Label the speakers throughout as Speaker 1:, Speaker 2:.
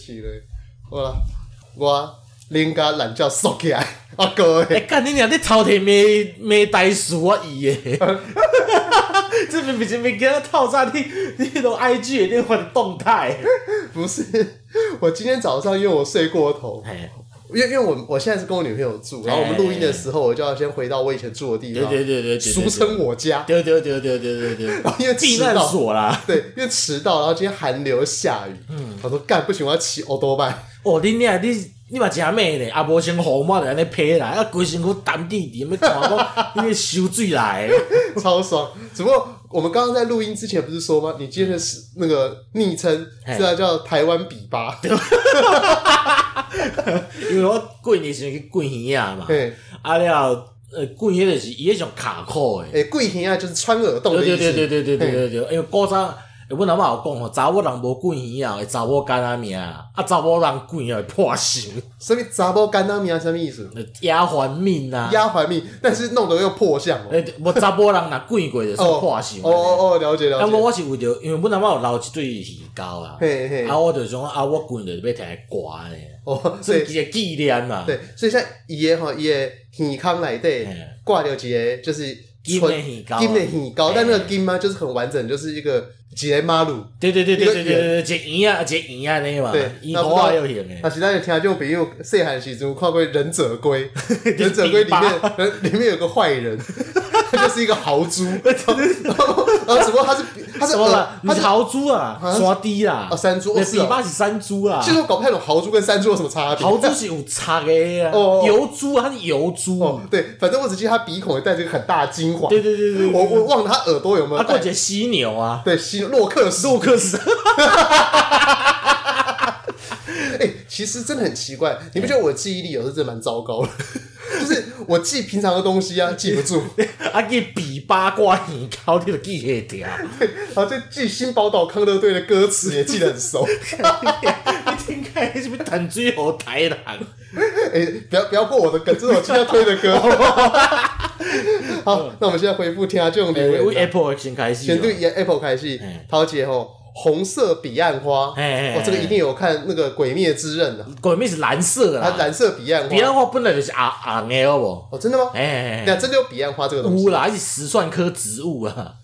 Speaker 1: 饲咧。好啦，我恁甲懒觉缩起来， 啊各
Speaker 2: 哎、
Speaker 1: 位，
Speaker 2: 干你娘！你头天没没带数我伊诶， 这明明是明天套餐，你你都 IG 的那款动态，
Speaker 1: 不是， 我今天早上因为我睡过头，
Speaker 2: 哎，
Speaker 1: 因为因为我我现在是跟我女朋友住，然后我们录音的时候，我就要先回到我以前住的地
Speaker 2: 对
Speaker 1: 方，
Speaker 2: 对对对对，
Speaker 1: 俗称我家，
Speaker 2: 对对对对对对 对
Speaker 1: 然后因为
Speaker 2: 避
Speaker 1: 迟
Speaker 2: 难
Speaker 1: 到，
Speaker 2: 所啦。
Speaker 1: 对，因为迟到，然后今天寒流下雨，嗯，我说干不行，我要骑欧多拜，
Speaker 2: 哦，你娘，你你嘛真美呢，啊无先红帽就安尼披来，啊规身躯澹滴滴，要看 我你咧收水来的。
Speaker 1: 超爽。只不过我们刚刚在录音之前不是说吗？你今天的是那个昵称
Speaker 2: 嘿
Speaker 1: 是要叫台湾比巴，
Speaker 2: 因为我过年时候去过鱼啊嘛，
Speaker 1: 对，
Speaker 2: 啊了，呃，过迄就是伊迄种卡扣诶。
Speaker 1: 哎，贵平啊，就是穿耳洞的
Speaker 2: 对
Speaker 1: 意
Speaker 2: 对对
Speaker 1: 思，
Speaker 2: 对对对对对对，因为古早，阮阿嬷有讲吼，查某人无管鱼啊，会查某干阿命啊，啊查某人管啊会破心，
Speaker 1: 什么杂包干当米啊，什么意思？
Speaker 2: 会丫鬟命啊。
Speaker 1: 压环命，但是弄得又破相哦。
Speaker 2: 诶，无查某人若管过就算哎破心。
Speaker 1: 哦哦哦，了解了
Speaker 2: 啊，我
Speaker 1: 解。
Speaker 2: 我是为着，因为阮阿嬷有留一对鱼钩啊，
Speaker 1: 嘿嘿，
Speaker 2: 啊，我就想啊，我管着要摕来刮呢，
Speaker 1: 哦，
Speaker 2: 所以
Speaker 1: 对
Speaker 2: 一个纪念嘛。
Speaker 1: 对，所以像伊的吼，伊的耳康内底
Speaker 2: 嘿
Speaker 1: 挂着一个就是
Speaker 2: 金的鱼钩啊
Speaker 1: 金的耳高，
Speaker 2: 嘿
Speaker 1: 但那个金嘛就是很完整，就是一个一个马路。
Speaker 2: 对对对对对
Speaker 1: 一个
Speaker 2: 对对，一个圆啊，一个圆啊，那嘛
Speaker 1: 对，
Speaker 2: 圆
Speaker 1: 那不
Speaker 2: 头
Speaker 1: 知道
Speaker 2: 啊又型诶
Speaker 1: 啊，。其他人听众朋友细汉时阵有看过《忍者 龟》，《忍者龟》里面 人里面有个坏人，他就是一个豪 猪， 然后然后只不过他是他是
Speaker 2: 什么啦？
Speaker 1: 他
Speaker 2: 你
Speaker 1: 是
Speaker 2: 是豪猪啊，
Speaker 1: 啊
Speaker 2: 山猪啦，
Speaker 1: 哦山猪哦
Speaker 2: 那
Speaker 1: 是
Speaker 2: 比
Speaker 1: 哦
Speaker 2: 巴是山猪啊啦
Speaker 1: 其。实我搞不太懂豪猪跟山猪有什么差别。
Speaker 2: 豪猪是有差的啊
Speaker 1: 哦哦，
Speaker 2: 油猪啊，它是油猪
Speaker 1: 哦。，对，反正我只记得他鼻孔也戴着一个很大的金环，
Speaker 2: 对对对对，
Speaker 1: 我我忘了他耳朵有没
Speaker 2: 啊，
Speaker 1: 有
Speaker 2: 过
Speaker 1: 戴。
Speaker 2: 节犀牛啊，
Speaker 1: 对，西洛克斯，
Speaker 2: 洛克斯。
Speaker 1: 哎、其实真的很奇怪，你不觉得我的记忆力有时候真的蛮糟糕的？ 就是我记平常的东西啊，记不 住，
Speaker 2: 啊，去比八卦耳高，你就记下掉。
Speaker 1: 然后就记新宝岛康乐队的歌词也记得很熟。
Speaker 2: 你听开是不是淡水河台人？
Speaker 1: 哎、不要不要过我的梗，这是我今天推的 歌。好，那我们现在回复听众留
Speaker 2: 为
Speaker 1: 言啊，
Speaker 2: Apple 先开始
Speaker 1: 选
Speaker 2: 哦。
Speaker 1: 对 Apple 开戏
Speaker 2: 嗯，
Speaker 1: 桃姐吼，红色彼岸花，
Speaker 2: 嘿嘿嘿
Speaker 1: 我这个一定有看那个《鬼灭之刃》的，
Speaker 2: 鬼面是啊蓝色的
Speaker 1: 它
Speaker 2: 啦，
Speaker 1: 蓝色彼岸
Speaker 2: 彼岸
Speaker 1: 花，
Speaker 2: 花本来就是红红的，好不好？
Speaker 1: 哦，真的吗？
Speaker 2: 哎，
Speaker 1: 那真的有彼岸花这个东西
Speaker 2: 有？啦，它是石蒜科植物啊，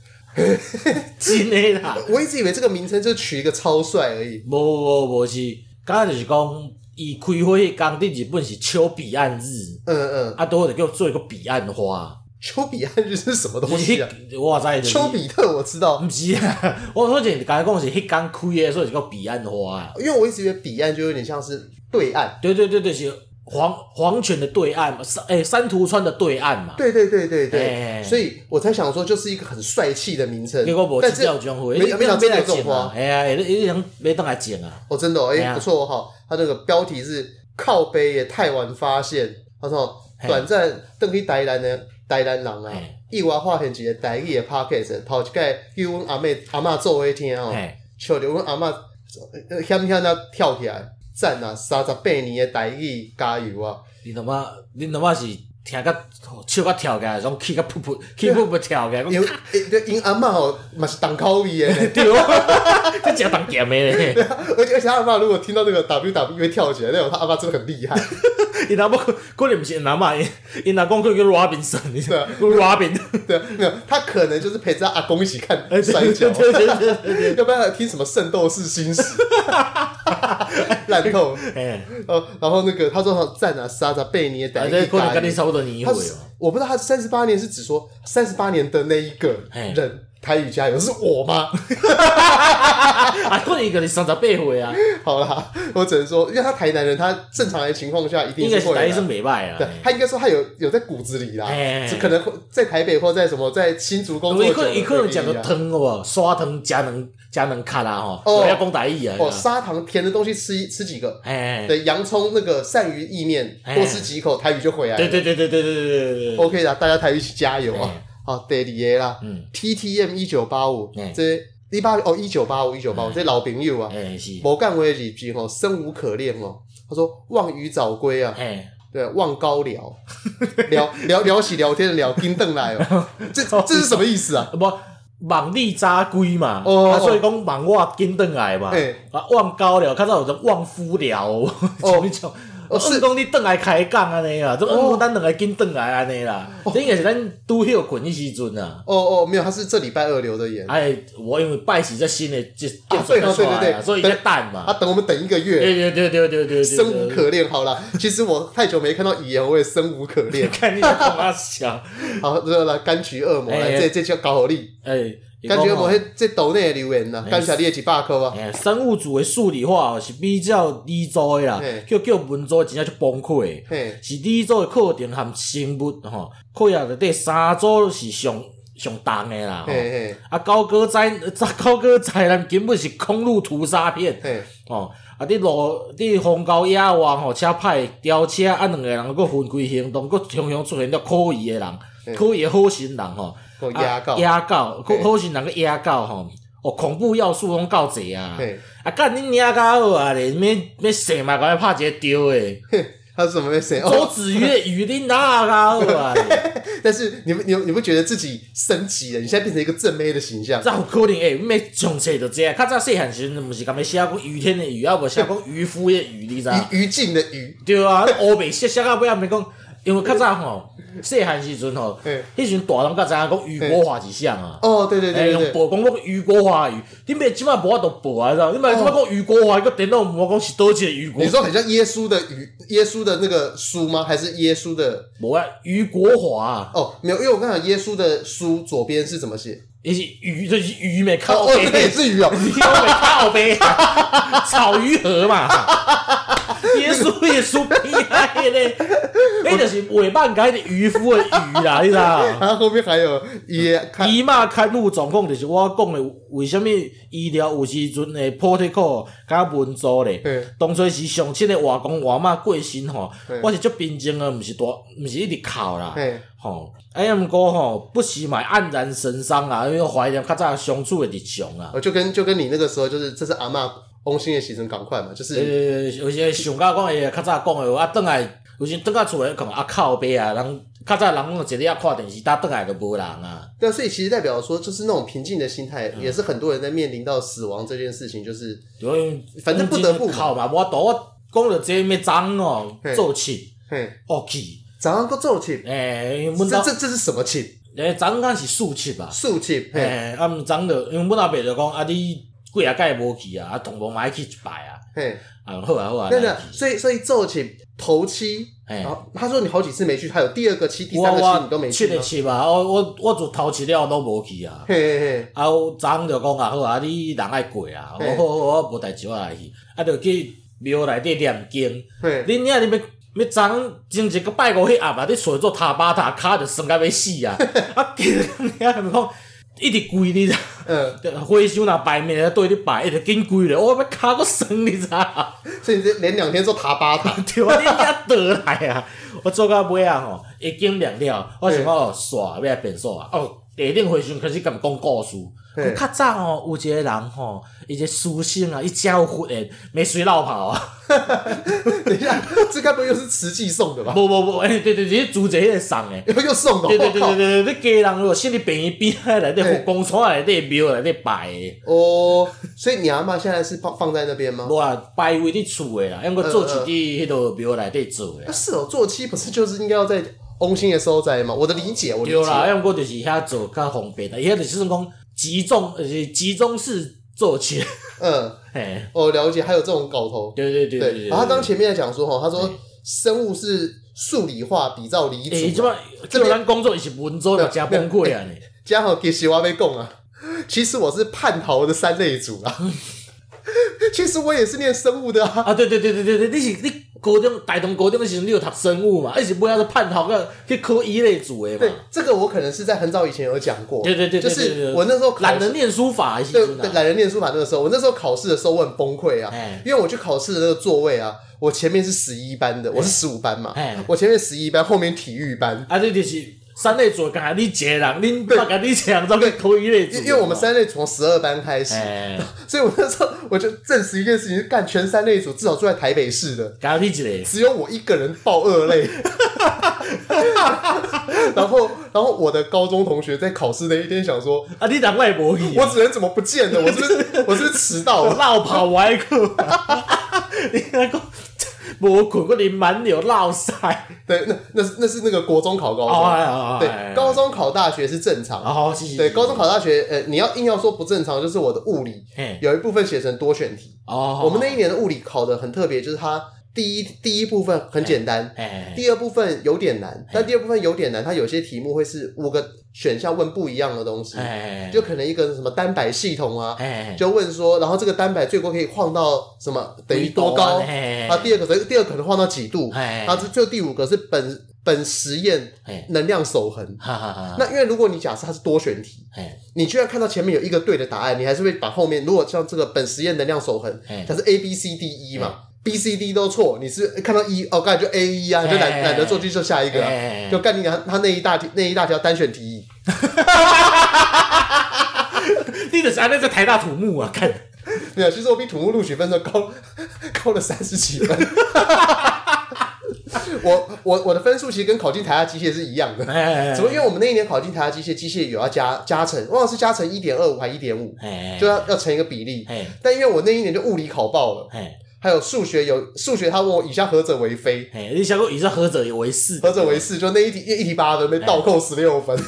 Speaker 2: 真的啦。
Speaker 1: 我一直以为这个名称就取一个超帅而已。
Speaker 2: 无无无是，刚刚就是讲，伊开会迄工伫日本是秋彼岸日，
Speaker 1: 嗯嗯，
Speaker 2: 啊，都就叫做一个彼岸花。
Speaker 1: 丘比安日是什么东西啊？
Speaker 2: 迄我知就是
Speaker 1: 丘，比特我知道，
Speaker 2: 毋是啊，我说是刚才讲是迄工开的，所以就叫彼岸花啊。
Speaker 1: 因为我一直以为彼岸就有点像是对岸。
Speaker 2: 对对对对，是黄黄泉的对岸嘛，山诶、三途川的对岸嘛。
Speaker 1: 对对对对对，
Speaker 2: 哎
Speaker 1: 所以我才想说，就是一个很帅气的名称
Speaker 2: 结果。无
Speaker 1: 但
Speaker 2: 去
Speaker 1: 是
Speaker 2: 钓种花，
Speaker 1: 没没想到真的有这种
Speaker 2: 啊
Speaker 1: 花！
Speaker 2: 哎呀，你你想要当来种啊？
Speaker 1: 哦，真的哦，
Speaker 2: 哎
Speaker 1: 哎，
Speaker 2: 呀
Speaker 1: 不错哦哈。它那个标题是“靠背也太晚发现”，他说
Speaker 2: 嘿
Speaker 1: 短暂登去台南的台南人啊
Speaker 2: 嘿，
Speaker 1: 意外发现一个台语的 podcast，头一届叫阮阿妹阿嬷做伙听哦。
Speaker 2: 哎、
Speaker 1: 笑着阮阿嬷呃险险啊跳起来，赞啊！三十八年的台语加油啊！
Speaker 2: 你他妈你他妈是听甲笑甲跳起来，种气甲噗噗气噗噗跳起来，讲，
Speaker 1: 因为 诶因阿嬷吼嘛是重口味的呢
Speaker 2: 对啊，这真当咸的咧。
Speaker 1: 而且而且他阿嬷如果听到那个 WWE 会跳起来，那种他阿嬷真的很厉害。
Speaker 2: 伊若要可能毋是因阿嬷，因因阿公叫叫 Robinson，你知道
Speaker 1: 对啊
Speaker 2: Robin，
Speaker 1: 对，没有他可能就是陪着他阿公一起看摔跤，
Speaker 2: 哎对对对对对，
Speaker 1: 要不然听什么《圣斗士星矢》 烂透。
Speaker 2: 哎，
Speaker 1: 哦，然后那个他说好赞啊，杀着贝尼的
Speaker 2: 啊
Speaker 1: 台
Speaker 2: 这
Speaker 1: 语
Speaker 2: 可能
Speaker 1: 加
Speaker 2: 跟你
Speaker 1: 油。
Speaker 2: 差不多年
Speaker 1: 他
Speaker 2: 岁
Speaker 1: 是
Speaker 2: 哦，
Speaker 1: 我不知道他三十八年是指说三十八年的那一个
Speaker 2: 嘿
Speaker 1: 人台语加油是我吗？
Speaker 2: 啊，可能跟你三十八岁啊，
Speaker 1: 好啦，我只能说，因为他台南人，他正常的情况下一定
Speaker 2: 应该
Speaker 1: 会
Speaker 2: 是
Speaker 1: 啦
Speaker 2: 台算袂歹
Speaker 1: 对
Speaker 2: 啊，，
Speaker 1: 他应该说他有有在骨子里啦
Speaker 2: 哎，
Speaker 1: 只可能会在台北或在什么在新竹工作
Speaker 2: 伊
Speaker 1: 久
Speaker 2: 可
Speaker 1: 了
Speaker 2: 能伊可能
Speaker 1: 会
Speaker 2: 食
Speaker 1: 不一
Speaker 2: 个
Speaker 1: 样
Speaker 2: 汤有无，砂汤加两加两卡啦吼，
Speaker 1: 哦
Speaker 2: 我要讲台语啊，
Speaker 1: 哦，砂糖甜的东西吃一吃几个，
Speaker 2: 哎，
Speaker 1: 对，洋葱那个鳝鱼意面
Speaker 2: 哎
Speaker 1: 多吃几口，台语就回来了。
Speaker 2: 对对对对对对对对对对，
Speaker 1: OK 啦，大家台语一起加油啊
Speaker 2: 哎！
Speaker 1: 好，第二个啦
Speaker 2: 嗯，
Speaker 1: ，TTM 一九八五
Speaker 2: 哎，
Speaker 1: 这一八哦一九八五一九八五这老朋友啊，
Speaker 2: 哎是，
Speaker 1: 某干为几句哦，生无可恋哦。他说望鱼早归啊，
Speaker 2: 哎，
Speaker 1: 对，望高聊， 聊聊聊起聊天的聊，金凳来哦，这这是什么意思啊？
Speaker 2: 不，网力扎龟嘛，
Speaker 1: 哦
Speaker 2: 啊，所以讲网我紧转来嘛
Speaker 1: 嘿，
Speaker 2: 啊，忘高了，较早有种忘夫了， 像迄种。
Speaker 1: 哦
Speaker 2: 我
Speaker 1: 是
Speaker 2: 是讲你转来开讲安尼啦，这
Speaker 1: 哦
Speaker 2: 我咱两个紧转来安尼啦，这应该是咱拄休困迄时阵啊。
Speaker 1: 哦哦，没有，他是这礼拜二留的言，
Speaker 2: 哎，我因为拜喜这新的这
Speaker 1: 啊对哦
Speaker 2: 出
Speaker 1: 对
Speaker 2: 来
Speaker 1: 对
Speaker 2: 啊
Speaker 1: 对
Speaker 2: 所以在蛋嘛
Speaker 1: 他。等我们等一个月，
Speaker 2: 对对对对对对哎对，。
Speaker 1: 生无可恋。好了，其实我太久没看到遗言，我也生无可恋
Speaker 2: 看你在啊干嘛想？
Speaker 1: 好，这来柑橘恶魔，来
Speaker 2: 哎
Speaker 1: 这这叫搞好力。
Speaker 2: 哎，
Speaker 1: 柑橘恶魔，
Speaker 2: 他
Speaker 1: 迄这岛内的留言呐，
Speaker 2: 哎
Speaker 1: 柑橘你的几百颗啊？
Speaker 2: 哎，生物组的数理化哦是比较低组的啦
Speaker 1: 嘿，
Speaker 2: 叫叫文组真正就崩溃的。
Speaker 1: 嘿，
Speaker 2: 是低组的课程含生物吼，课业内底三组是上上重的啦。吼
Speaker 1: 嘿
Speaker 2: 啊，高歌灾， 高歌灾难根本是公路屠杀片
Speaker 1: 嘿。嘿，
Speaker 2: 哦，啊！你路你风高野望吼，车歹飙车，啊，两个人佫分开行动，佫常常出现了可疑
Speaker 1: 嘿
Speaker 2: 的人，可疑的好心人吼，
Speaker 1: 我压告
Speaker 2: 啊，野狗，
Speaker 1: 嘿
Speaker 2: 佫好心人佫野狗吼，哦，恐怖要素拢够侪啊！
Speaker 1: 嘿，
Speaker 2: 啊，干你娘甲好啊咧，免免生嘛，甲拍一个丢诶，
Speaker 1: 他是怎么会谁？
Speaker 2: 周
Speaker 1: 哦，
Speaker 2: 子瑜的雨你哪甲好啊咧？
Speaker 1: 但是你们你你不觉得自己升级了？你现在变成一个正妹的形象。
Speaker 2: 这有可能诶，免从册就这样，较早细汉时阵，毋是甲要写讲雨天的雨，啊无写讲渔夫的渔，你知道吗？
Speaker 1: 于于静的于，
Speaker 2: 对啊，乌白色写到尾也毋免讲，因为较早吼，细汉时阵吼，
Speaker 1: 嘿
Speaker 2: 迄时阵大人较知影讲余国华是啥啊。
Speaker 1: 哦，对对
Speaker 2: 哎，
Speaker 1: 对
Speaker 2: 用
Speaker 1: 对对，
Speaker 2: 报讲讲余国华的余，你咪即摆无法度报啊，知道吗？你咪即摆讲余国华，佮电脑无讲是倒一个余国
Speaker 1: 你，说很像耶稣的于，耶稣的那个书吗？还是耶稣的？
Speaker 2: 无啊，余国华啊，
Speaker 1: 哦，没有，因为我刚才耶稣的书左边是怎么写？
Speaker 2: 伊是余，就是余咪
Speaker 1: 哦，
Speaker 2: 靠
Speaker 1: 哦
Speaker 2: 北，
Speaker 1: 这也是鱼哦。
Speaker 2: 你都没靠北啊，草鱼河嘛，耶稣耶稣厉害嘞，迄就是尾半改的渔夫的渔 啦，你知道吗？
Speaker 1: 啊然后后面还有耶看
Speaker 2: 伊嘛刊物总共就是我讲的，为什么医疗有时阵的 protocol 甲文组咧
Speaker 1: 嗯，
Speaker 2: 当初是上亲的外公外嬷过身吼
Speaker 1: 嗯，
Speaker 2: 我是足平静的，毋是大，毋是一直哭啦，
Speaker 1: 嘿，
Speaker 2: 吼，哎呀，毋过吼，不时嘛黯然神伤啊啦，因为怀念较早相处的日常啊啦，
Speaker 1: 呃我就跟就跟你那个时候就是，这是阿嬷翁心的洗成赶快嘛，就是
Speaker 2: 呃，有些想到讲诶，较早讲的话，啊，转来有时转到厝内，可能啊靠背啊，人较早人拢一日啊看电视，搭转来就无人啊。
Speaker 1: 对啊，所以其实代表说，就是那种平静的心态，
Speaker 2: 嗯
Speaker 1: 也是很多人在面临到死亡这件事情，就是
Speaker 2: 对，
Speaker 1: 反正不得不嘛
Speaker 2: 靠嘛，我度我讲着这咩脏哦
Speaker 1: 嘿，
Speaker 2: 做气
Speaker 1: 嘿，
Speaker 2: 恶气，
Speaker 1: 早上够奏请，
Speaker 2: 哦诶，因为阮
Speaker 1: 这
Speaker 2: 兜
Speaker 1: 这这是什么请？
Speaker 2: 诶脏敢是素气吧，
Speaker 1: 素请，嘿，
Speaker 2: 诶，啊毋脏着，因为阮阿伯就讲啊，你几啊届无去啊，啊同无嘛爱去一摆啊，
Speaker 1: 嘿，
Speaker 2: 啊好啊好啊，
Speaker 1: 那个
Speaker 2: 咱去，
Speaker 1: 所以所以奏请头七，
Speaker 2: 嘿
Speaker 1: 然后他说你好几次没去，还有第二个七、第
Speaker 2: 我
Speaker 1: 三个七你都
Speaker 2: 我
Speaker 1: 没
Speaker 2: 七
Speaker 1: 去
Speaker 2: 个
Speaker 1: 吗？
Speaker 2: 七吧，我我我自头七了都无去啊。
Speaker 1: 嘿嘿嘿，
Speaker 2: 啊，有昨昏就讲啊，好啊，你人爱过啊，我
Speaker 1: 嘿
Speaker 2: 好好，我无代志我来去，啊，就去庙内底念经。
Speaker 1: 嘿，
Speaker 2: 恁遐你要要昨昏前一个拜五迄暗啊，你揣做塔巴塔骹就酸甲要死啊！啊， 今日遐咪讲一直跪你，
Speaker 1: 嗯，
Speaker 2: 花香若拜面咧对你拜，一直紧跪咧，我要骹骨酸你知影？
Speaker 1: 所以你这连两天做塔巴塔，
Speaker 2: 对啊，你遐倒来啊！我做到尾啊吼，会经凉了，我想讲哦，煞要来变数啊！哦，第一顶回想开始甲伊讲故事。
Speaker 1: 嘿
Speaker 2: 讲较早吼，有一个人吼，伊一个书生啊，伊真有福缘，没水落跑啊！
Speaker 1: 等一下，这该不会又是慈济送的吧？
Speaker 2: 无无无，哎，对对对，主角迄个送诶。
Speaker 1: 又又送的，
Speaker 2: 对对
Speaker 1: 我
Speaker 2: 对
Speaker 1: 靠
Speaker 2: 对！对对，你家人如果心里病院边仔内底
Speaker 1: 嘿
Speaker 2: 有公厂内底庙内底拜的，
Speaker 1: 哦，所以你阿妈现在是放放在那边吗？
Speaker 2: 无啊拜位伫厝的啦，因为我做一支迄落庙内底做
Speaker 1: 啊，
Speaker 2: 的。
Speaker 1: 是哦，做七不是就是应该要在翁心的所在吗？我的理解，我理
Speaker 2: 对啦，
Speaker 1: 解。
Speaker 2: 因为我就是遐做较方便啦，伊遐就是讲集中，就是集中式做起。
Speaker 1: 嗯，
Speaker 2: 嘿，
Speaker 1: 我了解，还有这种搞头。
Speaker 2: 对对对
Speaker 1: 对，
Speaker 2: 对。
Speaker 1: 然后他刚
Speaker 2: 时，
Speaker 1: 前面在讲说哦哈，他说
Speaker 2: 对哎
Speaker 1: 生物是数理化比照理
Speaker 2: 诶，即
Speaker 1: 组嘛，啊
Speaker 2: 摆即咱工作伊是文组嘛，诚崩溃啊呢。
Speaker 1: 加好给西娃被供啊。其实我是叛逃的三类组啊， 其实我也是念生物的啊。
Speaker 2: 啊，对对对对对对，你是你高中、大同高中的时阵，你有读生物嘛？啊，你是尾仔都叛逃个去考一类组的
Speaker 1: 对
Speaker 2: 嘛？，
Speaker 1: 这个我可能是在很早以前有讲过。
Speaker 2: 对对对对
Speaker 1: 就
Speaker 2: 对对
Speaker 1: 是
Speaker 2: 对
Speaker 1: 我那时候考
Speaker 2: 懒得
Speaker 1: 试
Speaker 2: 念书法的时
Speaker 1: 对
Speaker 2: 阵
Speaker 1: 对
Speaker 2: 啊。
Speaker 1: 懒人念书法那个时候，我那时候考试的时候我很崩溃啊，
Speaker 2: 哎
Speaker 1: 因为我去考试的那个座位啊，我前面是十一班的，我是十五班嘛
Speaker 2: 哎，
Speaker 1: 我前面十一班，后面体育班，
Speaker 2: 啊，这就是三类组敢你一个人，恁爸敢你一个人怎么可以一类组？
Speaker 1: 因因为我们三类从十二班开始，
Speaker 2: 哎，
Speaker 1: 所以我那时候我就证实一件事情：，干全三类组至少住在台北市的，
Speaker 2: 敢你一个，
Speaker 1: 只有我一个人报二类。 然后，然后我的高中同学在考试那一天想说，
Speaker 2: 啊，你人我也无去
Speaker 1: 我，只能怎么不见了？我是不是我是不是迟到
Speaker 2: 我
Speaker 1: 了？
Speaker 2: 绕跑我还去，你那个无困，我连满流绕晒，
Speaker 1: 对，那那是那是那个国中考高
Speaker 2: 哦
Speaker 1: 中，
Speaker 2: 哎哦，
Speaker 1: 对，高中考大学是正常。
Speaker 2: 哦，是是，
Speaker 1: 对，高中考大学，呃，你要硬要说不正常，就是我的物理
Speaker 2: 嘿，
Speaker 1: 有一部分写成多选题。
Speaker 2: 哎哦，
Speaker 1: 我们那一年的物理考的很特别，就是它第一第一部分很简单，
Speaker 2: 哎，
Speaker 1: 第二部分有点难，但第二部分有点难，它有些题目会是五个选项问不一样的东西，
Speaker 2: 哎，
Speaker 1: 就可能一个什么单摆系统啊，
Speaker 2: 哎，
Speaker 1: 就问说，然后这个单摆最高可以晃到什么等于多高
Speaker 2: 哎，
Speaker 1: 啊？第二个第二个可能晃到几度，
Speaker 2: 哎，
Speaker 1: 然后最最第五个是本本实验
Speaker 2: 哎，
Speaker 1: 能量守恒。
Speaker 2: 哈哈哈，
Speaker 1: 那因为如果你假设它是多选题，
Speaker 2: 哎，
Speaker 1: 你居然看到前面有一个对的答案，你还是会把后面如果像这个本实验能量守恒
Speaker 2: 哎，
Speaker 1: 它是 A B C D E 嘛，B C D 都错，你是看到一、哦，干就 A 一啊，就懒
Speaker 2: 哎
Speaker 1: 懒得做题就下一个啊、
Speaker 2: 哎
Speaker 1: 就干你娘，他那一大题那一大条单选题一，
Speaker 2: 你就是安尼在台大土木啊，看，
Speaker 1: 没有，其实我比土木录取分数高 高了三十几分， 我我我的分数其实跟考进台大机械是一样的。
Speaker 2: 哎，
Speaker 1: 只不过因为我们那一年考进台大机械，机械有要加加成，忘了是加成一点二五还一点五，
Speaker 2: 哎，
Speaker 1: 就要要乘一个比例。
Speaker 2: 哎，
Speaker 1: 但因为我那一年就物理考爆了，
Speaker 2: 哎，
Speaker 1: 还有数学有数学，他问我以下何者为 非，
Speaker 2: 哎，你想过以上何者为是？
Speaker 1: 何者为是，就那一题一一题八的被倒扣十六 分，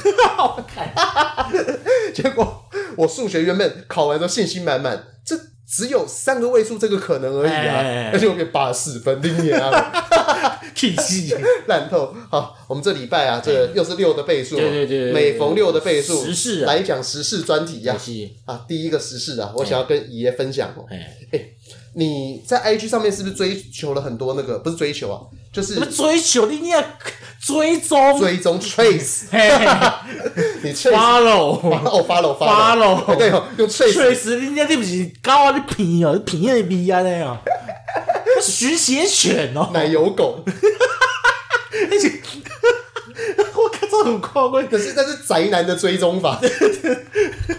Speaker 1: 结果我数学原本考完之后信心满满，这只有三个位数这个可能而已
Speaker 2: 哎
Speaker 1: 啊，而且我给八十四分，零年啊，
Speaker 2: 气死！
Speaker 1: 烂透。好，我们这礼拜啊，这个又是六的倍数，
Speaker 2: 哎对对对对对
Speaker 1: 每逢六的倍数，
Speaker 2: 时事啊，哎
Speaker 1: 来讲时事专题呀
Speaker 2: 也。是，
Speaker 1: 啊，第一个时事啊，我想要跟爷分享 哦。
Speaker 2: 哎，
Speaker 1: 你在 IG 上面是不是追求了很多那个？不是追求啊，就是
Speaker 2: 什么追求你你也追踪，
Speaker 1: 追踪 trace，
Speaker 2: 嘿 嘿嘿
Speaker 1: 你 trace
Speaker 2: ，follow
Speaker 1: 哦 follow
Speaker 2: follow
Speaker 1: 对哦，用 trace
Speaker 2: 确实，你家你不是搞啊？你骗哦，你骗的逼啊那样，那是寻血犬哦，
Speaker 1: 奶油狗，
Speaker 2: 而且 我看这很夸张，
Speaker 1: 可是那是宅男的追踪法，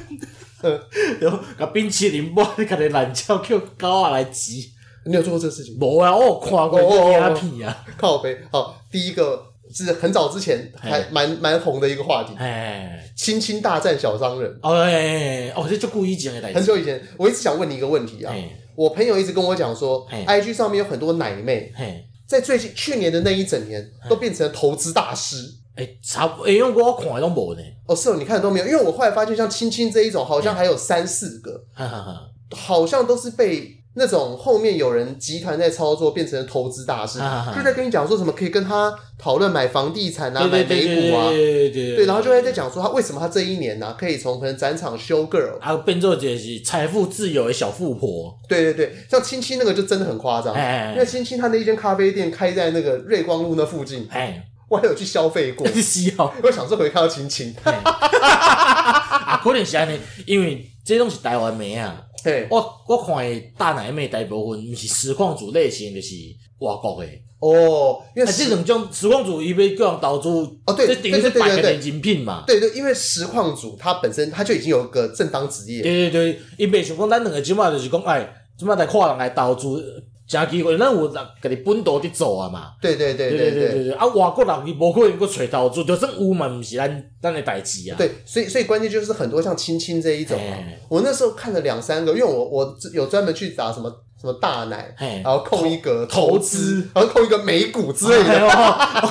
Speaker 2: 然后把冰淇淋包你家己懒觉叫狗啊来挤。
Speaker 1: 你有做过这个事情？
Speaker 2: 无啊，我有看过
Speaker 1: 哦哦哦
Speaker 2: 这鸦片啊，
Speaker 1: 靠背好，第一个是很早之前还
Speaker 2: 嘿
Speaker 1: 蛮蛮红的一个话题，
Speaker 2: 哎，
Speaker 1: 亲亲大战小商人。
Speaker 2: 哦哎，哦这就故意讲的代
Speaker 1: 很
Speaker 2: 志，
Speaker 1: 久以前，我一直想问你一个问题啊，
Speaker 2: 哎
Speaker 1: 我朋友一直跟我讲说
Speaker 2: 嘿
Speaker 1: ，IG 上面有很多奶妹，
Speaker 2: 嘿，
Speaker 1: 在最近去年的那一整年都变成了投资大师。
Speaker 2: 哎差不多，哎因为我看的拢无呢，
Speaker 1: 哦，是哦，你看都没有，因为我后来发现，像亲亲这一种，好
Speaker 2: 嗯
Speaker 1: 像还有三四个，
Speaker 2: 哈哈哈，
Speaker 1: 好像都是被那种后面有人集团在操作，变成投资大师，
Speaker 2: 啊
Speaker 1: 就在跟你讲说什么可以跟他讨论买房地产啊，
Speaker 2: 对
Speaker 1: 买
Speaker 2: 对对
Speaker 1: 美股啊，
Speaker 2: 对对对
Speaker 1: 对，然后就会在讲说他为什么他这一年呢、可以从可能展场修 girl，
Speaker 2: 啊变做就是财富自由的小富婆，
Speaker 1: 对对对，像亲亲那个就真的很夸张，
Speaker 2: 哎
Speaker 1: 因为亲亲哦他那一间咖啡店开在那个瑞光路那附近，
Speaker 2: 哎，
Speaker 1: 我还有去消费 过
Speaker 2: 那，是死哦，
Speaker 1: 我想说回看到亲亲，
Speaker 2: 啊可能是安尼，因为这拢是台湾妹啊，
Speaker 1: 对，
Speaker 2: 我我看的大奶妹大部分毋是实况组类型，就是外国的，
Speaker 1: 哦，因为
Speaker 2: 啊
Speaker 1: 实
Speaker 2: 这两种实况组伊要叫人投资，
Speaker 1: 哦对
Speaker 2: 这等于是
Speaker 1: 对对对
Speaker 2: 百个
Speaker 1: 对对
Speaker 2: 连精品嘛。
Speaker 1: 对对，因为实况组他本身他就已经有个正当职业，
Speaker 2: 对对对，伊袂想讲咱两个即马就是讲，哎，即马来看人来投资，诚机会，咱有家己本土伫做啊嘛。
Speaker 1: 对对对对
Speaker 2: 对对
Speaker 1: 对
Speaker 2: 对。对，啊，外国人伊无可能去找投资，就算有嘛，毋是咱咱的代志啊。
Speaker 1: 对，所以所以关键就是很多像亲亲这一种啊
Speaker 2: 哎，
Speaker 1: 我那时候看了两三个，因为我我有专门去打什么什么大奶，
Speaker 2: 嘿
Speaker 1: 然，后扣一个
Speaker 2: 哎投
Speaker 1: 投
Speaker 2: 资
Speaker 1: 资，然后扣一个美股之类
Speaker 2: 哎
Speaker 1: 的。
Speaker 2: 呦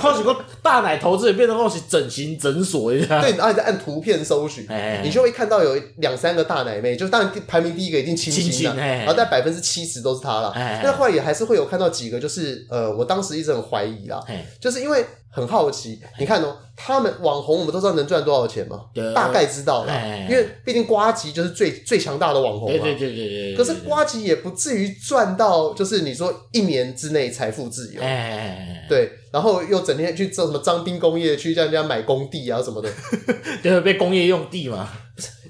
Speaker 2: 我是讲大奶投资也变成讲是整形诊所一样。
Speaker 1: 对，然后你再按图片搜寻，
Speaker 2: 哎，
Speaker 1: 你就会看到有两三个大奶妹，就当然第排名第一个一定亲
Speaker 2: 亲
Speaker 1: 亲
Speaker 2: 亲
Speaker 1: 的，
Speaker 2: 哎
Speaker 1: 然后但百分之七十都是她啦
Speaker 2: 哎。
Speaker 1: 那后来也还是会有看到几个，就是呃，我当时一直很怀疑啦，
Speaker 2: 哎，
Speaker 1: 就是因为很好奇，你看哦，他们网红我们都知道能赚多少钱嘛
Speaker 2: 对，
Speaker 1: 大概知道啦，
Speaker 2: 哎
Speaker 1: 因为毕竟瓜吉就是最最强大的网红
Speaker 2: 对
Speaker 1: 嘛
Speaker 2: 对。对对对。
Speaker 1: 可是瓜吉也不至于赚到，就是你说一年之内财富自由，
Speaker 2: 哎，
Speaker 1: 对，然后又整天去做什么张滨工业区，叫人家买工地啊什么的。
Speaker 2: 哎对，被工业用地嘛。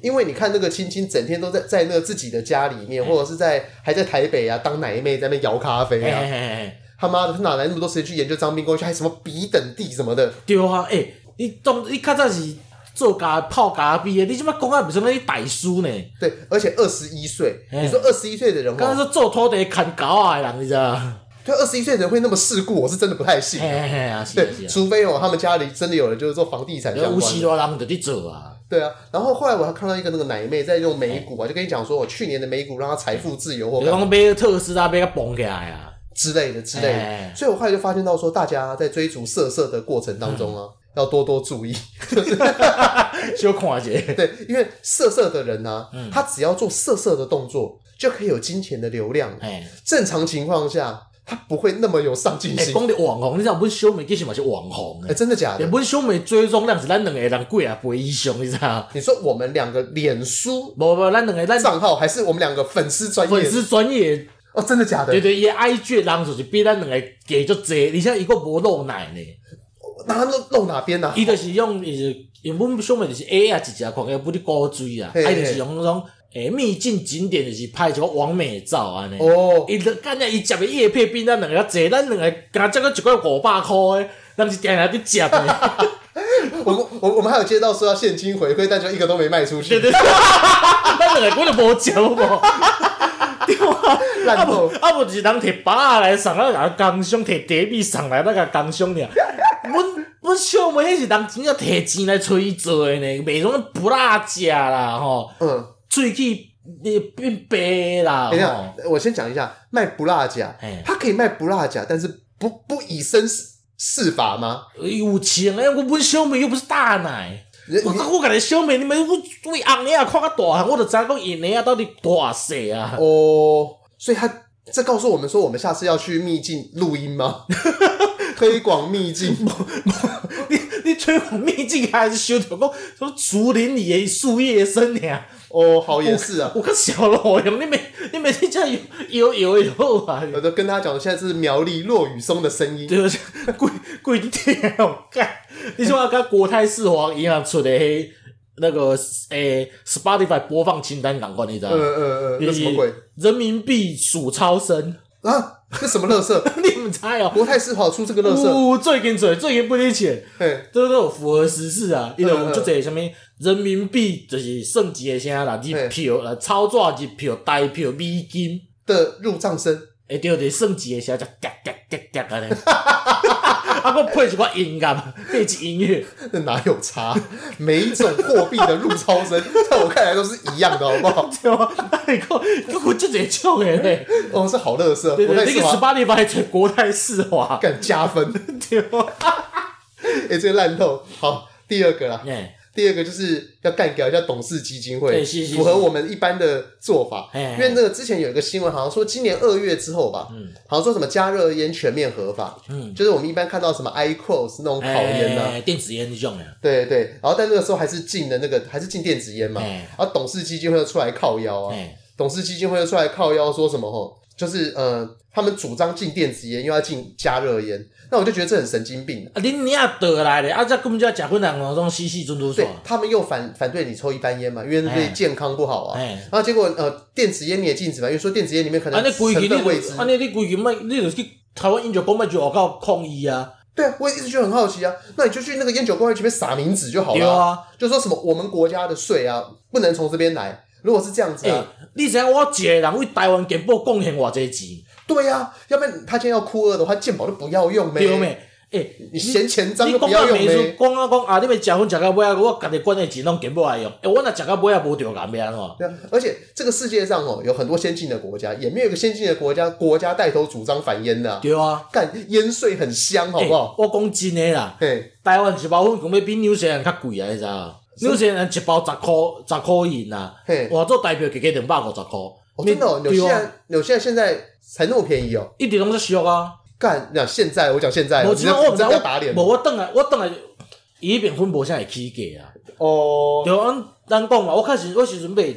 Speaker 1: 因为你看那个青青，整天都在在那个自己的家里
Speaker 2: 哎
Speaker 1: 面，或者是在还在台北啊当奶妹，在那边摇咖啡
Speaker 2: 哎
Speaker 1: 啊，
Speaker 2: 哎哎，
Speaker 1: 他妈的他哪来那么多时间去研究张滨工业区，还什么比等地什么的？
Speaker 2: 对啊，哎，你当你较早是做家泡咖啡的，你即摆讲啊，毋是讲你大叔呢？
Speaker 1: 对，而且二十一岁，
Speaker 2: 哎
Speaker 1: 你说二十一岁的人
Speaker 2: 刚刚
Speaker 1: 哦，
Speaker 2: 说做土地砍狗啊的人，你知道？
Speaker 1: 对，二十一岁的人会那么世故，我是真的不太信
Speaker 2: 嘿。嘿嘿，啊是啊
Speaker 1: 对，
Speaker 2: 是啊，
Speaker 1: 除非哦，他们家里真的有人就是做房地产相
Speaker 2: 有
Speaker 1: 关
Speaker 2: 有时
Speaker 1: 的。
Speaker 2: 多人就伫做啊。
Speaker 1: 对啊，然后后来我还看到一个那个奶妹在用美股啊，就跟你讲说，我去年的美股让她财富自由或
Speaker 2: 就
Speaker 1: 干嘛
Speaker 2: 讲买特斯拉买甲崩起 来啊，
Speaker 1: 之类的之类
Speaker 2: 哎
Speaker 1: 的。所以我后来就发现到说，大家在追逐色色的过程当中啊，要多多注意。
Speaker 2: 小看一下。
Speaker 1: 对，因为色色的人呢、
Speaker 2: 嗯
Speaker 1: 他只要做色色的动作，就可以有金钱的流量。
Speaker 2: 哎，
Speaker 1: 正常情况下，他不会那么有上进
Speaker 2: 哎，
Speaker 1: 心。
Speaker 2: 讲到网红，你知道阮小妹其实嘛是网红
Speaker 1: 哎，
Speaker 2: 诶，
Speaker 1: 真的假
Speaker 2: 哎
Speaker 1: 的？
Speaker 2: 阮小妹追踪量是咱两个人几啊倍以上，你知道？
Speaker 1: 你说我们两个脸书
Speaker 2: 无无，咱两个咱
Speaker 1: 账号还是我们两个粉丝专
Speaker 2: 粉
Speaker 1: 业？
Speaker 2: 丝专业，
Speaker 1: 哦，真的假的
Speaker 2: 对？对，伊 I G 人就是比咱两个加足济，而且伊个无露奶呢，
Speaker 1: 那他露露哪边呢、啊？
Speaker 2: 伊就是用伊是，阮小妹就是 A 啊一只看起来不哩高锥啊，
Speaker 1: 嘿
Speaker 2: 啊
Speaker 1: 嘿
Speaker 2: 伊就是用迄种诶秘境景点就是拍一个完美照安尼。
Speaker 1: 哦，
Speaker 2: 伊就干只伊食的叶片比咱两个较济，咱两个敢只个一个五百箍的，咱是定定伫食的。
Speaker 1: 我们我我们还有接到说要现金回馈，但就一个都没卖出去，
Speaker 2: 咱两个根本就无食好无？ 对啊，啊
Speaker 1: 烂
Speaker 2: 无
Speaker 1: 透。
Speaker 2: 啊无就是人摕把仔来送，咱甲工商摕茶米送来，咱甲工商尔。阮阮小妹迄是人真正摕钱来催伊做的呢，袂种不拉食啦吼，
Speaker 1: 嗯，
Speaker 2: 喙齿呃变白啦
Speaker 1: 等一下
Speaker 2: 吼。，
Speaker 1: 我先讲一下卖不辣甲
Speaker 2: 嘿，
Speaker 1: 他可以卖不辣甲，但是不不以身试试法吗？
Speaker 2: 有钱啊！我阮小妹又不是大奶。
Speaker 1: 人
Speaker 2: 我
Speaker 1: 你
Speaker 2: 我甲你小妹，你们我为红的啊，看较大汉，我就知影讲因的啊到底大细啊。
Speaker 1: 哦，所以他这告诉我们说，我们下次要去秘境录音 吗？推广秘境，
Speaker 2: 你你吹红秘境还是想着讲什么竹林里的树叶声尔？
Speaker 1: 哦，好也是啊。
Speaker 2: 有较小路用，你每你每天这样摇摇摇就好啊，
Speaker 1: 我都跟他讲，现在是苗栗落雨松的声音。
Speaker 2: 对不对？贵贵点哦，干！你说要跟国泰世华一样出的迄那个诶、Spotify 播放清单赶快，你知道
Speaker 1: 呃
Speaker 2: 吗？
Speaker 1: 呃呃，那什么鬼
Speaker 2: 人民币数超生，
Speaker 1: 啊？这什么乐色？
Speaker 2: 你们猜哦、
Speaker 1: 国泰世华出这个乐色？
Speaker 2: 呜，最近最最近不离钱。
Speaker 1: 嘿，
Speaker 2: 这都有符合时事啊！伊就有
Speaker 1: 嗯嗯
Speaker 2: 足侪啥物人民币，就是算一个啥啦，日票啦、操作日票、台票、美金，
Speaker 1: 的入账声。
Speaker 2: 会着就是哎算一个啥，就夹夹夹夹安尼。 啊，我配一寡音乐，配一音乐，
Speaker 1: 那哪有差？每一种货币的入超声，在我看来都是一样的，好不好？
Speaker 2: 对 吗？啊，你讲，你有足侪种诶咧，
Speaker 1: 哦，是好乐色，
Speaker 2: 对
Speaker 1: 国
Speaker 2: 对
Speaker 1: 泰
Speaker 2: 对，
Speaker 1: 世
Speaker 2: 那个十
Speaker 1: 华
Speaker 2: 八礼拜在国泰世 华，
Speaker 1: 敢加分，
Speaker 2: 对吗？
Speaker 1: 哎，这个烂透。好，第二个啦，
Speaker 2: 哎，
Speaker 1: 第二个就是要干掉一下董事基金
Speaker 2: 对
Speaker 1: 会，
Speaker 2: 是是
Speaker 1: 符合我们一般的做法。
Speaker 2: 嘿嘿
Speaker 1: 因为那个之前有一个新闻，好像说今年二月之后吧，好像说什么加热烟全面合法，
Speaker 2: 嗯
Speaker 1: 就是我们一般看到什么 i c o s 那种烤烟呐、啊。
Speaker 2: 哎，电子烟这种的，
Speaker 1: 对对，然后但那个时候还是禁的那个，还是禁电子烟嘛。
Speaker 2: 哎
Speaker 1: 然后董事基金会又出来靠腰啊，
Speaker 2: 哎，
Speaker 1: 董事基金会又出来靠腰说什么吼，就是呃，他们主张禁电子烟，又要禁加热烟，那我就觉得这很神经病。
Speaker 2: 啊，恁娘倒来咧，啊，这根本就要食粉人那种死死准准
Speaker 1: 对
Speaker 2: 爽，
Speaker 1: 他们又反反对你抽一般烟嘛，因为
Speaker 2: 哎
Speaker 1: 对健康不好啊。
Speaker 2: 哎。
Speaker 1: 然后结果呃，电子烟你也禁止嘛，因为说电子烟里面可
Speaker 2: 啊，
Speaker 1: 能
Speaker 2: 你
Speaker 1: 成
Speaker 2: 规矩你
Speaker 1: 分未知
Speaker 2: 就，。啊，你你规矩莫，你就去台湾研究讲莫就学到抗议啊，
Speaker 1: 对啊，我也一直就很好奇啊，那你就去那个烟酒公园前面撒名纸就好
Speaker 2: 对
Speaker 1: 了啊，
Speaker 2: 啊，
Speaker 1: 就说什么我们国家的税啊，不能从这边来。如果是这样子
Speaker 2: 诶、
Speaker 1: 啊，
Speaker 2: 哎你知影我一个人为台湾健保贡献偌济钱，
Speaker 1: 对啊，要不然他今天要哭饿的话，健保就不要用呗。
Speaker 2: 对哎没？诶、
Speaker 1: 你嫌钱脏
Speaker 2: 你
Speaker 1: 就不
Speaker 2: 讲
Speaker 1: 要
Speaker 2: 到
Speaker 1: 用
Speaker 2: 美术
Speaker 1: 呗。，
Speaker 2: 讲啊讲啊，你咪食薰食到尾啊，我家己管的钱拢健保爱用，诶、我若食到尾啊无着干要安怎？
Speaker 1: 对啊，而且这个世界上哦，有很多先进的国家，也没有一个先进的国家国家带头主张反烟的、啊。
Speaker 2: 对啊，欸
Speaker 1: 干烟税很香，好不好？
Speaker 2: 诶我讲真诶啦，
Speaker 1: 嘿，
Speaker 2: 台湾一包粉讲要比纽西兰较贵啊，你知影？纽西兰一包十箍十箍银啊，
Speaker 1: 嘿
Speaker 2: 换做台票加加两百五十箍，
Speaker 1: 哦，真的、哦，纽西
Speaker 2: 对啊
Speaker 1: 兰，纽西兰现在才那么便宜哦。
Speaker 2: 一直拢在俗啊。
Speaker 1: 干，那现在我讲现在，
Speaker 2: 无
Speaker 1: 真
Speaker 2: 即摆我毋知
Speaker 1: 真的要打脸
Speaker 2: 我无我转来，我转来，伊迄边分无啥会起价啊。
Speaker 1: 哦。
Speaker 2: 着咱咱讲嘛，我开始我时阵买一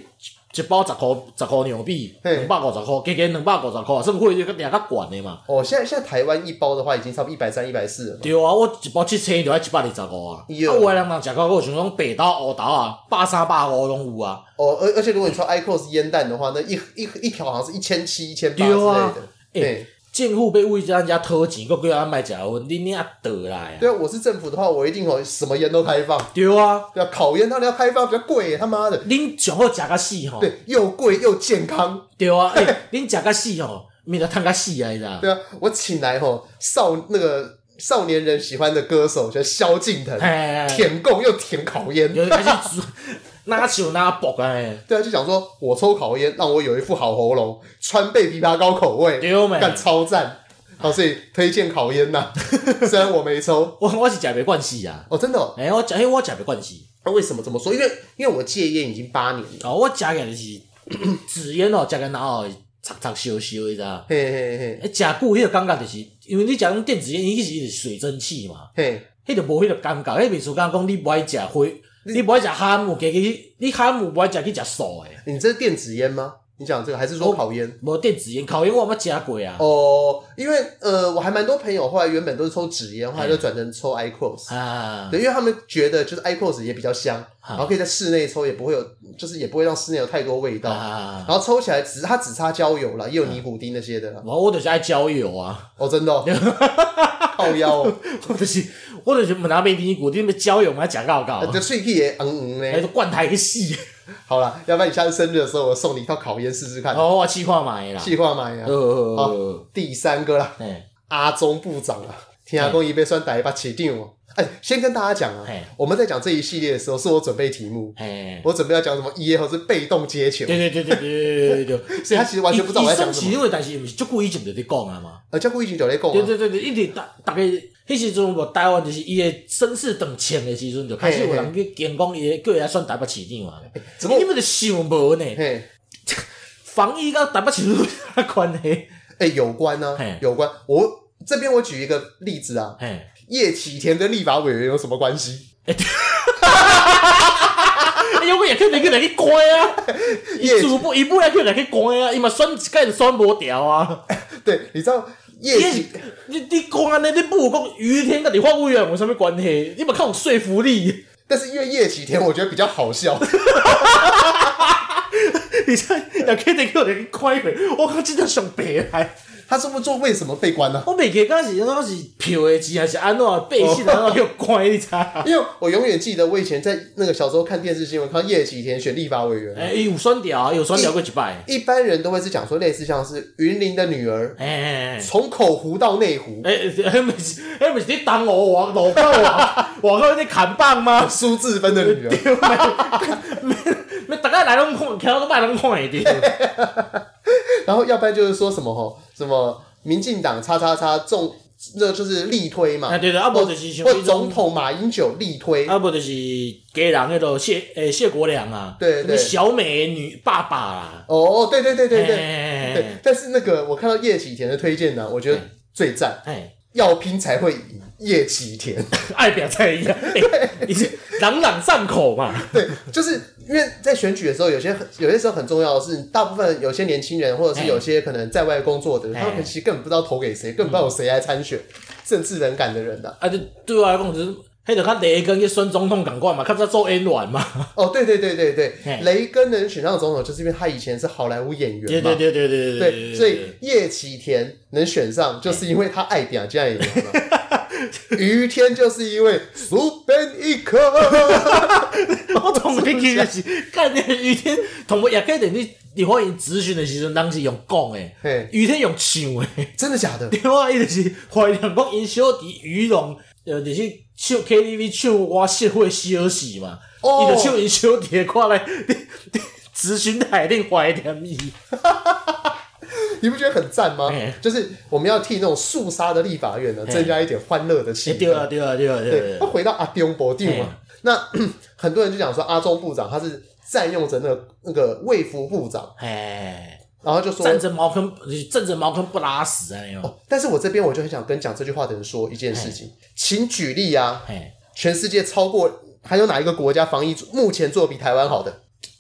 Speaker 2: 一包十箍十箍牛币，
Speaker 1: 嘿
Speaker 2: 两百五十箍，加加两百五十箍，算汇率较定较悬的嘛。
Speaker 1: 哦，现在现在台湾一包的话，已经差不多一百三、一百四了嘛。
Speaker 2: 对啊，我一包七千就要一百二十五啊。啊，
Speaker 1: 哟
Speaker 2: 有诶人人食到我像讲白刀、黑刀啊，百三百五拢有啊。
Speaker 1: 哦，而而且如果你抽 ICOS 烟弹的话，那一一一条好像是一千七、一千八之
Speaker 2: 对啊
Speaker 1: 类的。
Speaker 2: 诶
Speaker 1: 对，
Speaker 2: 政府被为咱家偷钱，搁叫咱卖食薰，你领倒来啊？
Speaker 1: 对啊，我是政府的话，我一定哦什么烟都开放。
Speaker 2: 对啊，
Speaker 1: 对啊，烤烟当然要开放，比较贵，他妈的，
Speaker 2: 恁上好食甲死吼，
Speaker 1: 对，又贵又健康。
Speaker 2: 对啊，诶、恁食甲死吼，免得趁甲死啊，你知道？
Speaker 1: 对啊，我请来吼少那个少年人喜欢的歌手，像萧敬腾，
Speaker 2: 哎，
Speaker 1: 舔供又舔烤烟。
Speaker 2: 有开 始煮哪手哪搏啊？哎
Speaker 1: 对啊，就想说我抽烤烟，让我有一副好喉咙，川贝枇杷膏口味，
Speaker 2: 对咩？
Speaker 1: 干超赞。好，所以推荐烤烟呐、 虽然我没抽。
Speaker 2: 我我是食袂惯死啊，
Speaker 1: 哦，真的、哦？
Speaker 2: 哎、我食迄我食袂惯死，
Speaker 1: 那、为什么这么说？因为因为我戒烟已经八年了。
Speaker 2: 哦，我食个就是 纸烟哦，食个脑后擦擦烧烧，你知道？
Speaker 1: 嘿嘿嘿
Speaker 2: 哎，食久迄个感觉就是，因为你食种电子烟，伊是水蒸气嘛，
Speaker 1: 嘿，
Speaker 2: 迄就无迄个感觉，迄民俗讲讲你不爱食火，你不爱食哈姆，加去你哈姆不爱食去食素诶，
Speaker 1: 你这是电子烟吗？你讲这个还是说
Speaker 2: 我
Speaker 1: 烤烟？
Speaker 2: 无电子烟，烤烟我有捌食过啊，
Speaker 1: 哦，因为呃，我还蛮多朋友后来原本都是抽纸烟，后来就转成抽 i q o s
Speaker 2: 嗯啊，
Speaker 1: 对，因为他们觉得就是 i q o s 也比较香，然后可以在室内抽，也不会有，就是也不会让室内有太多味道。
Speaker 2: 啊，
Speaker 1: 然后抽起来只它只差焦油啦，也有尼古丁那些的啦。
Speaker 2: 我我就是爱交友啊，
Speaker 1: 哦，真的、哦，靠腰、哦，
Speaker 2: 我就是我就是毋拿买尼古丁，要交友嘛，食到到
Speaker 1: 啊，这脆皮也嗯嗯
Speaker 2: 还
Speaker 1: 嘞。
Speaker 2: 是灌台去死，
Speaker 1: 好啦，要不然你下次生日的时候，我送你一套烤烟试试看，
Speaker 2: 哦，我试看卖啦，
Speaker 1: 计划买呀。
Speaker 2: 呃，
Speaker 1: 第三个啦，
Speaker 2: 哎，
Speaker 1: 阿中部长啊，天涯公一被算打一把起定哦。哎，先跟大家讲啊
Speaker 2: 嘿，
Speaker 1: 我们在讲这一系列的时候，是我准备题目，
Speaker 2: 哎，
Speaker 1: 我准备要讲什么 E A 或是被动接球，
Speaker 2: 对对对对对对对对。
Speaker 1: 所以他其实完全不知道我在讲什
Speaker 2: 伊
Speaker 1: 么。
Speaker 2: 因为但是毋是足久以前就咧讲啊嘛。
Speaker 1: 呃，教顾一群九类共
Speaker 2: 对
Speaker 1: 啊，
Speaker 2: 对对对，一直大大概迄时阵，无台湾就是伊诶身世等清的时阵，就开始有人去讲讲伊的叫伊来选台北市长啊。
Speaker 1: 只不
Speaker 2: 你
Speaker 1: 过
Speaker 2: 们就想无呢？
Speaker 1: 嘿，
Speaker 2: 防疫甲台北市长有啥关系？
Speaker 1: 哎，有关呢
Speaker 2: 嘿，
Speaker 1: 有关。我这边我举一个例子啊，
Speaker 2: 嘿，
Speaker 1: 叶启田跟立法委员有什么关系？
Speaker 2: 哎呦，我也可以来去来去关啊！伊
Speaker 1: 叶
Speaker 2: 主不伊不来去来去关啊，伊嘛选一届就选无掉啊。
Speaker 1: 对，你知道叶
Speaker 2: 伊
Speaker 1: 启
Speaker 2: 是你你讲安尼，你不如讲于天甲立法委员啊有啥物关系？你嘛较有说服力。
Speaker 1: 但是因为叶启田，我觉得比较好 笑。
Speaker 2: 你这也可以得叫人看一回，我靠，真正上白来。
Speaker 1: 他这么做为什么被关呢、
Speaker 2: 我袂记讲是讲是票的钱还是安怎背信安怎叫关你知？ 哎、
Speaker 1: 因为我永远记得我以前在那个小时候看电视新闻，看到叶启田选立法委员，
Speaker 2: 哎伊有选调，有选调过一摆。
Speaker 1: 一般人都会是讲说类似像是云林的女儿
Speaker 2: 哎哎
Speaker 1: 从口湖到内湖
Speaker 2: 哎，，迄毋是迄毋是你当我我啊路口 我我口你砍棒吗？
Speaker 1: 苏志芬的女儿，
Speaker 2: 要逐个来拢看，看都摆拢看会着。
Speaker 1: 然后要不然就是说什么吼什么民进党叉叉叉重，那就是力推嘛哦
Speaker 2: 啊，对对，啊无就是像
Speaker 1: 或
Speaker 2: 迄
Speaker 1: 总
Speaker 2: 种，
Speaker 1: 统马英九力推，
Speaker 2: 啊无就是家人迄落谢诶谢国良啊，
Speaker 1: 对对
Speaker 2: 什么小美的女爸啊爸啦，
Speaker 1: 哦，对对对对对
Speaker 2: 哎
Speaker 1: 对，但是那个我看到叶启田的推荐呢，我觉得最赞，
Speaker 2: 哎，
Speaker 1: 要拼才会赢，叶启田。
Speaker 2: 爱表在一样，哎你是朗朗上口嘛？
Speaker 1: 对，就是因为在选举的时候，有些很有些时候很重要的是，大部分有些年轻人或者是有些可能在外工作的人，
Speaker 2: 哎
Speaker 1: 他们其实根本不知道投给谁，
Speaker 2: 嗯
Speaker 1: 根本不知道有谁来参选，政治冷感的人的、
Speaker 2: 啊，就对我来讲，就是迄就较第一根去选总统共款嘛，较早做演员嘛。
Speaker 1: 哦，对对对对对
Speaker 2: 哎，
Speaker 1: 雷根能选上总统，就是因为他以前是好莱坞演员嘛。
Speaker 2: 对对对对对
Speaker 1: 对所以叶启田能选上，就是因为他爱嗲这样演员嘛。 于天就是因为 Super 一颗，
Speaker 2: 我同你其
Speaker 1: 啊
Speaker 2: 实是，啊干你雨天，同我也可以等你，你欢迎咨询的时阵，当时用讲诶，
Speaker 1: 嘿，
Speaker 2: 雨天用唱诶，
Speaker 1: 真的假的？
Speaker 2: 对啊，伊就是怀念讲因小弟于龙，呃，就是唱 KTV 唱我社会小事嘛，伊、
Speaker 1: 哦
Speaker 2: 就唱因小弟的歌来。 你你咨询台顶怀念伊，
Speaker 1: 你不觉得很赞吗
Speaker 2: 哎？
Speaker 1: 就是我们要替那种肃杀的立法院呢，
Speaker 2: 哎
Speaker 1: 增加一点欢乐的气
Speaker 2: 欸对啊
Speaker 1: 氛。
Speaker 2: 对啊对啊对
Speaker 1: 对，
Speaker 2: 啊
Speaker 1: 他，回到阿中博定嘛
Speaker 2: 哎，
Speaker 1: 那 很多人就讲说阿中部长他是占用着那个那个卫福部长，
Speaker 2: 哎，
Speaker 1: 然后就说
Speaker 2: 站，着茅坑，就是站着茅坑不拉屎啊！有，
Speaker 1: 哦但是我这边我就很想跟讲这句话的人说一件事情，请举例啊，
Speaker 2: 哎，
Speaker 1: 全世界超过还有哪一个国家防疫目前做得比台湾好的？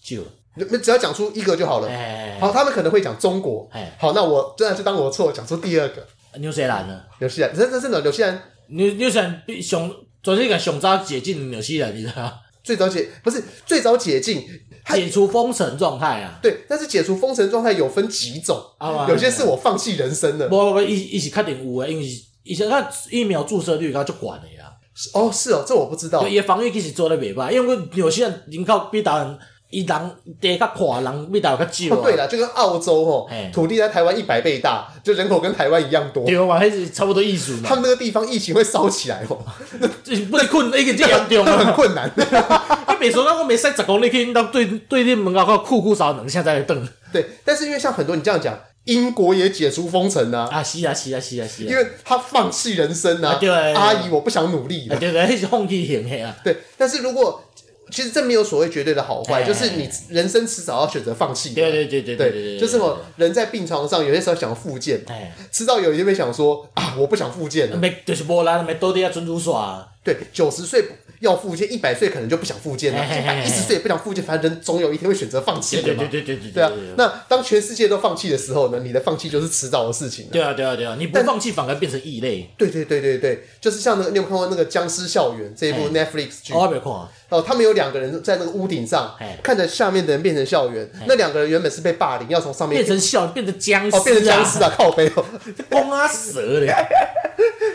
Speaker 2: 就，
Speaker 1: 你们只要讲出一个就好了。
Speaker 2: 哎，
Speaker 1: 好，他们可能会讲中国
Speaker 2: 哎，
Speaker 1: 好，那我真的就当我错，讲出第二个
Speaker 2: 纽西兰呢？
Speaker 1: 纽西兰，真真真的纽西兰
Speaker 2: 纽纽西兰比上，全世界上早解禁纽西兰，你知道吗？
Speaker 1: 最早解不是最早解禁，
Speaker 2: 解除封城状态啊。
Speaker 1: 对，但是解除封城状态有分几种，
Speaker 2: 啊
Speaker 1: 有些是我放弃人生的。
Speaker 2: 不不不，一一起确定有诶，因为以前看疫苗注射率它就管的啊。
Speaker 1: 哦，是哦，这我不知道
Speaker 2: 对，。伊防疫其实做得袂歹，因为阮纽西兰人口比台湾，伊人地较阔，人比台湾较少、
Speaker 1: 哦
Speaker 2: 啊。
Speaker 1: 对了，就跟澳洲哦
Speaker 2: 嘿，
Speaker 1: 土地在台湾一百倍大，就人口跟台湾一样多。
Speaker 2: 哎对嘛，迄是差不多意思
Speaker 1: 他们
Speaker 2: 嘛。
Speaker 1: 那个地方疫情会烧起来哦，
Speaker 2: 就是不是困，已 经这严重
Speaker 1: 很
Speaker 2: 啊！
Speaker 1: 困难。
Speaker 2: 你别说，我袂使十公里去，到对对恁门口靠酷酷扫两下再来 等。
Speaker 1: 对，但是因为像很多你这样讲，英国也解除封城啊，
Speaker 2: 啊，是啊，是啊，是啊，是
Speaker 1: 因
Speaker 2: 啊。
Speaker 1: 为他放弃人生啊
Speaker 2: 啊对啊对啊
Speaker 1: 阿姨，我不想努力
Speaker 2: 啊，
Speaker 1: 了。
Speaker 2: 对对，迄是放弃型的啊。
Speaker 1: 对，但是如果其实这没有所谓绝对的好坏，
Speaker 2: 哎
Speaker 1: 就是你人生迟早要选择放弃的。
Speaker 2: 对对对对对对，
Speaker 1: 就是我人在病床上，有些时候想复健，
Speaker 2: 哎，嗯
Speaker 1: 吃到有一些会想说啊，我不想复健了。
Speaker 2: 没就是无啦，没倒底啊，准如耍。
Speaker 1: 对，九十岁要复健，一百岁可能就不想复健了，
Speaker 2: 哎哎
Speaker 1: 一
Speaker 2: 哎
Speaker 1: 百一十岁也不想复健，反正人总有一天会选择放弃的
Speaker 2: 对对
Speaker 1: 嘛。
Speaker 2: 对对对对
Speaker 1: 对啊，那当全世界都放弃的时候呢，你的放弃就是迟早的事情了。
Speaker 2: 对啊对啊对啊，你不放弃反而变成异类。
Speaker 1: 对对对对对，就是像那个，你有没有看过那个《僵尸校园》这一部 Netflix 剧？
Speaker 2: 哦，我没看啊。
Speaker 1: 哦，他们有两个人在那个屋顶上
Speaker 2: 哎，
Speaker 1: 看着下面的人变成校园。那两个人原本是被霸凌，要从上面
Speaker 2: 变成笑，变成僵尸、啊
Speaker 1: 哦变成僵 尸，啊，靠背哦，
Speaker 2: 光啊蛇嘞，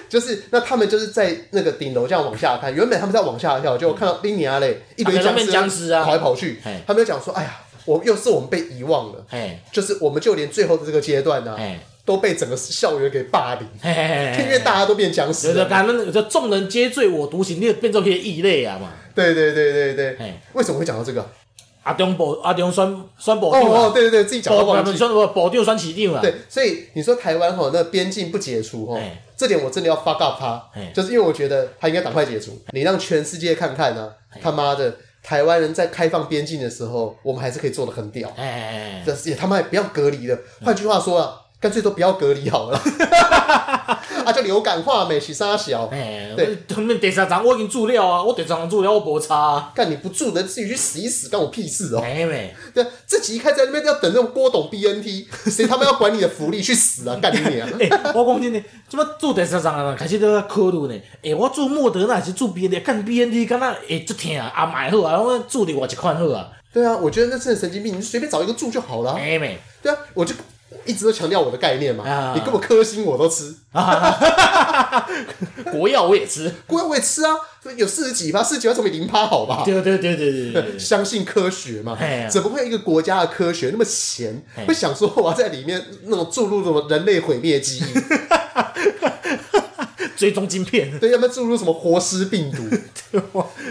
Speaker 1: 就是那他们就是在那个顶楼这样往下看，原本他们在往下
Speaker 2: 哎
Speaker 1: 跳，结果看到冰尼亚嘞一堆
Speaker 2: 啊
Speaker 1: 僵
Speaker 2: 变
Speaker 1: 尸
Speaker 2: 成僵尸啊
Speaker 1: 跑来跑去
Speaker 2: 嘿，
Speaker 1: 他们就讲说，哎呀，我又是我们被遗忘了，
Speaker 2: 嘿，
Speaker 1: 就是我们就连最后的这个阶段呢、啊
Speaker 2: 嘿
Speaker 1: 都被整个校园给霸凌，
Speaker 2: 嘿嘿嘿，
Speaker 1: 因为大家都变僵尸
Speaker 2: 有的
Speaker 1: 了。
Speaker 2: 咱们有的众人皆醉我独醒，你就变做些异类啊嘛。
Speaker 1: 对对对对对
Speaker 2: 嘿，
Speaker 1: 为什么会讲到这个？
Speaker 2: 阿中部阿中选选
Speaker 1: 哦
Speaker 2: 部长
Speaker 1: 哦，
Speaker 2: 啊，
Speaker 1: 对对对，自己讲到忘
Speaker 2: 部
Speaker 1: 记。
Speaker 2: 选部长选市长啊，
Speaker 1: 对，所以你说台湾吼，那边境不解除吼
Speaker 2: 哎，
Speaker 1: 这点我真的要 fuck up 他
Speaker 2: 哎，
Speaker 1: 就是因为我觉得他应该赶快解除，你让全世界看看呢、他妈的，台湾人在开放边境的时候，我们还是可以做的很屌，
Speaker 2: 哎，
Speaker 1: 这也他妈也不要隔离了。换句话说啊，干脆都不要隔离好了，啊，就流感化美，洗沙小，
Speaker 2: 哎，
Speaker 1: 对
Speaker 2: 我，他们第三章我已经住了啊，我第三章住了我无差啊，
Speaker 1: 干你不住的自己去死一死，干我屁事哦。
Speaker 2: 哎妹，
Speaker 1: 对，自己一开始在那边要等那种郭董 BNT，谁他妈要管你的福利去死啊，干你啊！
Speaker 2: 哎，我讲真的，怎么住第三章啊？开始都在考虑呢。哎，我住莫德纳还是住 BNT？干 BNT 敢若会足疼啊，买好啊，我住另外一款好啊，
Speaker 1: 对啊，我觉得那真的神经病，你就随便找一个住就好了啊。
Speaker 2: 哎妹。
Speaker 1: 对啊，我就一直都强调我的概念嘛，
Speaker 2: 啊
Speaker 1: 你给我颗星我都吃，
Speaker 2: 国药我也吃。
Speaker 1: 锅我也吃啊，有四十几趴，四十几趴总比零趴好吧？
Speaker 2: 对对对对对对对，
Speaker 1: 相信科学嘛
Speaker 2: 哎，呀
Speaker 1: 怎么会有一个国家的科学那么闲，
Speaker 2: 哎
Speaker 1: 会想说我要在里面那种注入什么人类毁灭 基因，
Speaker 2: 追踪晶片，
Speaker 1: 对，要不然注入什么活尸病 毒，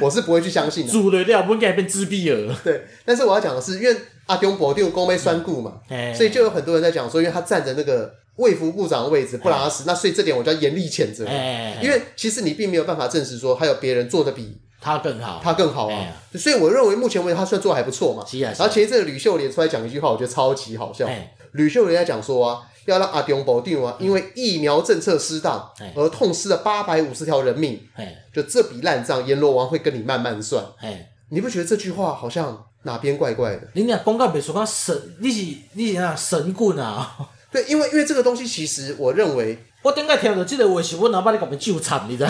Speaker 1: 我是不会去相信的。
Speaker 2: 煮了料不应该变自闭了。
Speaker 1: 对，但是我要讲的是，因为阿丢伯丢公被栓固嘛，
Speaker 2: 哎
Speaker 1: 所以就有很多人在讲说，因为他站着那个卫福部长的位置布拉斯，那所以这点我就要严厉谴责。
Speaker 2: 哎
Speaker 1: 因为其实你并没有办法证实说还有别人做的比
Speaker 2: 他更好，
Speaker 1: 他更好
Speaker 2: 哎
Speaker 1: 啊
Speaker 2: 呀，
Speaker 1: 所以我认为目前为止他算做得还不错嘛。
Speaker 2: 是啊是啊
Speaker 1: 然后前一阵吕秀莲出来讲一句话，我觉得超级好笑
Speaker 2: 哎。
Speaker 1: 吕秀莲在讲说啊，要让阿丢保定啊，因为疫苗政策失当
Speaker 2: 哎
Speaker 1: 而痛失了八百五十条人命，
Speaker 2: 哎
Speaker 1: 就这笔烂账，阎罗王会跟你慢慢算。
Speaker 2: 哎，
Speaker 1: 你不觉得这句话好像哪边怪怪的？
Speaker 2: 你俩广告别说讲神，你是你是哪神棍 啊？
Speaker 1: 对，因为因为这个东西，其实我认为，
Speaker 2: 我顶下听到这个话是我老爸你搞们纠缠，你知道？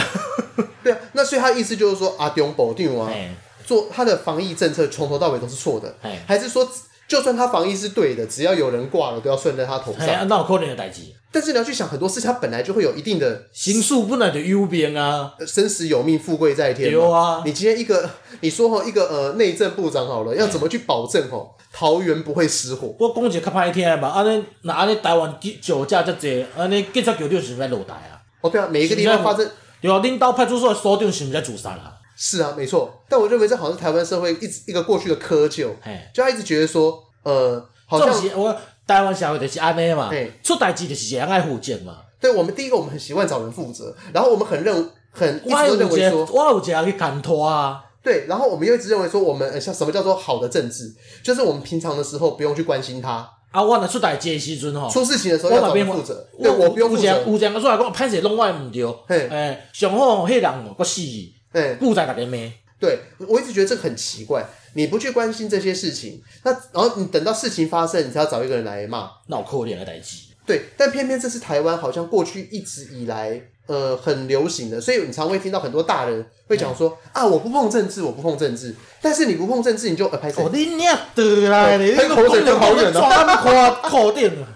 Speaker 1: 对啊，那所以他的意思就是说，阿中保定啊，
Speaker 2: 哎
Speaker 1: 做他的防疫政策从头到尾都是错的
Speaker 2: 哎，
Speaker 1: 还是说，就算他防疫是对的，只要有人挂了，都要算在他头
Speaker 2: 哎
Speaker 1: 上？，
Speaker 2: 那有可能的代志，
Speaker 1: 但是你要去想，很多事情它本来就会有一定的
Speaker 2: 刑诉本来就有病啊。
Speaker 1: 呃生死有命，富贵在天嘛。
Speaker 2: 对啊
Speaker 1: 你今天一个， 你说吼一个呃内政部长好了，要怎么去保证吼桃园不会失火？
Speaker 2: 我讲一个较歹听的嘛，安尼那安尼台湾酒驾遮济，安尼警察局长是毋是落台啊？
Speaker 1: 哦，对啊，每一个地方发生
Speaker 2: 对啊，恁兜派出所的所长是毋是自杀啊？
Speaker 1: 是啊，没错。但我认为这好像是台湾社会一直一个过去的窠臼，
Speaker 2: 哎，
Speaker 1: 就他一直觉得说，呃，好
Speaker 2: 总
Speaker 1: 像
Speaker 2: 是我台湾社会就是安尼嘛
Speaker 1: 嘿，
Speaker 2: 出代志就是一个人爱负责嘛。
Speaker 1: 对我们第一个我们很习惯找人负责，然后我们很认很一
Speaker 2: 我
Speaker 1: 直
Speaker 2: 有
Speaker 1: 都
Speaker 2: 一个，
Speaker 1: 认为说，
Speaker 2: 我有一个人去牵拖啊，
Speaker 1: 对，然后我们又一直认为说，我们呃像什么叫做好的政治，就是我们平常的时候不用去关心他，
Speaker 2: 啊，我若出代志的时阵吼，
Speaker 1: 出事情的时候
Speaker 2: 我
Speaker 1: 要
Speaker 2: 嘛
Speaker 1: 找人
Speaker 2: 免
Speaker 1: 负责，对，我不用
Speaker 2: 有
Speaker 1: 负
Speaker 2: 一个人
Speaker 1: 责，
Speaker 2: 有一个人出来讲，歹势弄我毋
Speaker 1: 嘿
Speaker 2: 对，诶，上好吼，迄人吼，我死，
Speaker 1: 哎、
Speaker 2: 故在逐个骂，
Speaker 1: 对我一直觉得这个很奇怪，你不去关心这些事情，那然后你等到事情发生，你才要找一个人来骂，
Speaker 2: 那有可能诶代志。
Speaker 1: 对，但偏偏这是台湾好像过去一直以来呃很流行的，所以你常会听到很多大人会讲说、啊，我不碰政治，我不碰政治。但是你不碰政治，你就呃拍谁？
Speaker 2: 哦，你娘的啦！你
Speaker 1: 喷口水喷好远哦
Speaker 2: 抓他们夸啊扣定了。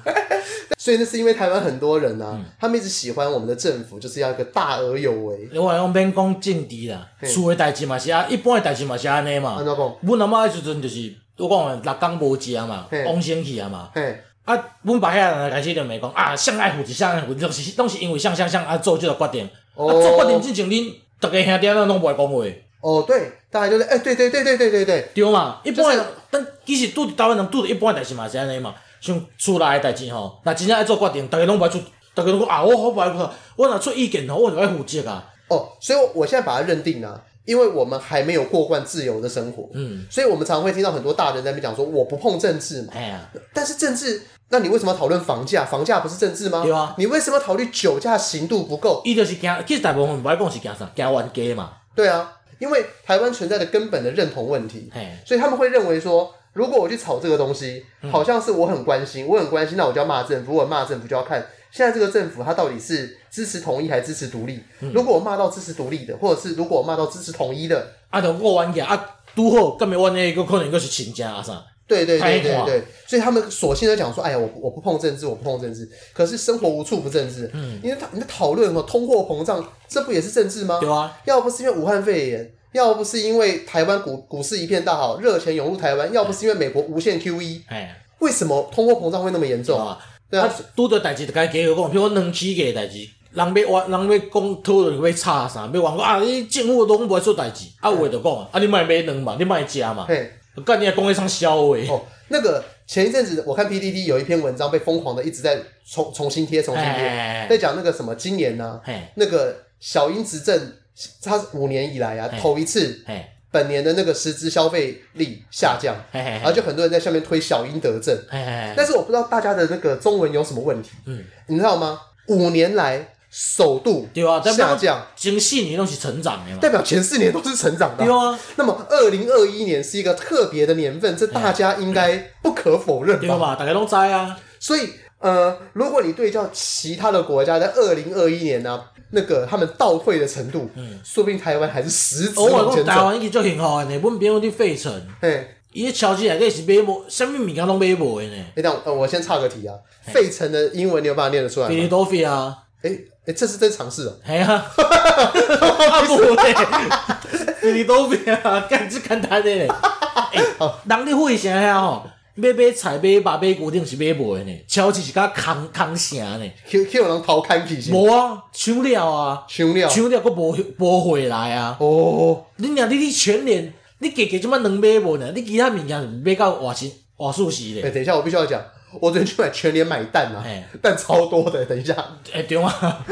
Speaker 1: 所以那是因为台湾很多人啊，
Speaker 2: 嗯
Speaker 1: 他们一直喜欢我们的政府，就是要一个大而有为。
Speaker 2: 我用免讲政治啦，
Speaker 1: 嘿
Speaker 2: 厝诶代志嘛是啊，一般诶代志嘛是安尼嘛
Speaker 1: 安。怎讲？
Speaker 2: 阮阿嬷迄时阵就是，我讲诶，六工无食嘛
Speaker 1: 嘿，
Speaker 2: 往生去啊嘛。
Speaker 1: 嘿，
Speaker 2: 啊，阮爸遐人就开始就咪讲啊，相爱负一相爱负，拢是拢是因为相相相啊做即个决定。
Speaker 1: 哦
Speaker 2: 啊，做决定之前，恁逐个兄弟仔拢袂讲话，
Speaker 1: 哦，对，大家就是哎、对对对对对对对，
Speaker 2: 对嘛？一般
Speaker 1: 就
Speaker 2: 诶
Speaker 1: 是，
Speaker 2: 但其实拄伫台湾人拄着一般诶代志嘛是安尼嘛，像厝内诶代志吼，若真正爱做决定，逐个拢袂出，逐个拢讲啊，我好不爱负，我若出意见吼，我就爱负责啊。
Speaker 1: 哦，所以我我现在把它认定了、因为我们还没有过惯自由的生活，
Speaker 2: 嗯，
Speaker 1: 所以我们常会听到很多大人在那边讲说我不碰政治嘛。
Speaker 2: 哎呀，
Speaker 1: 但是政治，那你为什么要讨论房价？房价不是政治吗？
Speaker 2: 对啊
Speaker 1: 你为什么要考虑酒驾刑度不够？
Speaker 2: 伊就是惊，其实大部分唔爱讲是惊啥，惊冤家嘛。
Speaker 1: 对啊，因为台湾存在的根本的认同问题，
Speaker 2: 嘿，
Speaker 1: 所以他们会认为说，如果我去炒这个东西，
Speaker 2: 嗯
Speaker 1: 好像是我很关心，我很关心，那我就要骂政府，我骂政府就要看现在这个政府他到底是支持统一还是支持独立。
Speaker 2: 嗯
Speaker 1: 如果我骂到支持独立的，或者是如果我骂到支持统一的，
Speaker 2: 啊，就我冤家啊，拄好，今日阮迄个可能佫是亲情啊啥。
Speaker 1: 对对对
Speaker 2: 开
Speaker 1: 对
Speaker 2: 挂
Speaker 1: 对，所以他们索性就讲说：“哎呀，我不我不碰政治，我不碰政治。”可是生活无处不政治，嗯，因为他你在讨论什么通货膨胀，这不也是政治吗？
Speaker 2: 对啊，
Speaker 1: 要不是因为武汉肺炎，要不是因为台湾股股市一片大好，热钱涌入台湾，要不是因为美国无限 E，QE，
Speaker 2: 哎，
Speaker 1: 为什么通货膨胀会那么严
Speaker 2: 对
Speaker 1: 重？
Speaker 2: 啊，
Speaker 1: 对啊
Speaker 2: 啊，拄着代志就该加讲，比如讲两起个代志，人要冤，人要讲讨论要吵啥，要冤讲啊，你政府拢袂出代志，啊，有诶就讲，啊，你莫买两嘛，你莫食嘛，
Speaker 1: 嘿，
Speaker 2: 干你还讲迄场笑话，
Speaker 1: 哦，那个前一阵子我看 PDD 有一篇文章被疯狂的一直在重重新贴重新贴，
Speaker 2: 哎，
Speaker 1: 在讲那个什么今年呢、
Speaker 2: 嘿，
Speaker 1: 那个小英执政，他五年以来啊
Speaker 2: 哎
Speaker 1: 头一次。
Speaker 2: 嘿，
Speaker 1: 本年的那个实质消费力下降，
Speaker 2: 嘿嘿
Speaker 1: 然后就很多人在下面推小英得正，
Speaker 2: 嘿，
Speaker 1: 但是我不知道大家的那个中文有什么问题，
Speaker 2: 哎嗯，
Speaker 1: 你知道吗？五年来首度
Speaker 2: 对啊，代
Speaker 1: 下
Speaker 2: 表
Speaker 1: 降，
Speaker 2: 前四年拢是成长诶嘛，
Speaker 1: 代表前四年都是成长的
Speaker 2: 对
Speaker 1: 啊。
Speaker 2: 啊，
Speaker 1: 那么二零二一年是一个特别的年份，这大家应该不可否认
Speaker 2: 对
Speaker 1: 吧？
Speaker 2: 嘛，大家拢知啊，
Speaker 1: 所以呃，如果你对照其他的国家在二零二一年呢、那个他们倒退的程度，嗯，说不定台湾还是十指
Speaker 2: 哦我
Speaker 1: 往
Speaker 2: 讲
Speaker 1: 前
Speaker 2: 台
Speaker 1: 走。
Speaker 2: 湾已经足幸福诶呢，阮朋友伫费城。
Speaker 1: 嘿，
Speaker 2: 伊迄超市内底是买无，啥物物件拢买无的呢
Speaker 1: 哎、等呃，我先岔个题啊。费城的英文你有办法念得出来吗？
Speaker 2: ？Philadelphia 啊，
Speaker 1: 哎、哎、这是真尝试哦。
Speaker 2: 系 啊，啊无咧，Philadelphia 啊，干即简单 诶咧。欸人咧费城遐吼，买买菜、买肉、买牛顶是买无的呢，超市是甲空空城呢，
Speaker 1: Q Q 人逃开皮行，
Speaker 2: 无啊，抢了啊，
Speaker 1: 凶料
Speaker 2: 抢了佫无无回来啊。
Speaker 1: 哦，
Speaker 2: 你若你你全年，你加加即摆两买无呢，你其他物件是买到外星外数时
Speaker 1: 哎、
Speaker 2: 咧，
Speaker 1: 等一下，我必须要讲，我昨天去买全联买蛋啊
Speaker 2: 哎，
Speaker 1: 蛋超多的。等一下，
Speaker 2: 哎对啊，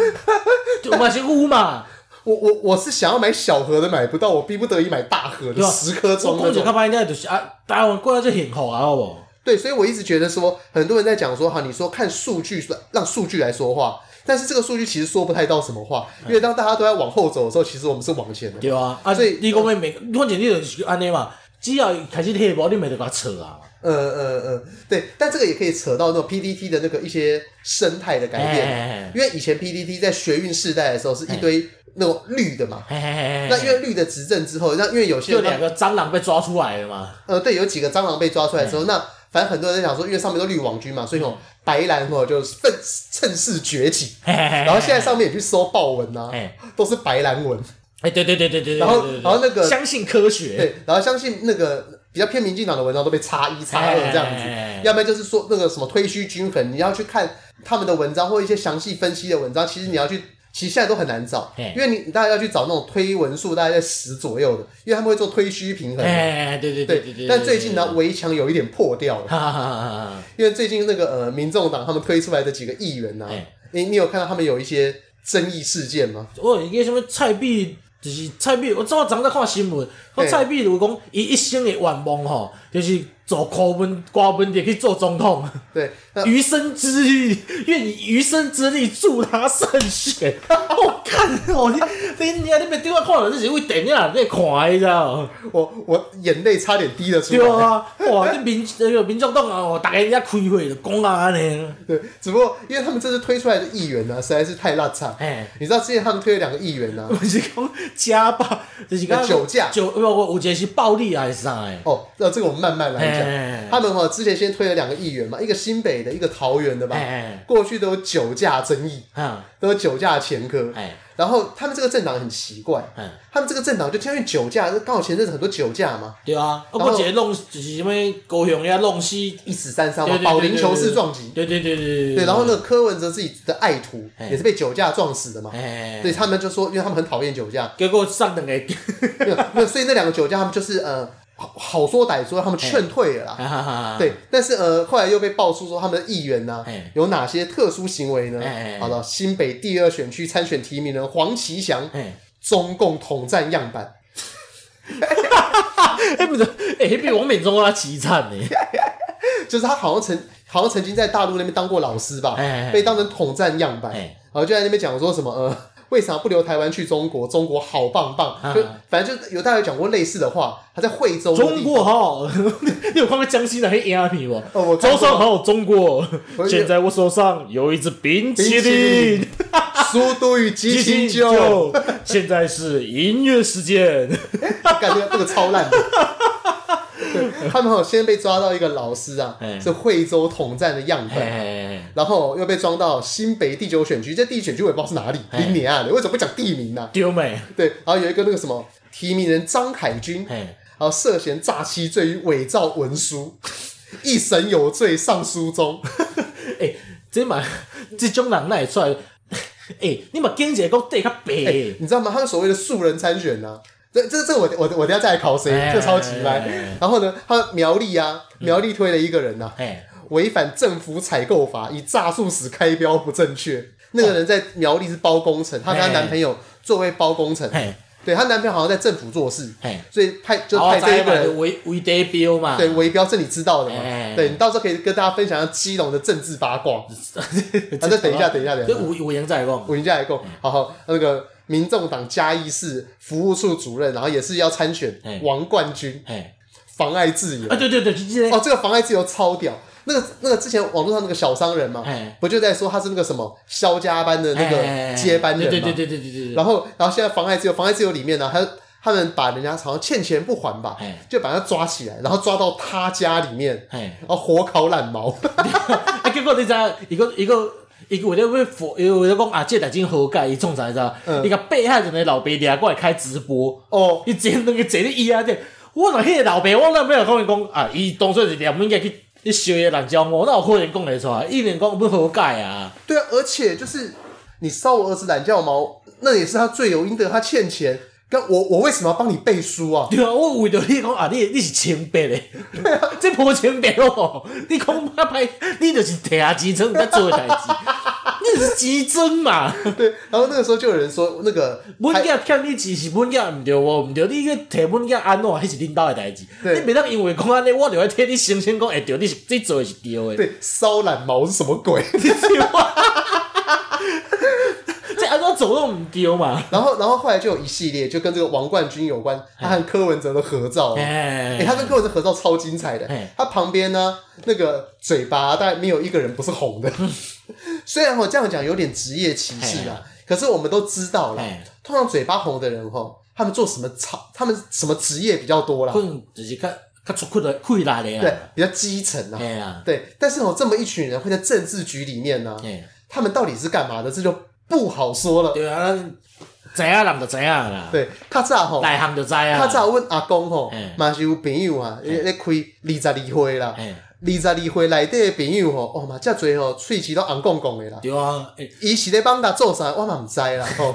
Speaker 2: 就嘛是有 嘛。
Speaker 1: 我我我是想要买小盒的，买不到，我逼不得已买大盒的，
Speaker 2: 对啊
Speaker 1: 十颗
Speaker 2: 我
Speaker 1: 装那
Speaker 2: 讲就较
Speaker 1: 种。
Speaker 2: 歹听，就是啊，台湾过得最幸福啊，好无？
Speaker 1: 对，所以我一直觉得说，很多人在讲说，哈，你说看数据，让数据来说话，但是这个数据其实说不太到什么话，因为当大家都在往后走的时候，其实我们是往前的。
Speaker 2: 对啊，啊，
Speaker 1: 所以
Speaker 2: 你讲的每，反正你就是安尼嘛，只要伊开始退步，你咪就甲扯啊。
Speaker 1: 呃呃呃，对，但这个也可以扯到那种 PDT 的那个一些生态的改变，
Speaker 2: 哎
Speaker 1: 因为以前 PDT 在学运世代的时候是一堆那种绿的嘛，
Speaker 2: 嘿嘿嘿嘿
Speaker 1: 那因为绿的执政之后，那因为有些
Speaker 2: 哎就
Speaker 1: 人
Speaker 2: 两个蟑螂被抓出来了嘛，
Speaker 1: 呃对，有几个蟑螂被抓出来之
Speaker 2: 嗯
Speaker 1: 后，那反正很多人在想说，因为上面都绿网军嘛，所以那种白蓝哦就趁趁势崛起，
Speaker 2: 然
Speaker 1: 然后现在上面也去搜豹文呐、
Speaker 2: 哎
Speaker 1: 都是白蓝文，
Speaker 2: 哎，对对对对对，对
Speaker 1: 然后
Speaker 2: 对对对
Speaker 1: 然后那个
Speaker 2: 相信科学，
Speaker 1: 对，然后相信那个比较偏民进党的文章都被叉一叉二这样子，
Speaker 2: 哎
Speaker 1: 要不然就是说那个什么推需均衡，你要去看他们的文章或一些详细分析的文章，其实你要去。其实现在都很难找，
Speaker 2: 哎
Speaker 1: 因为你你大概要去找那种推文数大概在十左右的，因为他们会做推需平衡。
Speaker 2: 哎，对对对对对。
Speaker 1: 但最近呢，，围墙有一点破掉了，
Speaker 2: 哈哈哈哈哈，
Speaker 1: 因为最近那个呃，民众党他们推出来的几个议员呢、啊
Speaker 2: 哎
Speaker 1: 你你有看到他们有一些争议事件吗？
Speaker 2: 我有一个什么蔡壁，就是蔡壁，我昨昨昏在看新闻，我蔡壁如果讲伊一生的愿望吼，就是走抠门瓜分也可以做总统，
Speaker 1: 对，那
Speaker 2: 余生之力，愿以余生之力助他胜选。 我看哦，你你你你别对我看了，这是为电影在看的，你知道吗？
Speaker 1: 我我眼泪差点滴了出
Speaker 2: 对
Speaker 1: 来。
Speaker 2: 啊，哇，这民那个民众党啊，哦，大家人家开会就讲啊安尼，
Speaker 1: 对，只不过因为他们这次推出来的议员呢、啊实在是太烂惨。
Speaker 2: 哎。
Speaker 1: 你知道之前他们推了两个议员呢、 啊
Speaker 2: 不是讲家暴，就是讲
Speaker 1: 酒驾
Speaker 2: 酒不不，有一个是暴力啊还是啥的？
Speaker 1: 哦，那这个我们慢慢来讲。
Speaker 2: 哎
Speaker 1: 他们哦，之前先推了两个议员嘛，一个新北的，一个桃园的吧。
Speaker 2: 哎
Speaker 1: 过去都有酒驾争议，
Speaker 2: 哎，啊，
Speaker 1: 都有酒驾前科。
Speaker 2: 哎
Speaker 1: 然后他们这个政党很奇怪，
Speaker 2: 哎，
Speaker 1: 他们这个政党就因为酒驾，刚好前阵子很多酒驾嘛，
Speaker 2: 对啊，啊，
Speaker 1: 然后
Speaker 2: 我一个弄就是什么高雄遐弄死，
Speaker 1: 一死三伤
Speaker 2: 对
Speaker 1: 嘛，
Speaker 2: 对
Speaker 1: 保
Speaker 2: 对
Speaker 1: 龄
Speaker 2: 对
Speaker 1: 球
Speaker 2: 对
Speaker 1: 式撞击。
Speaker 2: 对对对对对
Speaker 1: 对，然后呢，柯文哲自己的爱徒
Speaker 2: 哎
Speaker 1: 也是被酒驾撞死的嘛。
Speaker 2: 哎，
Speaker 1: 对，他们就说，因为他们很讨厌酒驾，
Speaker 2: 结果上两个，
Speaker 1: 没有没有所以那两个酒驾他们就是呃好好说歹说，他们劝退了啦。
Speaker 2: 哈哈哈，
Speaker 1: 对，但是呃，后来又被爆出说他们的议员呢、
Speaker 2: 啊哎
Speaker 1: 有哪些特殊行为呢？
Speaker 2: 哎哎哎
Speaker 1: 好了，新北第二选区参选提名人黄奇祥，
Speaker 2: 哎，
Speaker 1: 中共统战样板，
Speaker 2: 哎不是，哎，那比王敏忠啊凄惨呢，
Speaker 1: 就是他好像曾好像曾经在大陆那边当过老师吧，
Speaker 2: 哎哎哎
Speaker 1: 被当成统战样板，
Speaker 2: 哎
Speaker 1: 然后就在那边讲说什么呃， 为啥不留台湾去中国？中国好棒棒，
Speaker 2: 啊
Speaker 1: 就反正就有大家有讲过类似的话，他在惠州的地
Speaker 2: 中国哈，你有看过江西那些影片不？
Speaker 1: 哦，我
Speaker 2: 早
Speaker 1: 刚
Speaker 2: 上好，中国
Speaker 1: 我！
Speaker 2: 现在我手上有一只冰淇
Speaker 1: 冰淇
Speaker 2: 淋
Speaker 1: 淋。速度与激 情就，，
Speaker 2: 现在是音乐时间。
Speaker 1: 感觉这个超烂的。 对，他们好像先被抓到一个老师啊
Speaker 2: 哎，
Speaker 1: 是惠州统战的样本，然后又被装到新北第九选区，这第九选区我也不知道是哪里，
Speaker 2: 哎
Speaker 1: 林尼亚的，为什么不讲地名呢、
Speaker 2: 丢美，
Speaker 1: 对，然后有一个那个什么提名人张凯军，
Speaker 2: 哎，
Speaker 1: 然后涉嫌诈欺罪与伪造文书，一审有罪上书 中。
Speaker 2: 哎这嘛，这种人哪会出来？哎，你嘛经济讲地较白
Speaker 1: 哎、
Speaker 2: 的，
Speaker 1: 你知道吗？他们所谓的素人参选呢、这这这我我我等一下再来考谁，
Speaker 2: 哎
Speaker 1: 这超级
Speaker 2: 哎哎哎嗯
Speaker 1: 歪。然后呢，他苗栗啊，苗栗推了一个人呐、
Speaker 2: 哎，
Speaker 1: 违反政府采购法，以诈术使开标不正确。那个人在苗栗是包工程，她跟她
Speaker 2: 哎
Speaker 1: 男朋友作为包工程，
Speaker 2: 哎，
Speaker 1: 对她男朋友好像在政府做事，
Speaker 2: 哎，
Speaker 1: 所以派就
Speaker 2: 我
Speaker 1: 派
Speaker 2: 知
Speaker 1: 这一个
Speaker 2: 嘛就
Speaker 1: 人。
Speaker 2: 为为地标嘛，
Speaker 1: 对，围标这你知道的嘛？
Speaker 2: 啊哎
Speaker 1: 对你到时候可以跟大家分享一下基隆的政治八卦。 啊，再等一下，等一下，等一
Speaker 2: 这嗯
Speaker 1: 下，
Speaker 2: 有有人在讲，
Speaker 1: 我人家来过。好好，那个民众党嘉义市服务处主任，然后也是要参选
Speaker 2: 哎
Speaker 1: 王冠军，
Speaker 2: 哎，
Speaker 1: 妨碍自由
Speaker 2: 啊，。对对对，就是这个
Speaker 1: 哦，这个妨碍自由超屌。那个那个之前网络上那个小商人嘛
Speaker 2: 哎，
Speaker 1: 不就在说他是那个什么肖家班的那
Speaker 2: 哎
Speaker 1: 个接班人嘛？
Speaker 2: 对对对对对对对，
Speaker 1: 然后然后现在妨碍自由，妨碍自由里面呢，他他们把人家好像欠钱不还吧
Speaker 2: 哎，
Speaker 1: 就把他抓起来，然后抓到他家里面，
Speaker 2: 哎，
Speaker 1: 然后哦火烤懒毛。
Speaker 2: 啊，结果你知道一个一个。伊有咧要佛，伊有咧讲啊，这代志好解，伊创啥你知道？伊甲被害人的老爸掠过来开直播，
Speaker 1: 哦，
Speaker 2: 伊前两个坐咧椅仔顶，我若迄个老爸，我若要讲伊讲啊，伊当初是念物件去去烧伊人椒我，哪有可能讲会出来？伊连讲要何解啊？
Speaker 1: 对啊，而且就是你烧我儿子懒觉毛，那也是他罪有应得，他欠钱。但我我为什么要帮你背书啊？
Speaker 2: 对啊，我为着你讲啊，你你是清白的，这无清白哦！你讲歹歹，你就是摕钱庄在做的代 志，你就是钱庄嘛。
Speaker 1: 对，然后那个时候就有人说，那个
Speaker 2: 本
Speaker 1: 还
Speaker 2: 囝欠你钱是本囝毋对哦，毋对，你去摕本囝安怎，迄是恁兜的代志。你
Speaker 1: 对
Speaker 2: 袂当因为讲安尼，我就要替你申请讲，会对，你是你做的是对的。
Speaker 1: 对烧懒毛是什么鬼？
Speaker 2: 这安怎做都毋对嘛。
Speaker 1: 然后，然后后来就有一系列就跟这个王冠军有关，他和柯文哲的合照、啊。
Speaker 2: 哎、
Speaker 1: 哎，他跟柯文哲合照超精彩的
Speaker 2: 哎。
Speaker 1: 他旁边呢，那个嘴巴大概没有一个人不是红 的。虽然我这样讲有点职业歧视啦，可是我们都知道啦，
Speaker 2: 哎，
Speaker 1: 通常嘴巴红的人哈，他们做什么操，他们什么职业比较多啦？
Speaker 2: 可能就是较较出困的困难的
Speaker 1: 对
Speaker 2: 啊，，
Speaker 1: 比较基层啊。
Speaker 2: 哎呀，
Speaker 1: 对，但是哦，这么一群人会在政治局里面呢、
Speaker 2: 哎，
Speaker 1: 他们到底是干嘛的，这就不好说了。
Speaker 2: 对啊，咱知影人就知影啦，
Speaker 1: 对，较早吼，
Speaker 2: 内行就知啊，
Speaker 1: 较早阮阿公吼
Speaker 2: 嗯，
Speaker 1: 嘛是有朋友啊，咧咧开二十二岁啦，
Speaker 2: 哎，
Speaker 1: 二十二岁内底的朋友吼，哦嘛，遮侪吼，喙齿都红公公的啦。
Speaker 2: 对啊，哎
Speaker 1: 伊是咧帮他做啥，我嘛毋知啦，吼，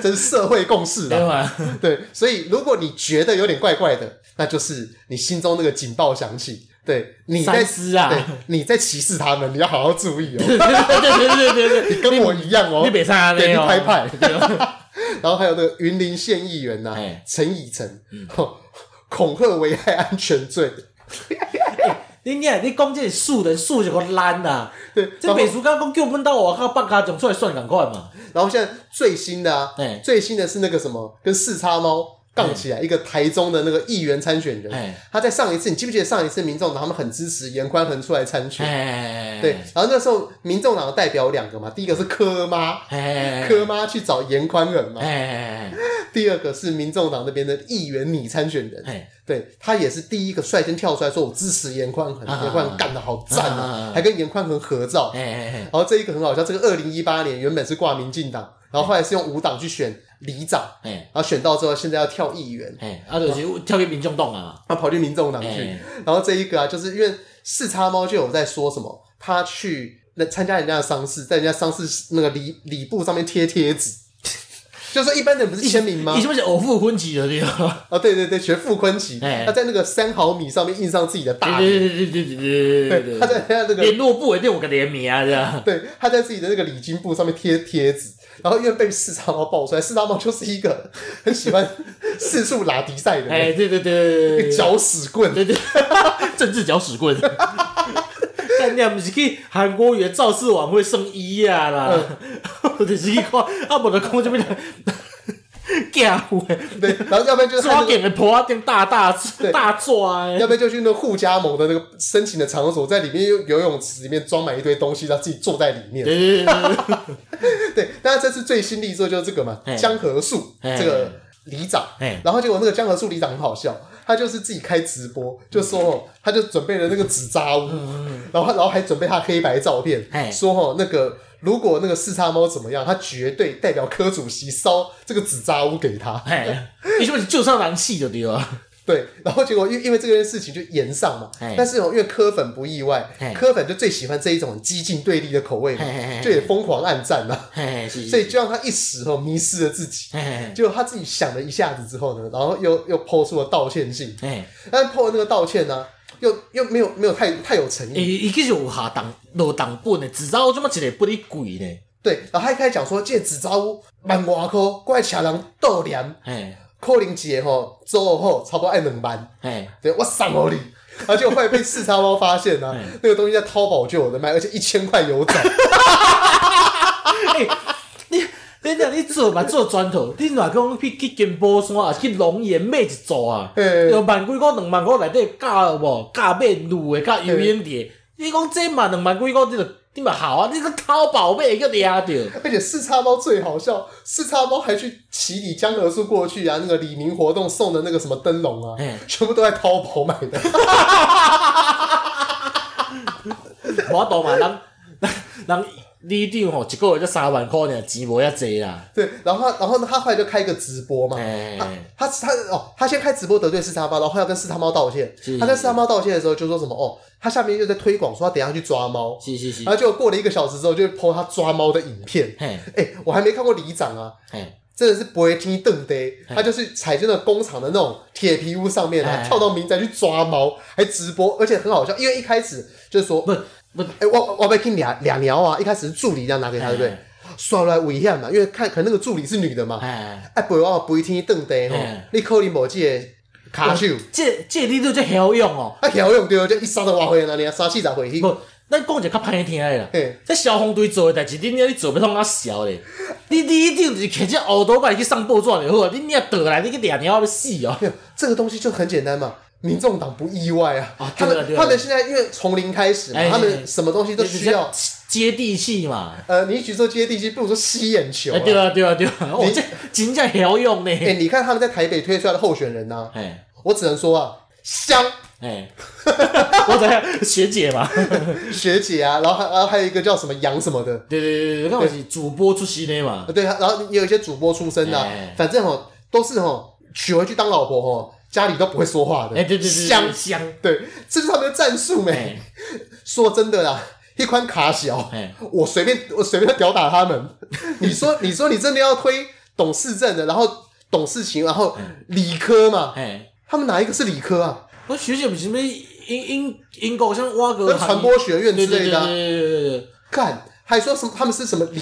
Speaker 1: 这是社会共识
Speaker 2: 对啊
Speaker 1: 啦。
Speaker 2: 嘛，
Speaker 1: 对，所以如果你觉得有点怪怪的，那就是你心中那个警报响起，对，你在
Speaker 2: 三思啊
Speaker 1: 对，你在歧视他们，你要好好注意哦。
Speaker 2: 对对对对对对，
Speaker 1: 你跟我一样哦
Speaker 2: 你，别使安尼
Speaker 1: 对你
Speaker 2: 哦，
Speaker 1: 拍派
Speaker 2: 对啊，
Speaker 1: 然后还有那个云林县议员呐、
Speaker 2: 哎
Speaker 1: 陈以诚，吼恐吓危害安全罪，
Speaker 2: 恁囝，你讲这个素人素就个烂啦！
Speaker 1: 对，
Speaker 2: 这
Speaker 1: 然后
Speaker 2: 美术家讲叫阮兜外口放家长出来算赶快嘛，
Speaker 1: 然后现在最新的啊
Speaker 2: 哎，
Speaker 1: 最新的是那个什么，跟四叉猫杠起来，一个台中的那个议员参选人，
Speaker 2: 哎
Speaker 1: 他在上一次，你记不记得上一次民众党他们很支持严宽恒出来参选？
Speaker 2: 哎，
Speaker 1: 对，然后那时候民众党的代表两个嘛，第一个是柯妈，
Speaker 2: 哎，
Speaker 1: 柯妈去找严宽恒嘛，
Speaker 2: 哎
Speaker 1: 第二个是民众党那边的议员拟参选人，
Speaker 2: 哎，
Speaker 1: 对他也是第一个率先跳出来说我支持严宽恒，
Speaker 2: 啊
Speaker 1: 严宽恒干得好赞
Speaker 2: 啊啊
Speaker 1: 啊
Speaker 2: 啊，
Speaker 1: 还跟严宽恒合照。
Speaker 2: 哎，
Speaker 1: 然后这一个很好笑，这个二零一八年原本是挂民进党，然后后来是用五党去选里长，
Speaker 2: 哎，
Speaker 1: 然后选到之后现在要跳议员，
Speaker 2: 哎，啊，就是跳去民众党啊，
Speaker 1: 他跑去民众党去
Speaker 2: 哎。
Speaker 1: 然后这一个啊，就是因为四叉猫就有在说什么，他去那参加人家的丧事，在人家丧事那个礼礼部上面贴贴纸， 就是说一般人不是签名吗
Speaker 2: 伊？是不是偶父婚娶的对吧？
Speaker 1: 啊，对对对，学傅坤奇，
Speaker 2: 哎
Speaker 1: 他在那个三毫米上面印上自己的大名，
Speaker 2: 对对对对对对对
Speaker 1: 他在
Speaker 2: 对，
Speaker 1: 他那个
Speaker 2: 联络部一定有个联名啊，这样。
Speaker 1: 对，他在自己的那个礼金簿上面贴贴纸，然后因为被四叉猫爆出来，四叉猫就是一个很喜欢四处拉迪赛的人，
Speaker 2: 哎，对对对对，
Speaker 1: 搅屎棍。
Speaker 2: 对对，政治搅屎棍。干你啊，不是去韩国语的造势晚会送衣啊啦，或者是去看啊，无就讲这边的假货，
Speaker 1: 对，然后要不然就是他
Speaker 2: 抓
Speaker 1: 那个
Speaker 2: 紧的破啊，店大大
Speaker 1: 对
Speaker 2: 大抓的。
Speaker 1: 要不然就去那个互加盟的那个申请的场所，在里面游游泳池里面装满一堆东西，让自己坐在里面。
Speaker 2: 对对对对对，
Speaker 1: 对，但是这次最新力作就是这个嘛
Speaker 2: 嘿，
Speaker 1: 江河树
Speaker 2: 嘿
Speaker 1: 这个里长
Speaker 2: 嘿，
Speaker 1: 然后结果那个江河树里长很好笑，他就是自己开直播，就说哦，他就准备了那个纸扎屋，然后然后还准备他黑白照片
Speaker 2: 嗯嘿，
Speaker 1: 说哦那个。如果那个四叉猫怎么样，他绝对代表柯主席烧这个纸扎屋给他。
Speaker 2: 哎，你说你就上人气就对了。
Speaker 1: 对，然后结果因因为这件事情就延上嘛
Speaker 2: 嘿，
Speaker 1: 但是哦因为柯粉不意外
Speaker 2: 嘿，
Speaker 1: 柯粉就最喜欢这一种激进对立的口味嘛
Speaker 2: 嘿嘿嘿，
Speaker 1: 就也疯狂暗战嘛，
Speaker 2: 哎，是。
Speaker 1: 所以就让他一时哦迷失了自己。
Speaker 2: 哎
Speaker 1: 结果他自己想了一下子之后呢，然后又又抛出了道歉信，
Speaker 2: 哎，
Speaker 1: 但是抛的那个道歉呢、又又没有没有太太有诚意。
Speaker 2: 伊伊其实有下档落档本的，至少这么一个不哩贵呢。
Speaker 1: 对，然后他一开始讲说，这纸扎屋万外块，怪请人斗念，
Speaker 2: 哎
Speaker 1: 可能一个吼做后差不多要两万，
Speaker 2: 哎
Speaker 1: 对我送给你。然后结果后来被四叉猫发现呢、啊，那个东西在淘宝就有的卖，而且一千块有找。
Speaker 2: 哎， 你你讲你做嘛做砖头，你若讲去去金宝山啊，去龙岩买一座啊，
Speaker 1: 嘿
Speaker 2: 要万几箍、两万箍内底加有无？加买女的、加游泳池，你讲这嘛两万几箍，你就你嘛好啊，你个淘宝买叫抓着。
Speaker 1: 而且四叉猫最好笑，四叉猫还去骑你江河树过去啊，那个李明活动送的那个什么灯笼啊
Speaker 2: 嗯，
Speaker 1: 全部都在淘宝买的。
Speaker 2: 我懂嘛，人 人人里长吼一个月才三万箍尔，钱无遐济啦。
Speaker 1: 对，然后他然后呢，他后来就开一个直播嘛，
Speaker 2: 哎、
Speaker 1: 他他哦，他先开直播得罪四叉猫，然后后来要跟四叉猫道歉
Speaker 2: 是。
Speaker 1: 他跟四叉猫道歉的时候就说什么哦，他下面又在推广说他等一下去抓猫，
Speaker 2: 是是是
Speaker 1: 然，后结果过了一个小时之后就 po 他抓猫的影片。
Speaker 2: 嘿
Speaker 1: 哎、我还没看过里长啊，
Speaker 2: 嘿，
Speaker 1: 真的是不会听邓呆，他就是踩在那个工厂的那种铁皮屋上面啊，
Speaker 2: 哎
Speaker 1: 跳到民宅去抓猫，还直播，而且很好笑，因为一开始就是说，
Speaker 2: 不不，
Speaker 1: 哎、我我被听俩俩鸟啊，一开始是助理这样拿给他，对不对
Speaker 2: 哎？
Speaker 1: 刷来危险嘛，因为看可能那个助理是女的嘛，
Speaker 2: 哎，
Speaker 1: 哎，不会我不会听邓呆吼
Speaker 2: 哎，
Speaker 1: 你可能无记个卡手，
Speaker 2: 啊这这你都这晓用哦。
Speaker 1: 啊，调用对，就一杀都挖回来，那啊，杀四十回去，
Speaker 2: 不，咱讲一个较歹听的啦
Speaker 1: 嘿，
Speaker 2: 这消防队做诶代志，恁遐你做要通啊潲咧？你你一定就是摕只乌刀牌去送报纸就好啊！你遐倒来，你去掠鸟要死哦！
Speaker 1: 没有这个东西就很简单嘛。民众党不意外啊，
Speaker 2: 啊
Speaker 1: 他
Speaker 2: 对了
Speaker 1: 们
Speaker 2: 对了
Speaker 1: 他们现在因为从零开始嘛，
Speaker 2: 哎
Speaker 1: 他
Speaker 2: 哎哎
Speaker 1: 们什么东西都需要
Speaker 2: 你就是接地气嘛！
Speaker 1: 呃，你与其说接地气，不如说吸眼球、
Speaker 2: 哎，
Speaker 1: 啊。
Speaker 2: 对啊，对啊，对啊！我这真正晓用呢！
Speaker 1: 哎、
Speaker 2: 哎
Speaker 1: 你看他们在台北推出来的候选人呐、
Speaker 2: 哎
Speaker 1: 我只能说啊，香
Speaker 2: 我知影学姐嘛，
Speaker 1: 学姐啊，然后还然后还有一个叫什么杨什么的，
Speaker 2: 对对对对，那我是主播出身的嘛
Speaker 1: 呃，对，然后也有一些主播出身的啊、
Speaker 2: 哎
Speaker 1: 反正哦，都是哦，娶回去当老婆哦，家里都不会说话的。
Speaker 2: 哎，对对对对，
Speaker 1: 香，
Speaker 2: 香，
Speaker 1: 对，这就是他们的战术没、
Speaker 2: 哎
Speaker 1: 说真的啦，一款卡小，
Speaker 2: 哎
Speaker 1: 我随便我随便屌打他们。你说你说你真的要推董事政的，然后董事情，然后理科嘛，
Speaker 2: 哎，
Speaker 1: 他们哪一个是理科啊？
Speaker 2: 我学姐不是咩英英英国像挖个
Speaker 1: 那传播学院之
Speaker 2: 对对
Speaker 1: 类
Speaker 2: 对
Speaker 1: 的啊，
Speaker 2: 对对对对。
Speaker 1: 干还说什么？他们是什么理？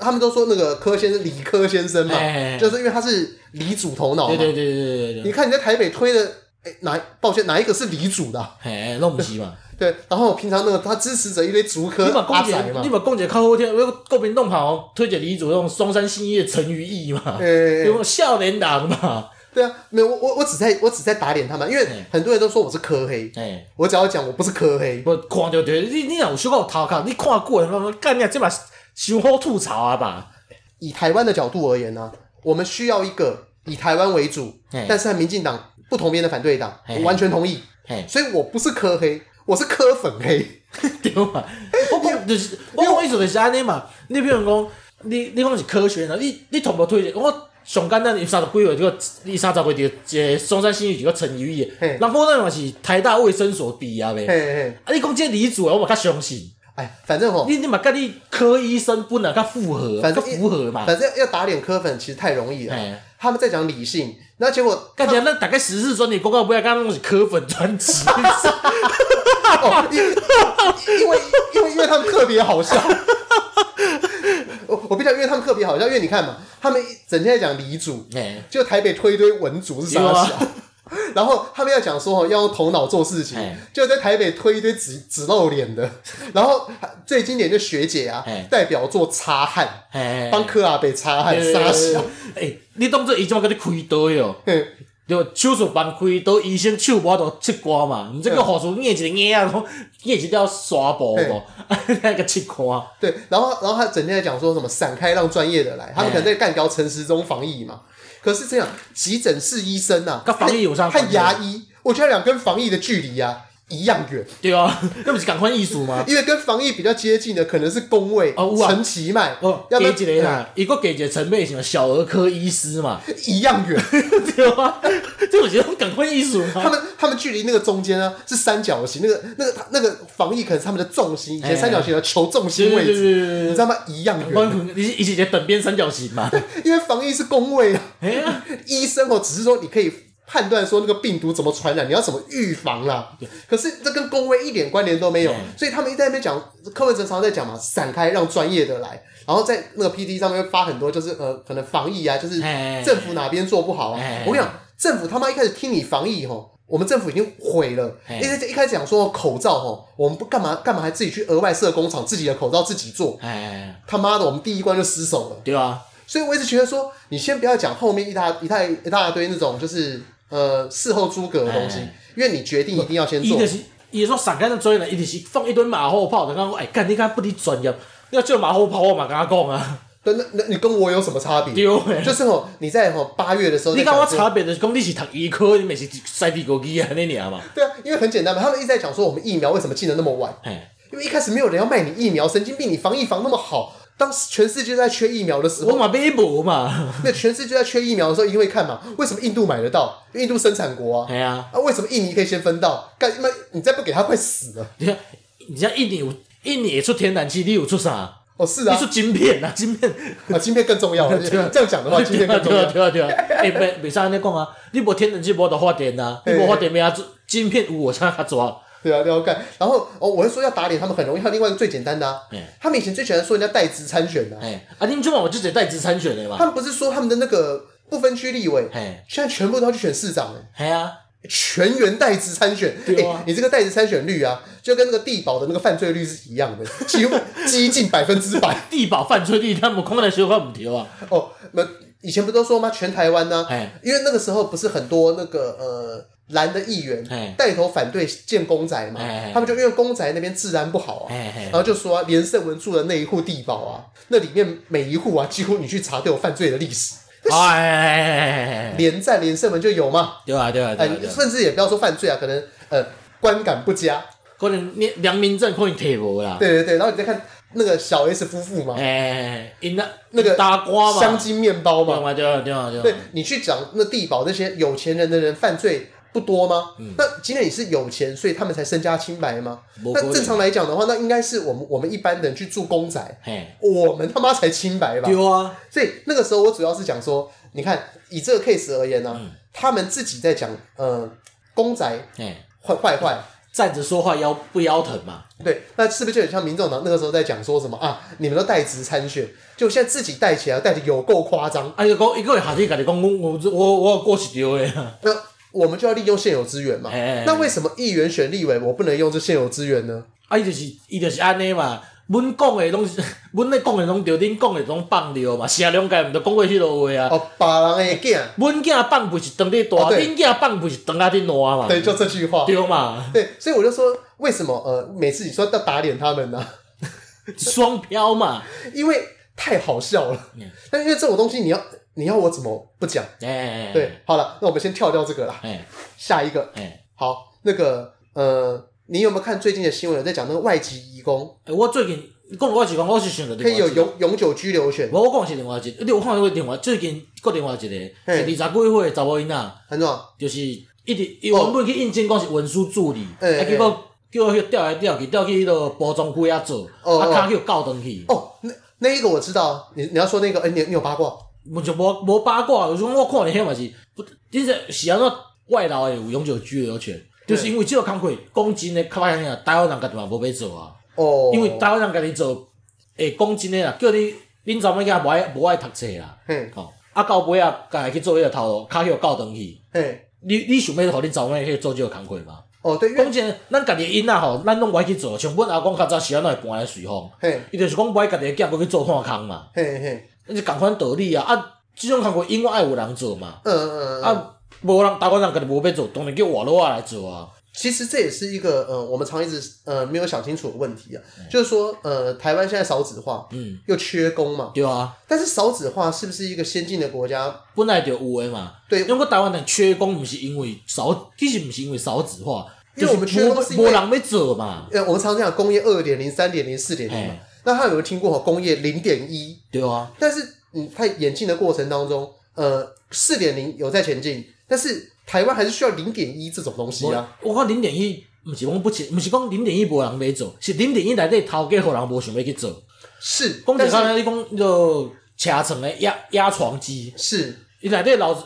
Speaker 1: 他们都说那个柯先生，理科先生嘛
Speaker 2: 哎哎哎，
Speaker 1: 就是因为他是理主头脑嘛
Speaker 2: 对。对对对对
Speaker 1: 你
Speaker 2: 对。
Speaker 1: 看你在台北推的哎、哪抱歉哪一个是黎主的啊、
Speaker 2: 嘿，拢毋 是嘛。
Speaker 1: 对，然后平常那个他支持着一堆竹科
Speaker 2: 你嘛
Speaker 1: 啊阿
Speaker 2: 讲一
Speaker 1: 仔
Speaker 2: 个，
Speaker 1: 嘛
Speaker 2: 你，嘛讲一个较好听，我国民党吼推荐李主用松山兴业陈于义嘛，
Speaker 1: 哎
Speaker 2: 用少年郎嘛，
Speaker 1: 对啊，没有我我我只在我只在打脸他们，啊因为
Speaker 2: 嗯
Speaker 1: 很多人都说我是科黑，
Speaker 2: 哎，
Speaker 1: 我只要讲我不是科黑，
Speaker 2: 我看着着，你你若有小可有头壳，你看过，我干你啊，这嘛伤好吐槽啊吧？
Speaker 1: 以台湾的角度而言呢、我们需要一个以台湾为主
Speaker 2: 嗯，
Speaker 1: 但是和民进党不同边的反对党，
Speaker 2: 嗯
Speaker 1: 我完全同意，
Speaker 2: 嘿，
Speaker 1: 所以我不是科黑，我是科粉黑，
Speaker 2: 对嘛？我讲就是，我讲意思就是安尼嘛。你比如讲，你你讲是科学啦，你你同步推荐，我上简单伊三十几岁这个，伊三十岁就一个松山新义一个陈于义，
Speaker 1: 嘿
Speaker 2: 人讲咱嘛是台大卫生所毕业
Speaker 1: 嘿
Speaker 2: 呗。
Speaker 1: 嘿，
Speaker 2: 啊，你讲这李主，我嘛较相信。
Speaker 1: 哎，反正吼，
Speaker 2: 你你嘛甲你科医生本来较符合，
Speaker 1: 反
Speaker 2: 较
Speaker 1: 正
Speaker 2: 符合嘛。
Speaker 1: 反正要打脸科粉其实太容易了，
Speaker 2: 哎，
Speaker 1: 他们在讲理性，那结果
Speaker 2: 感觉咱大概十四专题广告不要讲拢是科粉专辑，
Speaker 1: 哦，因 为因为因为因为他们特别好笑。我我必须讲，因为他们特别好笑，因为你看嘛，他们一整天在讲黎族，
Speaker 2: 哎，
Speaker 1: 就台北推一堆文族是啥
Speaker 2: 有啊
Speaker 1: 小， 然后他们要讲说哦要用头脑做事情
Speaker 2: 哎，
Speaker 1: 就在台北推一堆只只露脸的，然后最经典就学姐啊
Speaker 2: 哎，
Speaker 1: 代表做擦汗，
Speaker 2: 哎，
Speaker 1: 帮科阿北擦汗
Speaker 2: 对
Speaker 1: 杀 小，。
Speaker 2: 哎，你当做伊即马甲你开刀哟，
Speaker 1: 嘿
Speaker 2: 就手术房开刀，医生手无度切瓜嘛，毋这个护士捏一个捏啊，讲捏一条纱布无，啊 那个切啊瓜，
Speaker 1: 对，然后然后他整天在讲说什么散开让专业的来，他们可能在干掉陈时中防疫嘛。可是这样，急诊室医生啊，
Speaker 2: 跟防疫有啥
Speaker 1: 和
Speaker 2: 关系
Speaker 1: 牙医，我觉得两跟防疫的距离啊一样远，
Speaker 2: 对啊，那毋是共款意思 吗？
Speaker 1: 因为跟防疫比较接近的可能是工位、
Speaker 2: 哦有啊
Speaker 1: 陈其迈，
Speaker 2: 哦，
Speaker 1: 要
Speaker 2: 加
Speaker 1: 不
Speaker 2: 一
Speaker 1: 然
Speaker 2: 个啦，伊个加一个陈妹什么小儿科医师嘛，
Speaker 1: 一样远。
Speaker 2: 对啊，这我觉得赶快艺术
Speaker 1: 他
Speaker 2: 嘛。
Speaker 1: 们他们距离那个中间呢是三角形，那个那个那个防疫可能是他们的重心，以前
Speaker 2: 哎
Speaker 1: 三角形的求重心位
Speaker 2: 对
Speaker 1: 置，
Speaker 2: 对对
Speaker 1: 你
Speaker 2: 对
Speaker 1: 知道吗？一样
Speaker 2: 对，
Speaker 1: 远，
Speaker 2: 关你是一起个等边三角形嘛？
Speaker 1: 因为防疫是工位啊。
Speaker 2: 哎呀，
Speaker 1: 医生哦，只是说你可以判断说那个病毒怎么传染，你要怎么预防啦。可是这跟工位一点关联都没有，
Speaker 2: 嗯
Speaker 1: 所以他们一直在那边讲，柯文哲常常在讲嘛，散开让专业的来，然后在那个 PT 上面会发很多就是呃，可能防疫啊，就是
Speaker 2: 哎
Speaker 1: 政府哪边做不好啊。
Speaker 2: 哎
Speaker 1: 我跟你讲，政府他妈一开始听你防疫吼。我们政府已经毁了，
Speaker 2: 哎
Speaker 1: 因为一开始讲说口罩吼，我们不干嘛干嘛还自己去额外设工厂，自己的口罩自己做，
Speaker 2: 哎，
Speaker 1: 他妈的，我们第一关就失手了。
Speaker 2: 对啊，
Speaker 1: 所以我一直觉得说，你先不要讲后面一大一大一大堆那种就是呃事后诸葛的东西
Speaker 2: 哎，
Speaker 1: 因为你决定一定要先
Speaker 2: 伊
Speaker 1: 做
Speaker 2: 就。是伊说闪开的追呢，伊就是放一堆马后炮，就讲我哎干，你敢不离专业？你要叫马后炮，我嘛跟他讲啊，
Speaker 1: 对，那那你跟我有什么差别？
Speaker 2: 对哎诶。
Speaker 1: 就是哦，你在哦八月的时候，
Speaker 2: 你跟我。差别就是讲你是读医科，你咪是塞地国语安尼尔嘛？
Speaker 1: 对啊，因为很简单嘛，他们一直在讲说我们疫苗为什么进的那么晚，
Speaker 2: 哎，
Speaker 1: 因为一开始没有人要卖你疫苗，神经病，你防疫防那么好，当时全世界都在缺疫苗的时
Speaker 2: 我
Speaker 1: 候，
Speaker 2: 嘛买无嘛，
Speaker 1: 那全世界在缺疫苗的时候，一定会看嘛，为什么印度买得到？因为印度生产国啊，
Speaker 2: 哎啊，
Speaker 1: 啊，为什么印尼可以先分到？干妈，你再不给他快死了！
Speaker 2: 你看，你像印尼有印尼也出天然气，你有出啥？
Speaker 1: 哦，是啊，
Speaker 2: 你出晶片啊，晶片。
Speaker 1: 啊，晶片更重要。这样讲的话，晶
Speaker 2: 对
Speaker 1: 片
Speaker 2: 啊
Speaker 1: 更重
Speaker 2: 对啊
Speaker 1: 要。
Speaker 2: 对啊对啊！哎，袂袂使安尼讲啊！你无天然气无得发电啊，你无发电咩啊？做晶片有我才较抓。
Speaker 1: 对啊，了解。然后哦，我会说要打脸他们很容易，还有另外一个最简单的啊
Speaker 2: 嗯，
Speaker 1: 他们以前最喜欢说人家代职参选的啊，
Speaker 2: 哎，啊，你们今晚我就直接代资参选的
Speaker 1: 他
Speaker 2: 嘛。
Speaker 1: 们不是说他们的那个不分区立委，
Speaker 2: 哎，
Speaker 1: 现在全部都要去选市长，哎
Speaker 2: 系啊，
Speaker 1: 全员代职参选。
Speaker 2: 对啊
Speaker 1: 哎你这个代职参选率啊，就跟那个地保的那个犯罪率是一样的，几乎 接近百分之百。
Speaker 2: 地保犯罪率，他们看来小可唔对啊。
Speaker 1: 哦，那以前不都说吗？全台湾呢、
Speaker 2: 哎
Speaker 1: 因为那个时候不是很多那个呃蓝的议员
Speaker 2: 哎
Speaker 1: 带头反对建公宅嘛
Speaker 2: 哎哎，
Speaker 1: 他们就因为公宅那边治安不好啊，
Speaker 2: 哎
Speaker 1: 然
Speaker 2: 哎，
Speaker 1: 后就说啊连胜文住的那一户地堡啊，那里面每一户啊，几乎你去查都有犯罪的历史，
Speaker 2: 哎，
Speaker 1: 连战连胜文就有嘛，
Speaker 2: 对啊对啊对
Speaker 1: 哎
Speaker 2: 啊对，啊！
Speaker 1: 甚至也不要说犯罪啊，可能呃观感不佳，
Speaker 2: 可能你良民证可能摕无啦。
Speaker 1: 对对对，然后你再看那个小 S 夫妇嘛，
Speaker 2: 哎，因那
Speaker 1: 那个
Speaker 2: 打瓜嘛，
Speaker 1: 香精面包嘛
Speaker 2: 对，嘛对啊对啊对
Speaker 1: 对
Speaker 2: 啊。
Speaker 1: 你去讲那地保那些有钱人的人犯罪不多吗？那今天你是有钱，所以他们才身家清白吗？
Speaker 2: 没可
Speaker 1: 那
Speaker 2: 能
Speaker 1: 正常来讲的话，那应该是我们我们一般人去住公宅，
Speaker 2: 嘿，
Speaker 1: 我们他妈才清白吧？
Speaker 2: 对啊，
Speaker 1: 所以那个时候我主要是讲说，你看以这个 case 而言呢、他们自己在讲呃公宅
Speaker 2: 哎，
Speaker 1: 坏坏坏。
Speaker 2: 站着说话腰不腰疼嘛？
Speaker 1: 对，那是不是就很像民众党那个时候在讲说什么啊？你们都代职参选，就现在自己带起来，带的有够夸张。
Speaker 2: 啊，伊讲伊个会下底甲你讲，我我我我我是对的啊。
Speaker 1: 那我们就要利用现有资源嘛。
Speaker 2: 哎哎哎
Speaker 1: 那为什么议员选立委，我不能用这现有资源呢？
Speaker 2: 啊，伊就是伊就是安尼嘛。阮讲的拢是， 阮咧讲的拢对，恁讲的拢放尿嘛。社两界毋着讲过迄落话啊。
Speaker 1: 哦，把人的囝，
Speaker 2: 阮囝放屁是长咧大，
Speaker 1: 哦对
Speaker 2: 恁囝放屁是长啊伫烂嘛。
Speaker 1: 对，就这句话。
Speaker 2: 对 嘛，
Speaker 1: 对，所以我就说，为什么呃，每次你说要打脸他们呢、
Speaker 2: 双标嘛。
Speaker 1: 因为太好笑了
Speaker 2: 嗯。
Speaker 1: 但因为这种东西，你要你要我怎么不讲？
Speaker 2: 哎，
Speaker 1: 对，，好了，那我们先跳掉这个啦，
Speaker 2: 哎
Speaker 1: 下一个。
Speaker 2: 哎，
Speaker 1: 好，那个呃，你有没有看最近的新闻？有在讲那个外籍移工
Speaker 2: 哎我最近讲我是讲，我是想着
Speaker 1: 可以有
Speaker 2: 用。
Speaker 1: 永永久居留权，
Speaker 2: 无我讲是另外一个，你有看过另外最近搁另外一个，是
Speaker 1: 嘿
Speaker 2: 二十几岁的查某囡仔，
Speaker 1: 很爽。
Speaker 2: 就是一直伊原本去应征讲是文书助理，
Speaker 1: 哦嘿
Speaker 2: 啊
Speaker 1: 嘿
Speaker 2: 结果叫伊调来调去，调去迄落包装区遐做，
Speaker 1: 哦
Speaker 2: 啊
Speaker 1: 哦
Speaker 2: 骹去搞断去。
Speaker 1: 哦，那那一个我知道，你你要说那个，哎、你你有八卦？
Speaker 2: 我就无无八卦，有时候我看你迄嘛是，不，你这是安怎外劳的有永久居留权，
Speaker 1: 对
Speaker 2: 就是因为即个工课讲真诶，较歹听啊，台湾人家己嘛无要做啊，
Speaker 1: 哦，
Speaker 2: 因为台湾人家己做，会讲真诶啦，叫你恁查某囝无爱无爱读册啦，
Speaker 1: 嘿
Speaker 2: 吼、啊到尾啊，家己去做迄个头路，骹去搞断去，
Speaker 1: 嘿，
Speaker 2: 你你想要互恁查某囝去做即个工课吗？
Speaker 1: 哦对，因为
Speaker 2: 讲真的，咱家己的囡仔吼，咱拢无爱去做，像阮阿公较早时安怎会搬来随风，
Speaker 1: 嘿
Speaker 2: 伊就是讲无爱家己的囝去做炭工嘛。
Speaker 1: 嘿嘿，
Speaker 2: 那是共款道理啊！啊，即种工课永远爱有人做嘛，
Speaker 1: 嗯嗯嗯，啊，
Speaker 2: 啊，无人台湾人家己无要做，当然叫外劳啊来做啊。
Speaker 1: 其实这也是一个呃，我们常一直呃没有想清楚的问题啊，就是说呃，台湾现在少子化，
Speaker 2: 嗯，
Speaker 1: 又缺工嘛，
Speaker 2: 对啊，
Speaker 1: 但是少子化是不是一个先进的国家？
Speaker 2: 本来就有诶嘛。
Speaker 1: 对
Speaker 2: 因为台湾人缺工，毋是因为少，其实毋是因为少子化，
Speaker 1: 因为我们缺工
Speaker 2: 就是是
Speaker 1: 因
Speaker 2: 无
Speaker 1: 为
Speaker 2: 无人要做嘛，
Speaker 1: 呃，我们常讲工业二点零、三点零、四点零嘛
Speaker 2: 哎，
Speaker 1: 那他有没有听过哦工业零点一？
Speaker 2: 对啊，
Speaker 1: 但是你在演进的过程当中，呃，四点零有在前进，但是台湾还是需要零点一这种东西啊。
Speaker 2: 我我看零点一，毋是讲不切，毋是讲零点一无人要做，是零点一内底头家互人无想要去做。
Speaker 1: 是，
Speaker 2: 讲
Speaker 1: 但
Speaker 2: 一
Speaker 1: 是
Speaker 2: 下你讲迄个车床诶压压床机，
Speaker 1: 是，
Speaker 2: 伊内底老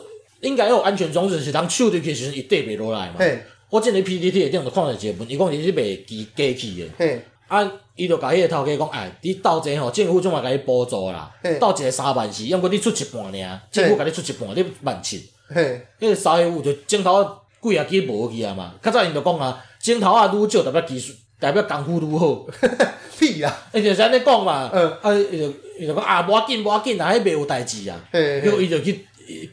Speaker 2: 应该有安全装置，是人手入去的时阵伊缀袂落来嘛。
Speaker 1: 嘿，
Speaker 2: 我之前 PPT 的顶就看到一个文，伊讲伊是卖机机器的，
Speaker 1: 嘿，
Speaker 2: 啊，伊就甲迄个头家讲，哎，你斗这吼，政府总嘛甲你补助啦
Speaker 1: 嘿，
Speaker 2: 斗一个三万四，因为你出一半尔，政府甲你出一半，你万七，
Speaker 1: 嘿，
Speaker 2: 迄个三业务就镜头啊几啊支无去啊嘛。较早因就讲啊，镜头啊愈少，代表技术代表功夫愈好，
Speaker 1: 屁啦，
Speaker 2: 伊就是安尼讲嘛。
Speaker 1: 嗯
Speaker 2: 啊，伊就伊就讲啊，无要紧，无要紧啦，迄袂有代志啊。
Speaker 1: 嘿
Speaker 2: 结果
Speaker 1: 嘿，
Speaker 2: 伊就去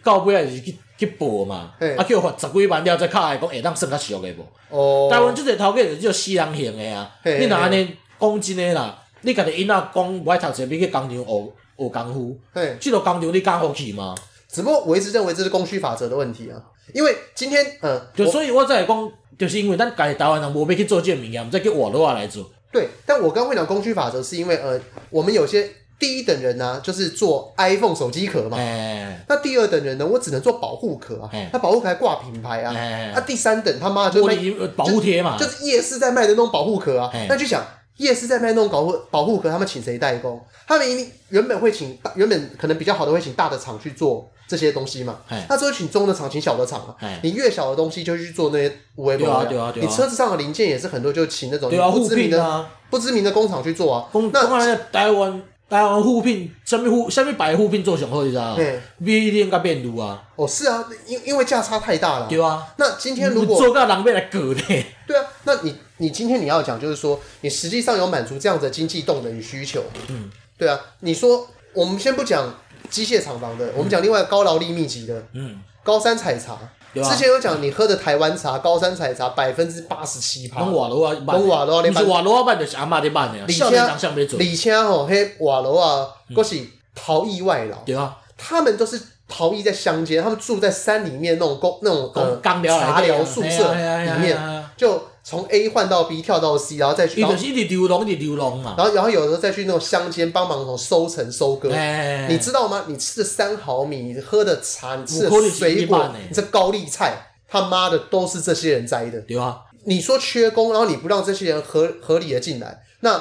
Speaker 2: 到尾啊，就是去去报嘛，
Speaker 1: 嘿
Speaker 2: 啊，叫罚十几万了，再卡来讲会当算较俗的无。
Speaker 1: 哦，
Speaker 2: 台湾即个头家就是死人型的啊！
Speaker 1: 嘿
Speaker 2: 你若安尼讲真诶啦，你家己囡仔讲无爱读册，要去工厂学学功夫，
Speaker 1: 嘿，
Speaker 2: 即落工厂你敢好去吗？
Speaker 1: 只不过我一直认为这是供需法则的问题啊，因为今天，呃，
Speaker 2: 就
Speaker 1: 我
Speaker 2: 所以我才会讲，就是因为咱家己台湾人无要去做即个物件，毋知叫活落来做。
Speaker 1: 对，但我刚会讲供需法则，是因为呃，我们有些第一等人呢、就是做 iPhone 手机壳嘛。
Speaker 2: 哎
Speaker 1: 那第二等人呢，我只能做保护壳啊
Speaker 2: 嘿，
Speaker 1: 那保护壳还挂品牌啊，
Speaker 2: 哎，
Speaker 1: 那、
Speaker 2: 哎
Speaker 1: 第三等他妈就
Speaker 2: 玻
Speaker 1: 卖
Speaker 2: 璃保护贴嘛
Speaker 1: 就，是夜市在卖的那种保护壳啊
Speaker 2: 啊嘿。
Speaker 1: 那就想夜市在卖那种保护保护壳，他们请谁代工？他们一定原本会请大原本可能比较好的会请大的厂去做这些东西嘛
Speaker 2: 嘿。
Speaker 1: 那之后请中的厂，请小的厂啊
Speaker 2: 嘿。
Speaker 1: 你越小的东西就去做那些无微不
Speaker 2: 对啊
Speaker 1: 微的
Speaker 2: 对啊对啊
Speaker 1: 你车子上的零件也是很多就请那种
Speaker 2: 对啊，
Speaker 1: 不
Speaker 2: 护
Speaker 1: 知名
Speaker 2: 聘
Speaker 1: 的、
Speaker 2: 啊，
Speaker 1: 不知名的工厂去做啊
Speaker 2: 讲。讲
Speaker 1: 那
Speaker 2: 安尼台湾台湾护聘，啥物护啥物白护聘做上好，你知道吗
Speaker 1: 嘿
Speaker 2: ？B 一甲面露啊，
Speaker 1: 哦是啊，因因为价差太大了。
Speaker 2: 对啊，
Speaker 1: 那今天如
Speaker 2: 有
Speaker 1: 果
Speaker 2: 做到人要来割咧。
Speaker 1: 对啊，那你你今天你要讲就是说，你实际上有满足这样的经济动能与需求，
Speaker 2: 嗯，
Speaker 1: 对啊，你说我们先不讲机械厂房的，我们讲另外高劳力密集的
Speaker 2: 嗯，
Speaker 1: 高山采茶，
Speaker 2: 对啊
Speaker 1: 之前有讲你喝的台湾茶，高山采茶百分之八十七趴，
Speaker 2: 拢外楼啊，
Speaker 1: 拢外楼啊你
Speaker 2: 毋
Speaker 1: 办
Speaker 2: 是外楼啊办，就是阿嬷咧办的啊，少年人上要做，
Speaker 1: 李且吼嘿瓦楼啊，都是逃逸外劳，
Speaker 2: 嗯对啊，
Speaker 1: 他们都是逃逸在乡间，他们住在山里面那种公那种呃
Speaker 2: 讲讲了啊
Speaker 1: 茶寮宿
Speaker 2: 哎
Speaker 1: 舍里面，
Speaker 2: 面，
Speaker 1: 就从 A 换到 B 跳到 C，然后再去
Speaker 2: 啊伊
Speaker 1: 然后
Speaker 2: 就是一直流浪，一直流浪嘛，
Speaker 1: 然后然后有的时候再去那种乡间帮忙从收成收割。
Speaker 2: 哎，
Speaker 1: 你知道吗？你吃的三毫米，你喝的茶，你吃
Speaker 2: 有可能
Speaker 1: 的
Speaker 2: 是
Speaker 1: 水
Speaker 2: 一半
Speaker 1: 果
Speaker 2: 欸，
Speaker 1: 你这高丽菜，他妈的都是这些人摘的。
Speaker 2: 对啊，
Speaker 1: 你说缺工，然后你不让这些人合合理的进来，那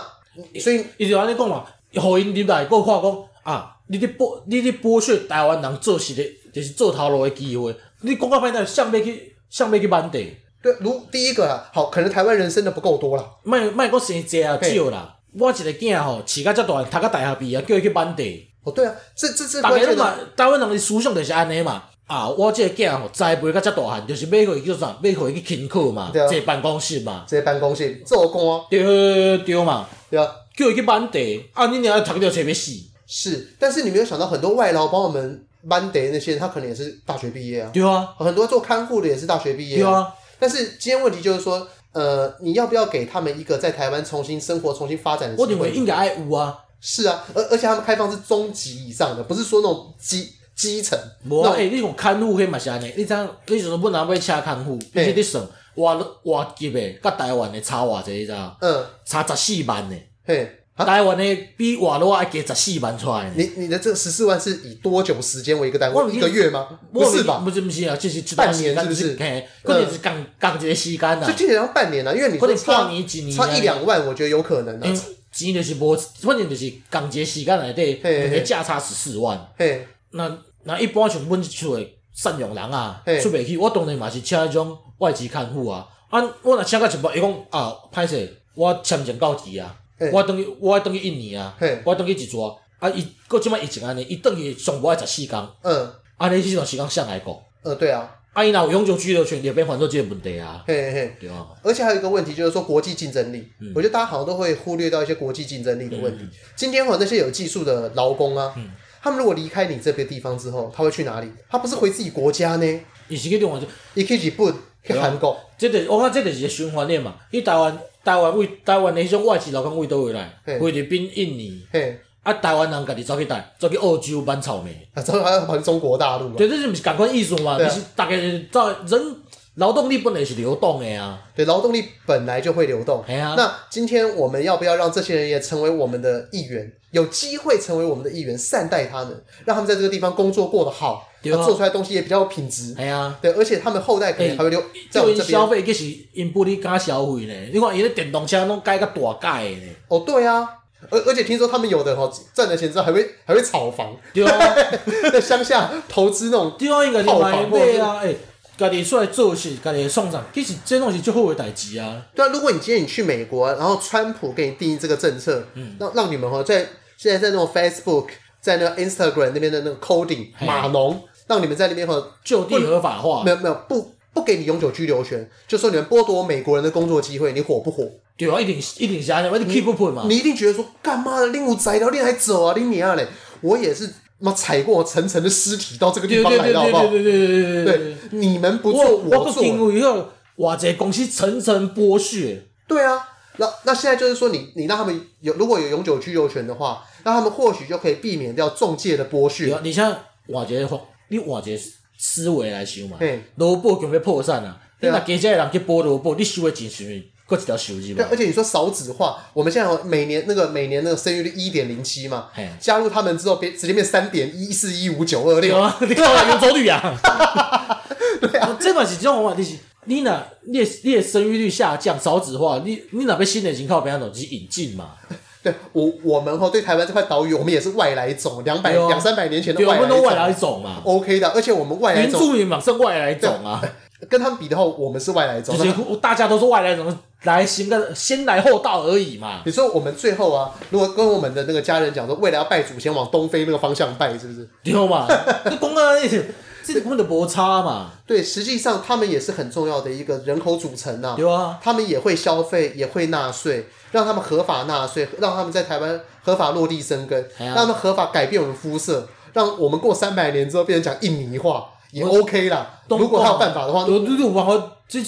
Speaker 1: 所以
Speaker 2: 伊就安尼讲嘛，互因入来，佫看讲啊，你伫剥，你伫剥削台湾人做事的，就是做头路的机会，你讲到歹听，上要去上要去满地，
Speaker 1: 对，如第一个啊，好，可能台湾人生的不够多啦。
Speaker 2: 莫莫佫生济啊
Speaker 1: 嘿
Speaker 2: 少啦，我一个囝吼，饲到遮大，读到大学毕业，叫伊去满地。
Speaker 1: 哦，对啊，这这这
Speaker 2: 大
Speaker 1: 关
Speaker 2: 家
Speaker 1: 键
Speaker 2: 拢嘛
Speaker 1: 的，
Speaker 2: 台湾人的思想就是安尼嘛。啊，我即个囝吼栽培到遮大汉，就是要互伊叫啥，要互伊去勤苦嘛，
Speaker 1: 对啊
Speaker 2: 坐办公室嘛，
Speaker 1: 这些办公室做官，
Speaker 2: 对对对嘛，
Speaker 1: 对吧？
Speaker 2: 叫伊去挽地，啊，你娘读到册要死，
Speaker 1: 是，但是你没有想到，很多外劳帮我们班的那些人，他可能也是大学毕业啊，
Speaker 2: 对啊，
Speaker 1: 很多做看护的也是大学毕业
Speaker 2: 对啊，
Speaker 1: 但是今天问题就是说，呃，你要不要给他们一个在台湾重新生活、重新发展的
Speaker 2: 我
Speaker 1: 机
Speaker 2: 认为
Speaker 1: 会？
Speaker 2: 应该爱有啊，
Speaker 1: 是啊，而而且他们开放是中级以上的，不是说那种基基层。
Speaker 2: 无
Speaker 1: 那
Speaker 2: 啊，
Speaker 1: 种
Speaker 2: 诶、你讲看护迄嘛是安尼，你知影，你就是本来要请看护，你去你算，外外籍诶，甲台湾诶差偌济，你知影？
Speaker 1: 嗯，
Speaker 2: 差十四万呢，
Speaker 1: 嘿，啊，
Speaker 2: 台湾的比外国爱加十四万出来呢。
Speaker 1: 你你的这十四万是以多久时间为一个单
Speaker 2: 我
Speaker 1: 位？一个月吗？不是吧？
Speaker 2: 不是不是啊，就是一
Speaker 1: 半年
Speaker 2: 段时间
Speaker 1: 是嗯不是
Speaker 2: 嘿，可能是共共一个时间
Speaker 1: 就
Speaker 2: 啦，
Speaker 1: 听起来像半年啊，因为你
Speaker 2: 可
Speaker 1: 说
Speaker 2: 能半
Speaker 1: 差
Speaker 2: 年一年啊。
Speaker 1: 差一两万，我觉得有可能
Speaker 2: 嗯
Speaker 1: 啊。
Speaker 2: 钱就是无，反正就是共一个时间内底，
Speaker 1: 嘿嘿
Speaker 2: 两个价差十四万。
Speaker 1: 嘿，
Speaker 2: 那那一般像阮厝的赡养人啊
Speaker 1: 嘿，
Speaker 2: 出袂去，我当然嘛是请迄种外籍看护啊。啊，我若请到一半，伊讲啊，歹势，我签证到期啊
Speaker 1: 嘿，
Speaker 2: 我等去我等去一年啊
Speaker 1: 嘿，
Speaker 2: 我等去一逝啊。啊，伊搁即摆疫情安尼，伊等去上无爱十四工，
Speaker 1: 嗯，
Speaker 2: 安尼迄段时间上来讲，
Speaker 1: 呃，对啊，
Speaker 2: 啊，伊若有永久居留权，也变还做即个问题啊，
Speaker 1: 嘿嘿嘿。
Speaker 2: 对啊，
Speaker 1: 而且还有一个问题，就是说国际竞争力。
Speaker 2: 嗯
Speaker 1: 我觉得大家好像都会忽略到一些国际竞争力的问题。今天哦，那些有技术的劳工啊，
Speaker 2: 嗯
Speaker 1: 他们如果离开你这个地方之后，他会去哪里？他不是回自己国家呢？
Speaker 2: 伊是去另外一
Speaker 1: 你去日本，去
Speaker 2: 对啊
Speaker 1: 韩国，
Speaker 2: 即个我看即个是一个循环链嘛。伊台湾台湾为台湾的迄种外籍劳工为倒位来
Speaker 1: 嘿，
Speaker 2: 菲律宾、印尼，
Speaker 1: 嘿，
Speaker 2: 啊，台湾人家己走去台，走去澳洲bán草莓。
Speaker 1: 啊，之后还要跑去中国大陆嘛？
Speaker 2: 对，这就是感官艺术嘛，
Speaker 1: 对
Speaker 2: 就
Speaker 1: 啊
Speaker 2: 是大概造人劳动力本来是流动的啊，
Speaker 1: 对，劳动力本来就会流动。
Speaker 2: 哎呀，
Speaker 1: 那今天我们要不要让这些人也成为我们的一员？有机会成为我们的一员，善待他们，让他们在这个地方工作过得好，
Speaker 2: 对啊
Speaker 1: 啊做出来的东西也比较有品质。
Speaker 2: 哎呀，
Speaker 1: 对，而且他们后代可能还会留、在我
Speaker 2: 就
Speaker 1: 们
Speaker 2: 因
Speaker 1: 这边
Speaker 2: 消。费计是因不哩敢消费呢。你看伊咧电动车拢改甲大改的呢，
Speaker 1: 哦，对啊，而而且听说他们有的哦，赚了钱之后还会还会炒房，
Speaker 2: 对啊，
Speaker 1: 在乡下投资那种。
Speaker 2: 对啊，应该是
Speaker 1: 套
Speaker 2: 买
Speaker 1: 房或者是
Speaker 2: 买啊，诶，家己出来做事，家己创啥，其实这拢是最好的代志啊。
Speaker 1: 对啊，如果你今天你去美国，然后川普给你定义这个政策，让让你们哦，在现在在那种 Facebook，在那个 Instagram 那边的那个 coding
Speaker 2: 嘿
Speaker 1: 码农，让你们在那边哦，
Speaker 2: 就地合法化
Speaker 1: 没，有没有不不给你永久居留权，就说你们剥夺美国人的工作机会，你火不火？
Speaker 2: 对啊，一定一定是安尼，我你 keep 不 p 嘛，
Speaker 1: 你一定觉得说干嘛的，令我宰掉，令还走啊，令你啊嘞，我也是。妈踩过层层的尸体到这个地
Speaker 2: 对
Speaker 1: 方
Speaker 2: 对
Speaker 1: 来
Speaker 2: 对
Speaker 1: 的，好
Speaker 2: 对
Speaker 1: 不好？
Speaker 2: 对对对对对
Speaker 1: 对
Speaker 2: 对，，
Speaker 1: 你们不
Speaker 2: 我
Speaker 1: 做，
Speaker 2: 我
Speaker 1: 我
Speaker 2: 搁
Speaker 1: 做。
Speaker 2: 因为迄偌济公司层层剥削，
Speaker 1: 对啊，那那现在就是说你，你让他们有如果有永久居留权的话，那他们或许就可以避免掉中介的剥
Speaker 2: 对
Speaker 1: 削
Speaker 2: 啊。，你像换一个方，你换一个思维来想嘛
Speaker 1: 嘿，
Speaker 2: 萝卜强要破产啊！你
Speaker 1: 对啊
Speaker 2: 若加这个人去剥萝卜，你收的钱是毋是搁一条收入
Speaker 1: 对，
Speaker 2: 嘛
Speaker 1: 而？且你说少子化，我们现在有每年那个每年那个生育率一点零七嘛
Speaker 2: 嘿，
Speaker 1: 加入他们之后变直接变三点一四一五九二
Speaker 2: 对
Speaker 1: 六，
Speaker 2: 啊， 你看有走率啊！对啊，这嘛是这种方法，就是你若你的你的生育率下降，少子化，你你若要新的人口变安怎，就是引进嘛。
Speaker 1: 对我我们哈对台湾这块岛屿，我们也是外来种，两百
Speaker 2: 对啊
Speaker 1: 两三百年前的
Speaker 2: 对啊，我
Speaker 1: 外
Speaker 2: 们都外
Speaker 1: 来
Speaker 2: 来
Speaker 1: 种
Speaker 2: 种嘛，
Speaker 1: ，OK 的，而且我们外来
Speaker 2: 原
Speaker 1: 种
Speaker 2: 住民嘛算外来种啊，
Speaker 1: 跟他们比的话，我们是外来种
Speaker 2: 就，是大家都是外来种，来先个先来后到而已嘛。
Speaker 1: 你说我们最后啊，如果跟我们的那个家人讲说，未来要拜祖先往东非那个方向拜，是不是？
Speaker 2: 对嘛？你讲啊，你这根本就无差嘛，
Speaker 1: 对，实际上他们也是很重要的一个人口组成呐、
Speaker 2: 对啊。
Speaker 1: 他们也会消费，也会纳税，让他们合法纳税，让他们在台湾合法落地生根，
Speaker 2: 哎呀
Speaker 1: 让他们合法改变我们肤色，让我们过三百年之后变成讲印尼话也
Speaker 2: 我
Speaker 1: OK 啦。
Speaker 2: 东
Speaker 1: 如果他有
Speaker 2: 莞
Speaker 1: 办法的话，
Speaker 2: 有有有办法，这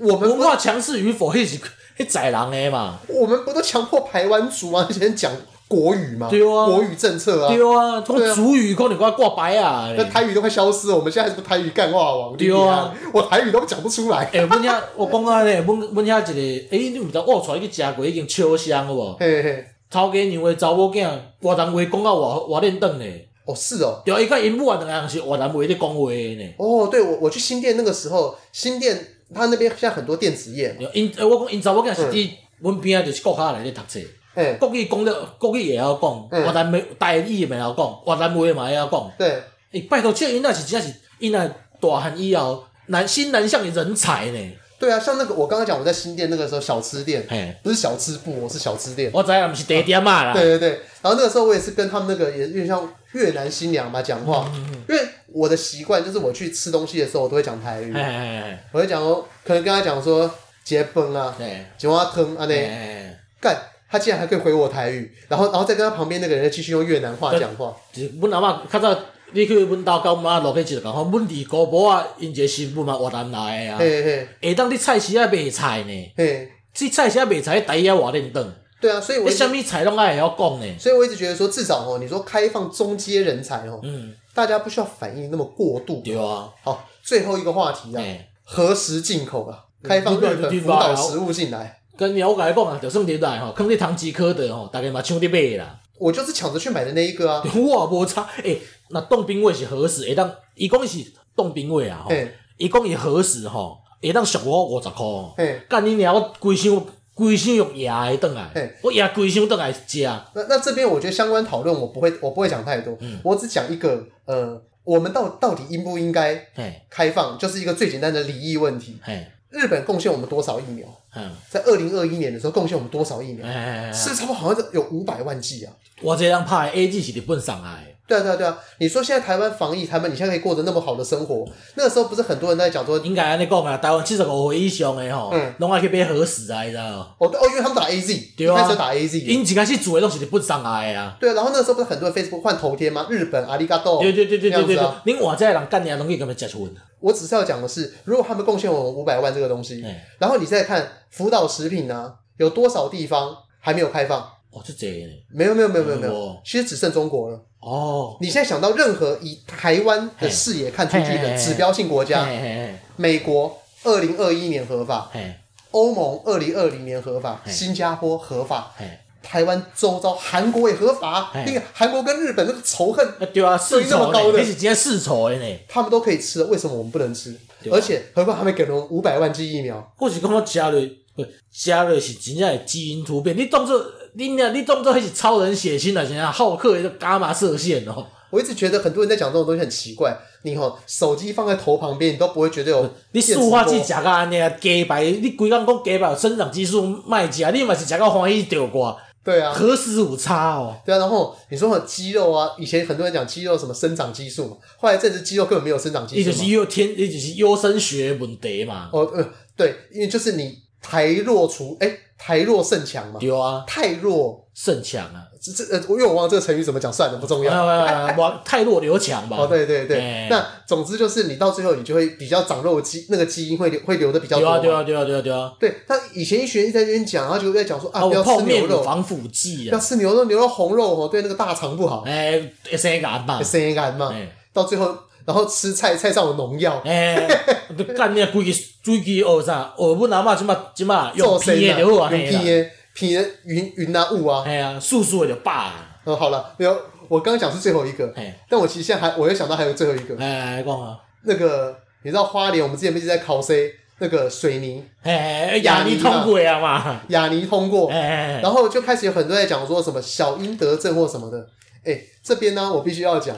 Speaker 1: 我们
Speaker 2: 文
Speaker 1: 不
Speaker 2: 化强势与否，迄是迄宰人诶嘛，
Speaker 1: 我们不都强迫台湾族啊那些人讲国语吗？
Speaker 2: 对啊
Speaker 1: 国语政策啊，
Speaker 2: 对啊，讲
Speaker 1: 对啊
Speaker 2: 主语可能挂挂白啊
Speaker 1: 那
Speaker 2: 咧。
Speaker 1: 台语都快消失了，我们现在是不是台语干话王？
Speaker 2: 对啊
Speaker 1: 厉害，我台语都讲不出 来。
Speaker 2: 诶，哎阮遐我讲啊咧，阮阮遐一个，哎诶，你毋知我有带你去食过已经秋香有无？
Speaker 1: 嘿嘿，
Speaker 2: 头家娘诶查某囝，越南话讲到外外练顿咧，
Speaker 1: 哦是哦，
Speaker 2: 对啊，伊甲因母啊两个人是越南话咧讲话诶呢。
Speaker 1: 哦，对，我我去新店那个时候，新店他那边现在很多电子业嘛，
Speaker 2: 对因诶，我讲因查某囝
Speaker 1: 嗯
Speaker 2: 是伫阮边仔，就是国校内咧读册。
Speaker 1: 哎、
Speaker 2: 国语讲了，国语会晓讲，
Speaker 1: 嗯
Speaker 2: 越南话台语会晓讲，越南话嘛会晓讲。
Speaker 1: 对，
Speaker 2: 诶、拜托，这个囡仔是真正是囡仔大汉以后南新南向的人才呢。
Speaker 1: 对啊，像那个我刚刚讲我在新店那个时候小吃店，
Speaker 2: 嘿，
Speaker 1: 不是小吃部，我是小吃店，
Speaker 2: 我知影毋是地点啊啦。
Speaker 1: 对对对，然后那个时候我也是跟他们那个也有点像越南新娘嘛讲话，
Speaker 2: 嗯
Speaker 1: 因为我的习惯就是我去吃东西的时候，我都会讲台语
Speaker 2: 哎，哎
Speaker 1: 我会讲哦，可能跟他讲说结崩啊，
Speaker 2: 哎
Speaker 1: 结花疼啊
Speaker 2: 哎
Speaker 1: 那
Speaker 2: 哎，
Speaker 1: 干，他竟然还可以回我台语，然后然后再跟他旁边那个人继续用越南话讲话，
Speaker 2: 就是阮阿嬷较早，你去阮兜甲阮妈落去一个讲吼，阮二姑婆啊，因一个媳妇嘛越南来的啊，
Speaker 1: 嘿嘿
Speaker 2: 下当你菜市啊卖菜呢，
Speaker 1: 嘿，
Speaker 2: 即菜市啊卖菜，台语啊偌认当，
Speaker 1: 对啊，所以我
Speaker 2: 你
Speaker 1: 一直
Speaker 2: 啥物菜拢爱会晓讲呢？
Speaker 1: 所以我一直觉得说，至少哦，你说开放中阶人才哦，
Speaker 2: 嗯，
Speaker 1: 大家不需要反应那么过度。
Speaker 2: 对啊，
Speaker 1: 好，最后一个话题啊，
Speaker 2: 哎，
Speaker 1: 何时进口啊？开放
Speaker 2: 日
Speaker 1: 日
Speaker 2: 本
Speaker 1: 本
Speaker 2: 地
Speaker 1: 福
Speaker 2: 方
Speaker 1: 岛
Speaker 2: 啊
Speaker 1: 食物进来，
Speaker 2: 跟你我甲你讲啊，就算入来吼，囥你堂吉诃德吼，大家嘛抢你买啦。
Speaker 1: 我就是抢着去买的那一个啊。
Speaker 2: 我也无差，欸诶、那冻冰味是何时？会当伊讲是冻冰味啊，吼
Speaker 1: 嘿，
Speaker 2: 伊讲伊何时吼，会当俗我五十箍
Speaker 1: 嘿，
Speaker 2: 干你娘！我规箱规箱用野的倒来
Speaker 1: 嘿，
Speaker 2: 我野规箱倒来食，
Speaker 1: 那那这边我觉得相关讨论我不会我不会讲太多，
Speaker 2: 嗯
Speaker 1: 我只讲一个呃，我们到到底应不应该
Speaker 2: 嘿，
Speaker 1: 开放，就是一个最简单的礼仪问题。
Speaker 2: 嘿，
Speaker 1: 日本贡献我们多少疫苗？
Speaker 2: 嗯，
Speaker 1: 在二零二一年的时候贡献我们多少疫苗？
Speaker 2: 哎，
Speaker 1: 是差不多好像有五百万剂啊。
Speaker 2: 我这人拍的 A G 是日本送来的，
Speaker 1: 对啊，对啊，对啊！你说现在台湾防疫，台湾你现在可以过得那么好的生活，那个时候不是很多人在讲说，
Speaker 2: 应该安尼讲啊，台湾七十五岁以上的吼
Speaker 1: 嗯，
Speaker 2: 拢爱去买何时啊，你知道无？
Speaker 1: 哦对哦，因为他们打 AZ，
Speaker 2: 对啊
Speaker 1: 一开始打 AZ，
Speaker 2: 因一开始做的拢是日本送来的啊。
Speaker 1: 对啊，然后那个时候不是很多人 Facebook 换头贴吗？日本阿里嘎多，
Speaker 2: 对对对
Speaker 1: 哦这
Speaker 2: 对对对
Speaker 1: 样
Speaker 2: 对
Speaker 1: 子啊，
Speaker 2: 恁外在人干你啊，拢去甲伊食出分。
Speaker 1: 我只是要讲的是，如果他们贡献我们五百万这个东西，
Speaker 2: 哎，
Speaker 1: 然后你再看福岛食品呢、啊有多少地方还没有开放？
Speaker 2: 哦，这济呢。
Speaker 1: 没有，没有，没有，没有，没有
Speaker 2: 哦，
Speaker 1: 其实只剩中国了。
Speaker 2: 哦，
Speaker 1: 你现在想到任何以台湾的视野看出去
Speaker 2: 嘿嘿
Speaker 1: 的
Speaker 2: 嘿
Speaker 1: 指标性国
Speaker 2: 嘿
Speaker 1: 家，
Speaker 2: 嘿嘿
Speaker 1: 美国二零二一年合法，
Speaker 2: 嘿。
Speaker 1: 欧盟二零二零年合法，
Speaker 2: 嘿
Speaker 1: 新加坡合法，
Speaker 2: 哎，
Speaker 1: 台湾周遭韩国也合法。
Speaker 2: 嘿
Speaker 1: 那个韩国跟日本那个仇恨，
Speaker 2: 啊对啊，世
Speaker 1: 对那么
Speaker 2: 仇
Speaker 1: 高的
Speaker 2: 呢，你是真世仇的呢。
Speaker 1: 他们都可以吃了，为什么我们不能吃？
Speaker 2: 对啊
Speaker 1: 而且何况他们给了我们五百万剂疫苗，
Speaker 2: 我是感觉食落，不食落是真正的基因突变。你当做你俩，你当做迄是超人血清啊，真正浩克的伽马射线哦。
Speaker 1: 我一直觉得很多人在讲这种东西很奇怪。你吼手机放在头旁边，你都不会觉得有
Speaker 2: 你
Speaker 1: 电
Speaker 2: 塑化剂
Speaker 1: 磁
Speaker 2: 食到安尼啊，鸡排你规工讲鸡排有生长激素卖食，你嘛是食到欢喜着我，
Speaker 1: 波对啊，
Speaker 2: 何时有差哦？
Speaker 1: 对啊。然后你说肌肉啊，以前很多人讲肌肉什么生长激素嘛，后来证实肌肉根本没有生长激
Speaker 2: 伊
Speaker 1: 素
Speaker 2: 就
Speaker 1: 嘛
Speaker 2: 是。优天，伊就是优生学的问题嘛。
Speaker 1: 哦，呃，对，因为就是你台弱除哎台弱胜强嘛，
Speaker 2: 对啊，
Speaker 1: 太弱
Speaker 2: 肾强啊，哎
Speaker 1: 这这呃，因为我忘了这个成语怎么讲，算了，不重
Speaker 2: 没有
Speaker 1: 要。
Speaker 2: 没有没有，太弱留强吧。
Speaker 1: 哦，对对对，
Speaker 2: 哎
Speaker 1: 那总之就是你到最后你就会比较长肉基，那个基因会留会留的比较
Speaker 2: 对
Speaker 1: 多
Speaker 2: 啊
Speaker 1: 嘛。
Speaker 2: 对啊对啊对啊对啊。
Speaker 1: 对，那以前医学一直在那边讲，然后就在讲说啊，
Speaker 2: 啊，
Speaker 1: 不要
Speaker 2: 我
Speaker 1: 吃
Speaker 2: 泡面
Speaker 1: 牛
Speaker 2: 有
Speaker 1: 肉，
Speaker 2: 防腐剂
Speaker 1: 不
Speaker 2: 啊
Speaker 1: 要，吃牛肉，牛肉红肉哦，对那个大肠不好，
Speaker 2: 哎，会生癌 嘛
Speaker 1: 会，生癌嘛。
Speaker 2: 哎
Speaker 1: 到最后，然后吃菜菜上有农药，
Speaker 2: 哎，你干你规支规支学啥？学啊阮阿嬷即马即马用
Speaker 1: 做生
Speaker 2: 片
Speaker 1: 啊，
Speaker 2: 的就好啊，
Speaker 1: 用
Speaker 2: 嘿
Speaker 1: 屁
Speaker 2: 啦，
Speaker 1: 耶，屁耶云云啊雾啊。
Speaker 2: 哎啊，素素的就罢了，
Speaker 1: 嗯，好了，没有，我刚刚讲是最后一个，
Speaker 2: 哎
Speaker 1: 但我其实现在还我又想到还有最后一个，
Speaker 2: 哎，讲啊，
Speaker 1: 那个你知道花莲我们之前不是一直在考 C 那个水泥。
Speaker 2: 哎，亚尼通过啊嘛，
Speaker 1: 雅尼通过，
Speaker 2: 哎，
Speaker 1: 然后就开始有很多人在讲说什么小英德症或什么的。哎，这边呢，我必须要讲，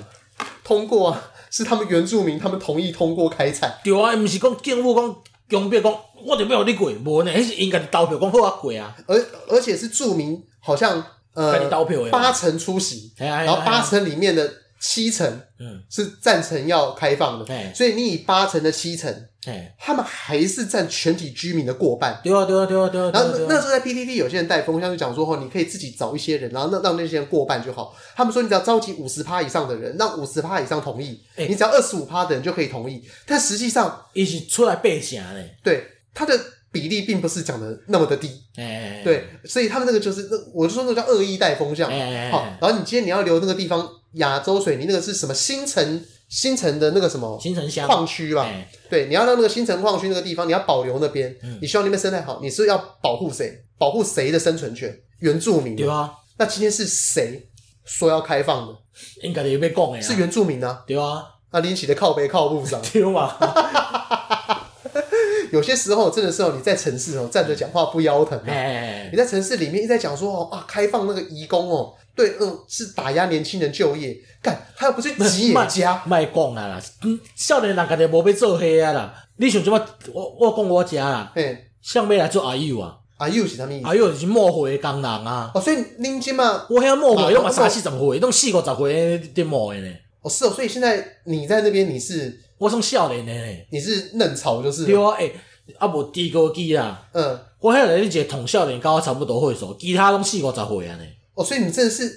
Speaker 1: 通过啊，是他们原住民他们同意通过开采，
Speaker 2: 对啊，毋是讲政府讲强迫讲，我就要互你过，无呢，迄是因家己投票讲好啊过啊，
Speaker 1: 而而且是住民好像
Speaker 2: 家己
Speaker 1: 呃
Speaker 2: 投票的
Speaker 1: 八
Speaker 2: 嘛，
Speaker 1: 成出席，
Speaker 2: 哎哎
Speaker 1: 然后八
Speaker 2: 哎
Speaker 1: 成里面的七成
Speaker 2: 嗯，
Speaker 1: 是赞成要开放的，
Speaker 2: 哎
Speaker 1: 所以你以八成的七成，
Speaker 2: 哎，
Speaker 1: 他们还是占全体居民的过半。
Speaker 2: 对啊对啊对啊对啊，对
Speaker 1: 然后
Speaker 2: 啊
Speaker 1: 那
Speaker 2: 对
Speaker 1: 那
Speaker 2: 啊
Speaker 1: 时候在 PTT 有些人带风向就讲说，哦，你可以自己找一些人，然后让让那些人过半就好。他们说你只要召集五十趴以上的人，让五十趴以上同意，
Speaker 2: 哎
Speaker 1: 你只要二十五趴的人就可以同意。但实际上，
Speaker 2: 伊是出来爬城呢，
Speaker 1: 对他的比例并不是讲的那么的低，
Speaker 2: 哎，
Speaker 1: 对，所以他们那个就是那我就说那个叫恶意带风向。
Speaker 2: 哎，哎
Speaker 1: 好
Speaker 2: 哎，，
Speaker 1: 然后你今天你要留那个地方亚洲水泥那个是什么新城新城的那个什么
Speaker 2: 新城乡
Speaker 1: 矿区吧？
Speaker 2: 哎
Speaker 1: 对，你要让那个新城矿区那个地方，你要保留那边，
Speaker 2: 嗯
Speaker 1: 你希望那边生态好，你是要保护谁？保护谁的生存权？原住民。
Speaker 2: 对啊，
Speaker 1: 那今天是谁说要开放的？
Speaker 2: 因家己要讲的啊，
Speaker 1: 是原住民啊，
Speaker 2: 对啊。。
Speaker 1: 那拎起的靠背靠步上
Speaker 2: 对 啊嘛？
Speaker 1: 有些时候真的是哦，你在城市哦站着讲话不腰疼啊。
Speaker 2: 哎
Speaker 1: 你，在城市里面一直在讲说哦啊，开放那个移工哦，对，嗯，是打压年轻人就业，干，他又不是吉野家，
Speaker 2: 卖讲啊啦，嗯少年人家己无要做伙啊啦。你想即马，我我讲我遮啦，
Speaker 1: 哎，
Speaker 2: 想要来做阿友啊？
Speaker 1: 啊，又是啥物意思？
Speaker 2: 啊，又是莫回的工人啊。
Speaker 1: 哦，所以恁即嘛，
Speaker 2: 我遐莫回拢嘛
Speaker 1: 啊
Speaker 2: 三四十岁，拢四五十岁伫莫的呢。
Speaker 1: 哦是哦，所以现在你在那边你是
Speaker 2: 我算少年的呢。
Speaker 1: 你是嫩草就是
Speaker 2: 对
Speaker 1: 了，
Speaker 2: 啊，诶、啊无低高机啦，
Speaker 1: 嗯，
Speaker 2: 我遐个一个同少年，甲我差不多岁数，其他拢四五十岁安尼。
Speaker 1: 哦，所以你真的是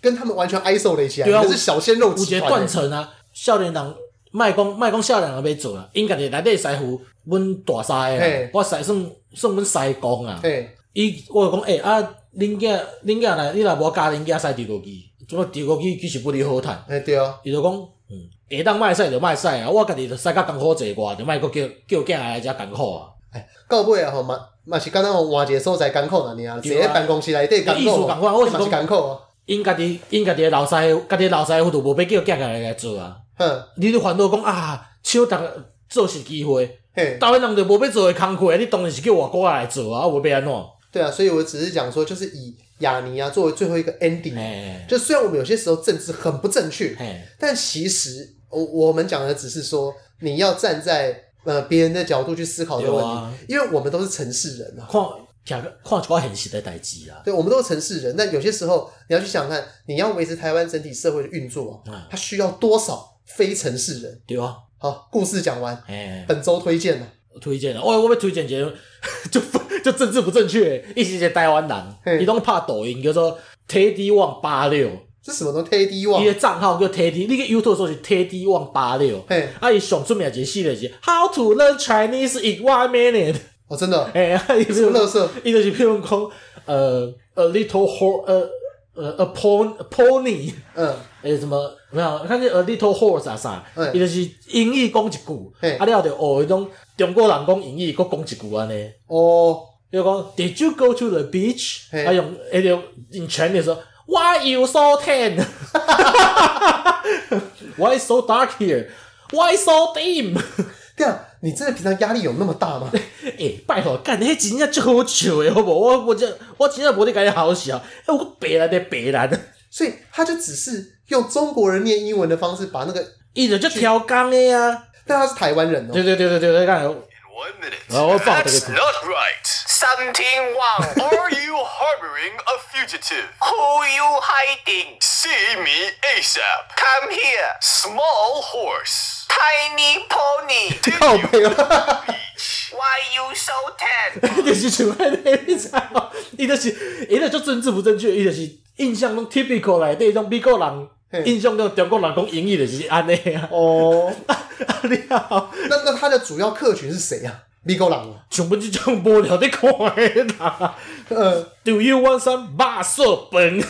Speaker 1: 跟他们完全 isolate 起来，
Speaker 2: 对啊
Speaker 1: 你是小鲜肉
Speaker 2: 有一
Speaker 1: 集
Speaker 2: 个
Speaker 1: 团
Speaker 2: 断
Speaker 1: 欸。
Speaker 2: 层啊，少年人卖讲卖讲少年人要做啊，因家己内底师傅，阮大师诶
Speaker 1: 嘿，
Speaker 2: 我师算算阮师公啊。
Speaker 1: 嘿，
Speaker 2: 伊我就讲诶、啊，恁囝恁囝来，你若无教恁囝使猪高机，怎么猪高机其实不哩好趁。
Speaker 1: 哎对啊，
Speaker 2: 伊就讲，嗯，会当卖使就卖使啊，我家己就使甲艰苦坐我，就卖阁叫叫囝来遮艰苦啊。
Speaker 1: 到尾啊吼嘛嘛是敢若换一个所在艰苦呐，你啊，坐
Speaker 2: 对啊
Speaker 1: 咧办公室内底艰
Speaker 2: 意思
Speaker 1: 苦
Speaker 2: 同款我
Speaker 1: 啊，
Speaker 2: 是
Speaker 1: 嘛是
Speaker 2: 讲
Speaker 1: 艰苦啊，
Speaker 2: 因家己因家己诶老师傅，家己诶老师傅就无要叫囝来来做啊。
Speaker 1: 哼，
Speaker 2: 你咧烦恼讲啊，抢逐个做是机会，
Speaker 1: 嘿，
Speaker 2: 台湾人就无要做诶工课，啊你当然是叫外国人来做啊，啊无要安怎？
Speaker 1: 对啊，所以我只是讲说，就是以雅尼啊作为最后一个 ending，
Speaker 2: 嘿
Speaker 1: 就虽然我们有些时候政治很不正确，
Speaker 2: 嘿，
Speaker 1: 但其实我我们讲的只是说你要站在呃别人的角度去思考这个问
Speaker 2: 对
Speaker 1: 题，
Speaker 2: 啊
Speaker 1: 因为我们都是城市人啊，
Speaker 2: 看看看一寡现实诶代志啊。
Speaker 1: 对，我们都是城市人。但有些时候你要去想想看，你要维持台湾整体社会的运作啊、
Speaker 2: 嗯
Speaker 1: 它需要多少非城市人？
Speaker 2: 对啊，
Speaker 1: 好，故事讲完，
Speaker 2: 嘿，
Speaker 1: 本周推荐了、
Speaker 2: 推荐啊，我我要推荐一个， 就就政治不正确的，伊是一个台湾人，
Speaker 1: 嘿
Speaker 2: 伊拢拍抖音叫做 Teddy Wang 八六，
Speaker 1: 这什么东西 t d 望
Speaker 2: 伊，的账号叫 Teddy，你个 YouTube 搜是 Teddy Wang 八六，
Speaker 1: 嘿，
Speaker 2: 啊伊上出名的一个系列是 How to Learn Chinese in One Minute，
Speaker 1: 哦，真的，
Speaker 2: 哎，啊伊
Speaker 1: 什
Speaker 2: 就
Speaker 1: 么乐色？
Speaker 2: 伊就是譬如讲，呃，a little horse，呃呃，a pon a pony，
Speaker 1: 嗯，
Speaker 2: 诶什么没有，看见 a little horse 啊啥
Speaker 1: 嘿，
Speaker 2: 伊就是英语讲一句，
Speaker 1: 嘿
Speaker 2: 啊了就学迄种中国人讲英语，佮讲一句安尼。
Speaker 1: 哦，
Speaker 2: 就讲 Did you go to the beach？
Speaker 1: 嘿
Speaker 2: 啊用迄种用全的说 Why you so tan？Why so dark here? Why so dim？
Speaker 1: 这样啊你真的平常压力有那么大吗？
Speaker 2: 哎、拜托，干，迄真正足好笑的，好无？我我真我真正无咧甲你好笑，哎，我白人的白人，
Speaker 1: 所以他就只是用中国人念英文的方式把那个，
Speaker 2: 伊就足超工的啊！
Speaker 1: 但他是台湾人哦
Speaker 2: 对，对对对对对，干，
Speaker 3: One minute.
Speaker 2: Well, what about
Speaker 3: That's
Speaker 2: the-
Speaker 3: not right. 17 Wang, are you harboring a fugitive? Who you hiding? See me ASAP. Come here. Small horse. Tiny pony. Did
Speaker 1: 靠
Speaker 3: you
Speaker 1: 背啊，
Speaker 3: Why you so tan?
Speaker 2: 伊就是像安尼，你知道？伊就是伊就足政治不正确，伊就是印象中 typical 内底种美国
Speaker 1: 嘿
Speaker 2: 人，印象中中国人讲英语就是安尼啊。
Speaker 1: 哦，
Speaker 2: 啊了，
Speaker 1: 那那他的主要客群是谁啊？米狗狼啊，
Speaker 2: 全部即种无聊的看的啦。
Speaker 1: 呃，
Speaker 2: Do you want some 肉色饭？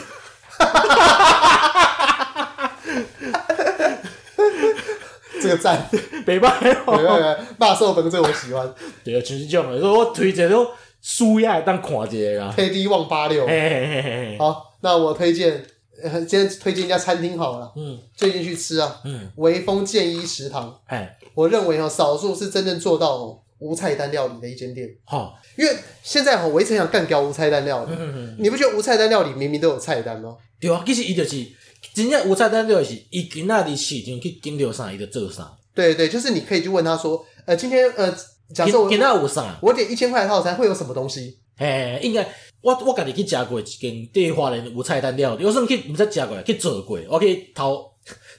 Speaker 1: 这个 赞，
Speaker 2: 袂歹
Speaker 1: 对
Speaker 2: 哦。
Speaker 1: 对对，霸兽本这个我喜欢
Speaker 2: 对啊，像即种的，所以我推荐种书也会当看一下啦。
Speaker 1: ，K D 望八六。
Speaker 2: 嘿嘿嘿嘿嘿，
Speaker 1: 好，那我推荐，呃今天推荐一家餐厅好了，
Speaker 2: 嗯，
Speaker 1: 最近去吃啊，
Speaker 2: 嗯，
Speaker 1: 微风建一食堂，
Speaker 2: 哎，
Speaker 1: 我认为哦，少数是真正做到哦无菜单料理的一间店。
Speaker 2: 好，
Speaker 1: 因为现在哈，哦我一直很想干掉无菜单料理。
Speaker 2: 嗯
Speaker 1: 你不觉得无菜单料理明明都有菜单吗？
Speaker 2: 对啊，其实伊就是真正有菜单就是，伊今仔日市场去拣着啥，伊就做啥。
Speaker 1: 对对，就是你可以去问他说，呃，今天呃，假
Speaker 2: 今
Speaker 1: 设我
Speaker 2: 今仔有啥？
Speaker 1: 我点一千块的套餐会有什么东西？
Speaker 2: 嘿，应该我我家己去食过一间地花莲有菜单料理，我算去毋知食过，去做过，我去头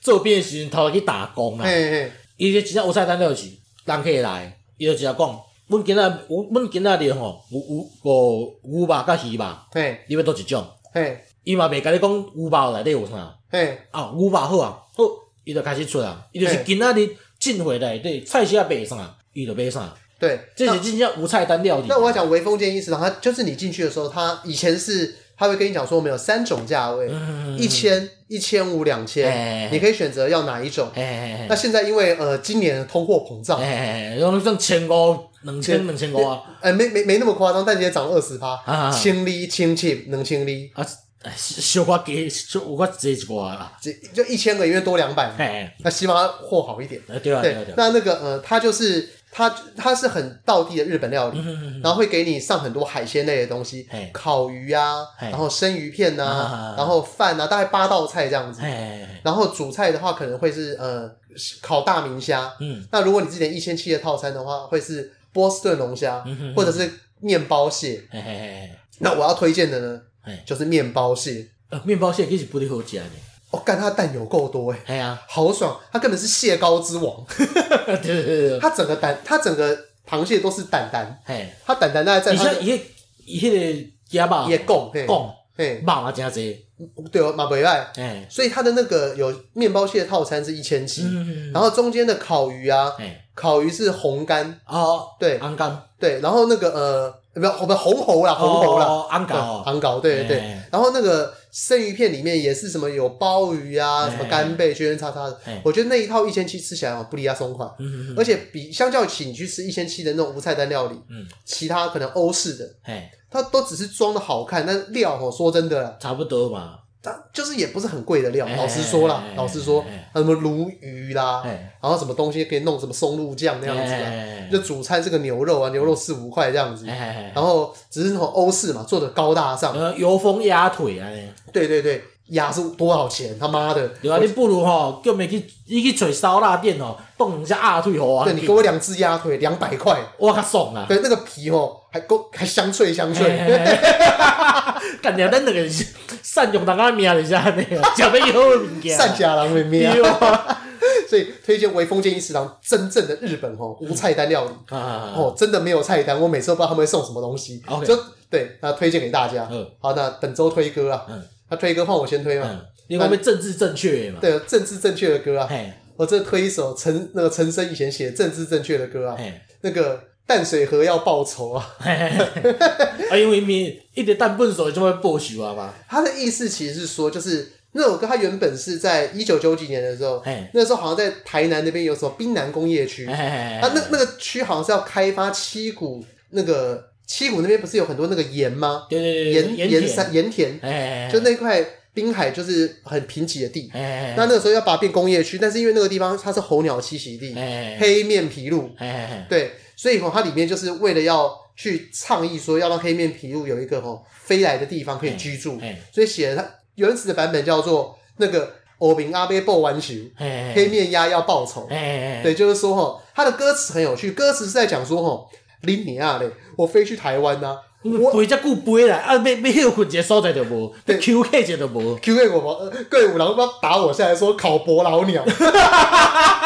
Speaker 2: 做兵的时阵头去打工啦。
Speaker 1: 嘿嘿，
Speaker 2: 伊就真正有菜单了是人客来，伊就直接讲，阮今仔有阮今仔日吼有有有牛肉甲鱼肉，
Speaker 1: 嘿
Speaker 2: 你要倒一种？
Speaker 1: 嘿
Speaker 2: 伊嘛袂甲你讲牛肉内底有啥，
Speaker 1: 嘿，
Speaker 2: 啊牛肉好啊，好，伊就开始出啊，伊就是
Speaker 1: 嘿
Speaker 2: 今仔日进货内底菜市啊卖啥，伊就卖啥，
Speaker 1: 对。
Speaker 2: 这
Speaker 1: 那
Speaker 2: 是真正有菜单料理。啊
Speaker 1: 那我要讲微风建议食堂，它就是你进去的时候，它以前是它会跟你讲说我们有三种价
Speaker 2: 嗯
Speaker 1: 位，一千、一千五、两
Speaker 2: 哎
Speaker 1: 千，你可以选择要哪一种。
Speaker 2: 嘿，嘿嘿
Speaker 1: 那
Speaker 2: 嘿
Speaker 1: 现在因为呃今年的通货膨胀，
Speaker 2: 嘿，嘿，种种千五、两千、两千五哎啊，
Speaker 1: 呃没没没那么夸张，但也涨二十
Speaker 2: 啊
Speaker 1: 趴，千里千七能千里，
Speaker 2: 啊，哎小可加小可加一寡啦，
Speaker 1: 就就一千个因为多两百嘛，
Speaker 2: 嘿，
Speaker 1: 那希望它货好一点。
Speaker 2: 嘿对啊对啊
Speaker 1: 对
Speaker 2: 对，啊，
Speaker 1: 那那个呃，它就是它它是很道地的日本料理，然后会给你上很多海鲜类的东西
Speaker 2: 嗯嘿，
Speaker 1: 烤鱼啊，
Speaker 2: 嘿
Speaker 1: 然后生鱼片
Speaker 2: 啊
Speaker 1: 呐，然后饭啊，大概八道菜这样子。
Speaker 2: 嘿嘿，嘿
Speaker 1: 然后主菜的话可能会是呃烤大明虾，
Speaker 2: 嗯，嗯
Speaker 1: 那如果你之前一千七的套餐的话，会是波士顿龙虾，或者是面包蟹。
Speaker 2: 嘿嘿嘿，
Speaker 1: 那我要推荐的呢，
Speaker 2: 嘿
Speaker 1: 就是面包蟹。
Speaker 2: 呃，面包蟹其实不离好食呢。
Speaker 1: 哦，干它的蛋有够多哎、
Speaker 2: 嘿 啊，
Speaker 1: 好爽！它根本是蟹膏之王，
Speaker 2: 嗯对对对对，
Speaker 1: 它整个蛋，它整个螃蟹都是蛋蛋，
Speaker 2: 嘿，
Speaker 1: 它蛋蛋大概在
Speaker 2: 而
Speaker 1: 它
Speaker 2: 且
Speaker 1: 的
Speaker 2: 伊迄伊迄个鸭肉
Speaker 1: 也供嘿
Speaker 2: 供
Speaker 1: 嘿，
Speaker 2: 肉嘛真济，
Speaker 1: 对哦，马北爱。
Speaker 2: 嘿，
Speaker 1: 所以它的那个有面包蟹套餐是一千七，
Speaker 2: 嗯，
Speaker 1: 然后中间的烤鱼啊，
Speaker 2: 嘿，
Speaker 1: 烤鱼是红干，
Speaker 2: 哦，
Speaker 1: 对
Speaker 2: 安干，
Speaker 1: 对，然后那个呃，不要不红喉啦，红喉啦，
Speaker 2: 哦，安
Speaker 1: 对
Speaker 2: 搞，
Speaker 1: 昂搞，对对对
Speaker 2: 哎。
Speaker 1: 然后那个生鱼片里面也是什么有鲍鱼啊，
Speaker 2: 哎
Speaker 1: 什么干贝、圈圈叉叉的
Speaker 2: 哎。
Speaker 1: 我觉得那一套一千七吃起来哦，不离家松快，
Speaker 2: 嗯，嗯嗯
Speaker 1: 而且比相较起你去吃一千七的那种无菜单料理，
Speaker 2: 嗯，
Speaker 1: 其他可能欧式的，
Speaker 2: 嘿，
Speaker 1: 它都只是装的好看，但料哦，说真的啦，
Speaker 2: 差不多嘛，
Speaker 1: 它就是也不是很贵的料。
Speaker 2: 哎
Speaker 1: 老实说啦
Speaker 2: 哎，
Speaker 1: 老实说
Speaker 2: 哎，
Speaker 1: 它什么鲈鱼啦，
Speaker 2: 嘿，
Speaker 1: 然后什么东西可以弄什么松露酱那样子啦，
Speaker 2: 嘿
Speaker 1: 就主餐是个牛肉啊，牛肉四五块这样子
Speaker 2: 嘿，嘿嘿
Speaker 1: 然后只是那种欧式嘛，做的高大上。
Speaker 2: 呃，油封鸭腿啊安尼，
Speaker 1: 对对对，鸭是多少钱？他妈的！
Speaker 2: 对啊，你不如吼叫咪去，你去找烧腊店哦，冻一下鸭腿互我啊
Speaker 1: 对，你给我，两只鸭腿，两百块。
Speaker 2: 我较爽啊！
Speaker 1: 对，那个皮哦，还够，还香脆香
Speaker 2: 哎
Speaker 1: 脆。
Speaker 2: 干掉咱两个是善用人家的命就是安尼啊， 食要好的物件，
Speaker 1: 善家郎妹妹啊，
Speaker 2: 对啊，
Speaker 1: 所以推荐微风建议食堂真正的日本哦，无菜单料理
Speaker 2: 哦，
Speaker 1: 哦，真的没有菜单，我每次都不知道他们会送什么东西。
Speaker 2: OK
Speaker 1: 就对，那推荐给大家
Speaker 2: 嗯。
Speaker 1: 好，那本周推歌啊
Speaker 2: 嗯，
Speaker 1: 那推歌换我先推嘛。
Speaker 2: 嗯，因为我们政治正确的嘛，
Speaker 1: 对，政治正确的歌啊，
Speaker 2: 嘿，
Speaker 1: 我这推一首陈那个陈升以前写政治正确的歌啊，
Speaker 2: 嘿，
Speaker 1: 那个淡水河要报仇啊。
Speaker 2: 啊，因为咪一直蛋粪水就会报仇啊嘛，
Speaker 1: 他的意思其实是说，就是那首歌，它原本是在一九九几年的时候
Speaker 2: 嘿，
Speaker 1: 那时候好像在台南那边有什么滨南工业区，啊，
Speaker 2: 哎，
Speaker 1: 那那个区好像是要开发七股那个七股那边不是有很多那个盐吗？
Speaker 2: 对对对，
Speaker 1: 盐
Speaker 2: 呃盐
Speaker 1: 盐山盐田，
Speaker 2: 哎，
Speaker 1: 就那块滨海就是很贫瘠的地。
Speaker 2: 哎，
Speaker 1: 那那个时候要把它变工业区，但是因为那个地方它是候鸟栖息地，
Speaker 2: 哎，
Speaker 1: 黑面琵鹭，
Speaker 2: 哎，
Speaker 1: 对，所以吼它里面就是为了要去倡议说要让黑面琵鹭有一个吼飞来的地方可以居住，
Speaker 2: 哎，
Speaker 1: 所以写了它原始的版本叫做那个“欧明阿贝报完球，
Speaker 2: 哎，
Speaker 1: 黑，面鸭要报仇”
Speaker 2: 哎，
Speaker 1: 对，，就是说哈，它的歌词很有趣，歌词是在讲说哈，林尼亚嘞，我飞去台湾呐、我
Speaker 2: 背遮久背啦，啊，要要休困一个所在就无，要
Speaker 1: 对
Speaker 2: 休息一下就无。
Speaker 1: Q A 我吗？呃贵五郎妈打我下来说考伯劳鸟。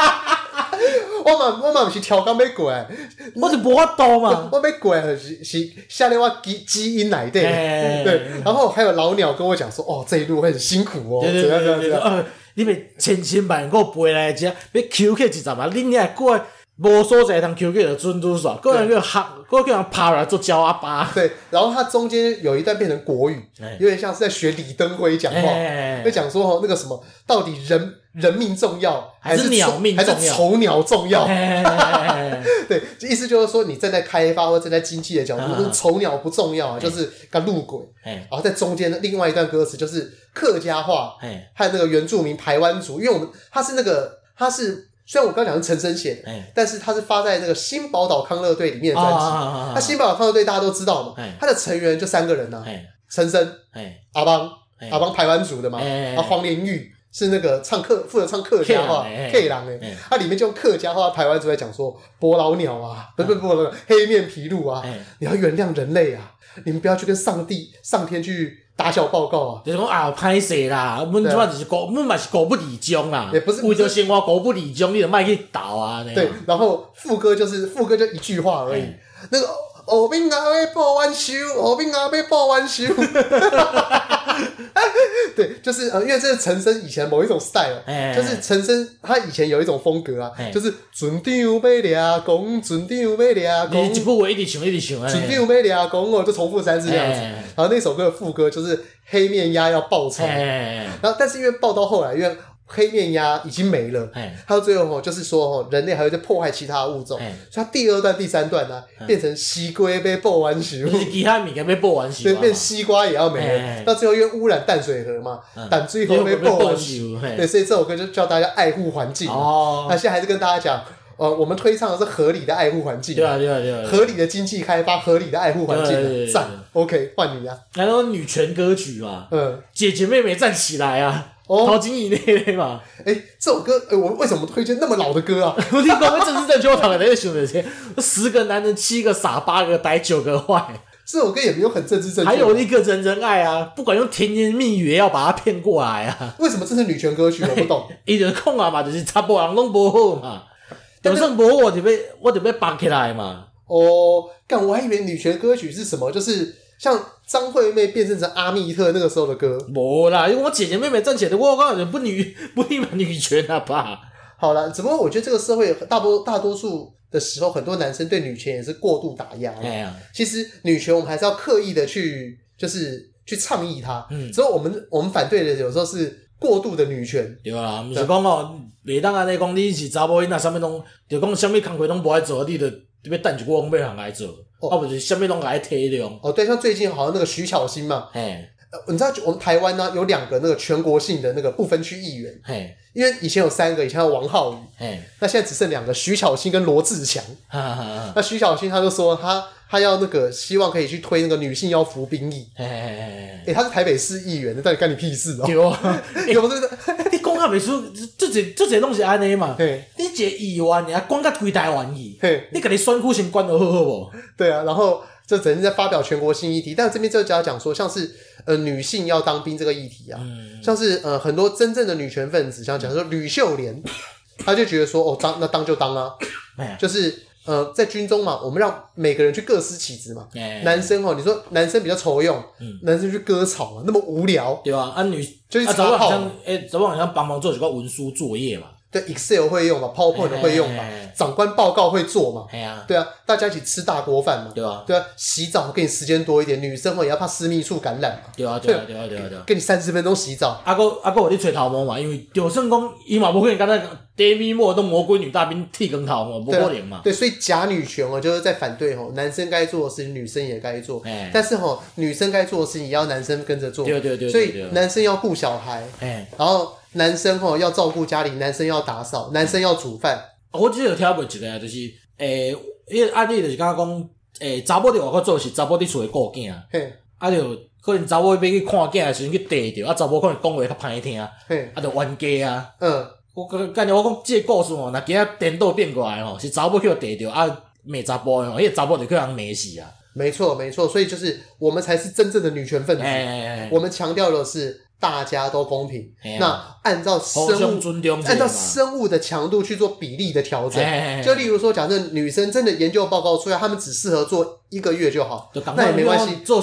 Speaker 1: 我嘛我嘛不是调岗要过来，
Speaker 2: 我就无法度嘛。
Speaker 1: 我要过来是是下面我基基因来的，
Speaker 2: 哎
Speaker 1: 对。然后还有老鸟跟我讲说，哦这一路会很辛苦哦，怎样怎样怎样。
Speaker 2: 呃，你咪千辛万苦背来遮，要休息一阵啊，恁遐过来无所在通休息就准拄煞，个人叫喊，个叫人拍来做鸟阿爸。
Speaker 1: 对，然后它中间有一段变成国语，
Speaker 2: 哎
Speaker 1: 有点像是在学李登辉讲话，
Speaker 2: 哎
Speaker 1: 就讲说哦，那个什么，到底人人命重要
Speaker 2: 还是
Speaker 1: 是
Speaker 2: 鸟
Speaker 1: 丑
Speaker 2: 命
Speaker 1: 还
Speaker 2: 重
Speaker 1: 是
Speaker 2: 要
Speaker 1: 丑鸟重要？
Speaker 2: 哎，
Speaker 1: 对，就意思就是说，你站在开发或站在经济的角度，
Speaker 2: 嗯
Speaker 1: 就是丑鸟不重要，啊，就是个路鬼。
Speaker 2: 哎，
Speaker 1: 然后在中间的另外一段歌词就是客家话
Speaker 2: 哎，
Speaker 1: 和那个原住民台湾族，因为我们他是那个他是虽然我刚讲是陈升写的
Speaker 2: 哎，
Speaker 1: 但是他是发在那个新宝岛康乐队里面的专辑。
Speaker 2: 啊
Speaker 1: 那新宝岛康乐队大家都知道嘛
Speaker 2: 哎，
Speaker 1: 他的成员就三个人呐、
Speaker 2: 哎，
Speaker 1: 陈升、
Speaker 2: 哎，
Speaker 1: 阿邦、
Speaker 2: 哎
Speaker 1: 阿邦台湾族的嘛，
Speaker 2: 哎
Speaker 1: 然后黄连玉是那个唱客，负责唱客家话
Speaker 2: 客人哎
Speaker 1: K 郎哎
Speaker 2: 哎，
Speaker 1: 他里面就用客家话台湾族来讲说，伯劳鸟啊，不不不不，黑面琵鹭啊
Speaker 2: 哎，
Speaker 1: 你要原谅人类啊，你们不要去跟上帝、上天去打小报告啊。
Speaker 2: 就是讲啊，歹势啦，阮即摆就是国，阮嘛是国不理中啦，为着生活国不理中，你就莫去斗啊，
Speaker 1: 对，然后副歌就是副歌就一句话而已
Speaker 2: 哎，
Speaker 1: 那个哦兵啊被报完修，哦兵啊被报完修。 对，就是呃，因为这是陈升以前某一种 style，啊
Speaker 2: 哎
Speaker 1: 就是陈升他以前有一种风格啊
Speaker 2: 哎，
Speaker 1: 就是准定有被俩公，准定有被俩
Speaker 2: 你
Speaker 1: 公
Speaker 2: 一，句话一直唱一直唱
Speaker 1: 准定有被俩公哦，就重复三次这样子。
Speaker 2: 哎
Speaker 1: 然后那首歌的副歌就是黑面鸭要报仇，
Speaker 2: 哎
Speaker 1: 然后但是因为报到后来，因为黑面鸭已经没了，
Speaker 2: 哎
Speaker 1: 他到最后吼，就是说吼，人类还会在破坏其他物种，
Speaker 2: 哎
Speaker 1: 所以他第二段、第三段呢、变成西瓜被爆完食 物
Speaker 2: 就，是其他物件要报完
Speaker 1: 对，
Speaker 2: 是吧？
Speaker 1: 变西瓜也要没了。
Speaker 2: 哎
Speaker 1: 到最后因为污染淡水河嘛，
Speaker 2: 嗯
Speaker 1: 淡水河被爆完食物，
Speaker 2: 因为被报完
Speaker 1: 对，所以这首歌就叫大家爱护环境。啊那
Speaker 2: 哦，
Speaker 1: 现在还是跟大家讲，呃，我们推倡的是合理的爱护环境，
Speaker 2: 对啊对啊对啊，
Speaker 1: 合理的经济开发，合理的爱护环境
Speaker 2: 对对对
Speaker 1: 啊，
Speaker 2: 对
Speaker 1: 赞
Speaker 2: 对。
Speaker 1: OK，换你啊，
Speaker 2: 然后女权歌曲嘛，
Speaker 1: 嗯，
Speaker 2: 姐姐妹妹站起来啊，
Speaker 1: 哦，
Speaker 2: 陶晶莹那类嘛。
Speaker 1: 哎、这首歌，哎、我为什么推荐那么老的歌啊？
Speaker 2: 我听讲，政治正确，我躺在那想这些，十个男人七个傻，八个呆，九个坏，
Speaker 1: 这首歌也没有很政治正确。
Speaker 2: 还有一个人人爱啊，不管用甜言蜜语也要把他骗过来啊。
Speaker 1: 为什么这是女权歌曲？我不懂。
Speaker 2: 伊就讲啊嘛，就是查甫人拢无好嘛，就算无好，我就要我就要绑起来嘛。
Speaker 1: 哦，干，我还以为女权歌曲是什么，就是像张惠妹变身成阿密特那个时候的歌。
Speaker 2: 无啦，因为我姐姐妹妹站起来，我讲就不女 不立满女权啊了吧？
Speaker 1: 好了，只不过我觉得这个社会大多大多数的时候，很多男生对女权也是过度打压。
Speaker 2: 哎呀，
Speaker 1: 其实女权我们还是要刻意的去，就是去倡议它。
Speaker 2: 嗯
Speaker 1: 只有我们我们反对的有时候是过度的女权。
Speaker 2: 对啦，毋是讲哦，袂当安尼讲，你是查某囡仔，啥物拢，就讲啥物工课拢无爱做，你就要等一个讲要人来做，
Speaker 1: 哦
Speaker 2: 啊，不是啥物拢爱体谅，哎
Speaker 1: 哦，对，像最近好像那个徐巧芯嘛，
Speaker 2: 嘿，
Speaker 1: 呃你知道我们台湾呢有两个那个全国性的那个不分区议员，
Speaker 2: 嘿，
Speaker 1: 因为以前有三个，以前有王浩宇，
Speaker 2: 嘿，
Speaker 1: 那现在只剩两个，徐巧芯跟罗志祥。
Speaker 2: 哈哈哈，
Speaker 1: 那徐小新他就说他他要那个希望可以去推那个女性要服兵役。
Speaker 2: 嘿嘿嘿
Speaker 1: 诶、
Speaker 2: 嘿，
Speaker 1: 他是台北市议员，那到底干你屁事哦、
Speaker 2: 对啊，
Speaker 1: 有没有这个？
Speaker 2: 你讲啊袂输，即这即这拢是安尼嘛，
Speaker 1: 嘿，
Speaker 2: 你一个议员尔，管甲规台湾去
Speaker 1: 嘿，
Speaker 2: 你甲你选区先管得好好无？
Speaker 1: 对啊，然后这整天在发表全国性议题，但这边就只要讲说，像是呃女性要当兵这个议题啊，
Speaker 2: 嗯
Speaker 1: 像是呃很多真正的女权分子，像讲说吕秀莲，他就觉得说哦当那当就当啊，
Speaker 2: 哎呀，
Speaker 1: 就是呃在军中嘛，我们让每个人去各司其职嘛。
Speaker 2: 哎
Speaker 1: 男生哦，你说男生比较愁用，
Speaker 2: 嗯
Speaker 1: 男生去割草嘛，那么无聊，
Speaker 2: 对啊，啊女，
Speaker 1: 就是
Speaker 2: 啊，早晚好
Speaker 1: 查
Speaker 2: 像
Speaker 1: 号，
Speaker 2: 哎，早晚好像帮忙做一个文书作业嘛，
Speaker 1: 对 Excel 会用嘛，PowerPoint 会用嘛
Speaker 2: 哎哎哎，
Speaker 1: 长官报告会做嘛，
Speaker 2: 嘿啊，
Speaker 1: 对啊，大家一起吃大锅饭嘛，
Speaker 2: 对啊，
Speaker 1: 对啊，洗澡给你时间多一点，女生哦也要怕私密处感染嘛，
Speaker 2: 对啊，对啊，对啊，对啊，对啊。
Speaker 1: 给你三十分钟洗澡，
Speaker 2: 啊，搁啊，搁有咧吹头毛嘛，因为就算讲伊嘛无可能，敢若 Demi 莫都魔鬼女大兵剃光头嘛，无
Speaker 1: 对啊
Speaker 2: 可能嘛。
Speaker 1: 对，所以假女权哦就是在反对哦，男生该做的事情女生也该做
Speaker 2: 哎，
Speaker 1: 但是哦女生该做的事情也要男生跟着做，
Speaker 2: 对对对对
Speaker 1: 啊所
Speaker 2: 对
Speaker 1: 以男生要顾小孩，
Speaker 2: 哎、
Speaker 1: 然后男生哦要照顾家里，男生要打
Speaker 2: 嗯
Speaker 1: 扫，男生要煮饭，
Speaker 2: 哦我只有听过一个，就是欸诶，迄、个案例啊就是敢若讲，诶、查某伫外口做是查某伫厝诶顾囝，
Speaker 1: 嘿，
Speaker 2: 啊，就可能查某要去看囝诶时阵去缀着，啊，查某可能讲话较歹听，啊，
Speaker 1: 嘿，
Speaker 2: 就冤家啊。
Speaker 1: 嗯，
Speaker 2: 我感感觉我讲即个故事吼，若今仔颠倒变过来吼，哦是查某去缀着，啊，骂查甫的吼，迄、个查某就去人骂死啊。
Speaker 1: 没错没错，所以就是我们才是真正的女权分子。
Speaker 2: 哎哎哎，
Speaker 1: 我们强调的是大家都公平
Speaker 2: 哎呀。
Speaker 1: 那按照
Speaker 2: 互
Speaker 1: 生
Speaker 2: 相
Speaker 1: 物
Speaker 2: 尊重一下嘛，
Speaker 1: 按照生物的强度去做比例的调整
Speaker 2: 哎哎哎。
Speaker 1: 就例如说，假设女生真的研究报告出来，她们只适合做一个月就好
Speaker 2: 就，赶
Speaker 1: 那
Speaker 2: 快
Speaker 1: 也没关系。
Speaker 2: 做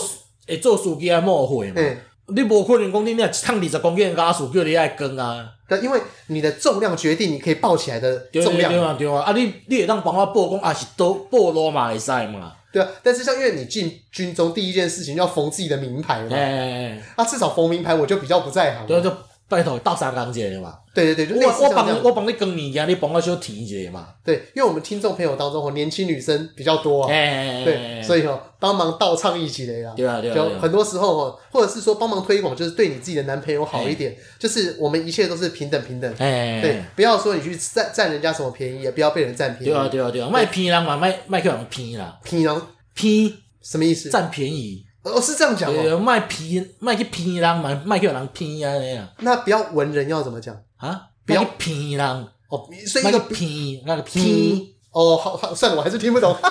Speaker 2: 会做司机啊，冒会嘛。
Speaker 1: 嗯，
Speaker 2: 你无可能讲你若一趟二十公斤的家属叫你爱扛啊，
Speaker 1: 对，因为你的重量决定你可以抱起来的
Speaker 2: 对
Speaker 1: 重
Speaker 2: 对对
Speaker 1: 量，
Speaker 2: 嘛对嘛。啊，你你会当帮我报讲啊是倒报路嘛会使嘛？
Speaker 1: 对啊。但是像因为你进军中第一件事情要缝自己的名牌嘛，
Speaker 2: 哎，
Speaker 1: 啊，至少缝名牌我就比较不在行
Speaker 2: 对
Speaker 1: 嘛。
Speaker 2: 就拜托斗相共一下嘛。
Speaker 1: 对对对，就类似
Speaker 2: 我
Speaker 1: 像
Speaker 2: 我
Speaker 1: 这
Speaker 2: 帮我
Speaker 1: 样。
Speaker 2: 帮你扛物件，你帮我小提一下嘛。
Speaker 1: 对，因为我们听众朋友当中，哦，年轻女生比较多啊。
Speaker 2: 哎，
Speaker 1: 对，所
Speaker 2: 以
Speaker 1: 以哦，帮忙倒倡议起来啦。
Speaker 2: 对啊对啊对
Speaker 1: 就
Speaker 2: 啊
Speaker 1: 很多时候哦，或者是说帮忙推广，就是对你自己的男朋友好一点，就是我们一切都是平等平等。
Speaker 2: 哎，
Speaker 1: 对，不要说你去占占人家什么便宜，也不要被人占便宜。
Speaker 2: 对啊对啊对啊，卖骗人嘛，卖卖去人骗啦，
Speaker 1: 平常
Speaker 2: 骗
Speaker 1: 什么意思？
Speaker 2: 占便宜，
Speaker 1: 哦，是这样讲
Speaker 2: 对
Speaker 1: 哦。
Speaker 2: 啊，卖骗卖去骗人嘛，卖去人骗安尼啊。
Speaker 1: 那不要文人要怎么讲？
Speaker 2: 啊，
Speaker 1: 不要
Speaker 2: 那个骗人，
Speaker 1: 哦，所以
Speaker 2: 那
Speaker 1: 一
Speaker 2: 个
Speaker 1: 个
Speaker 2: 骗，那个骗
Speaker 1: 拼，哦，好好算了，我还是听不懂。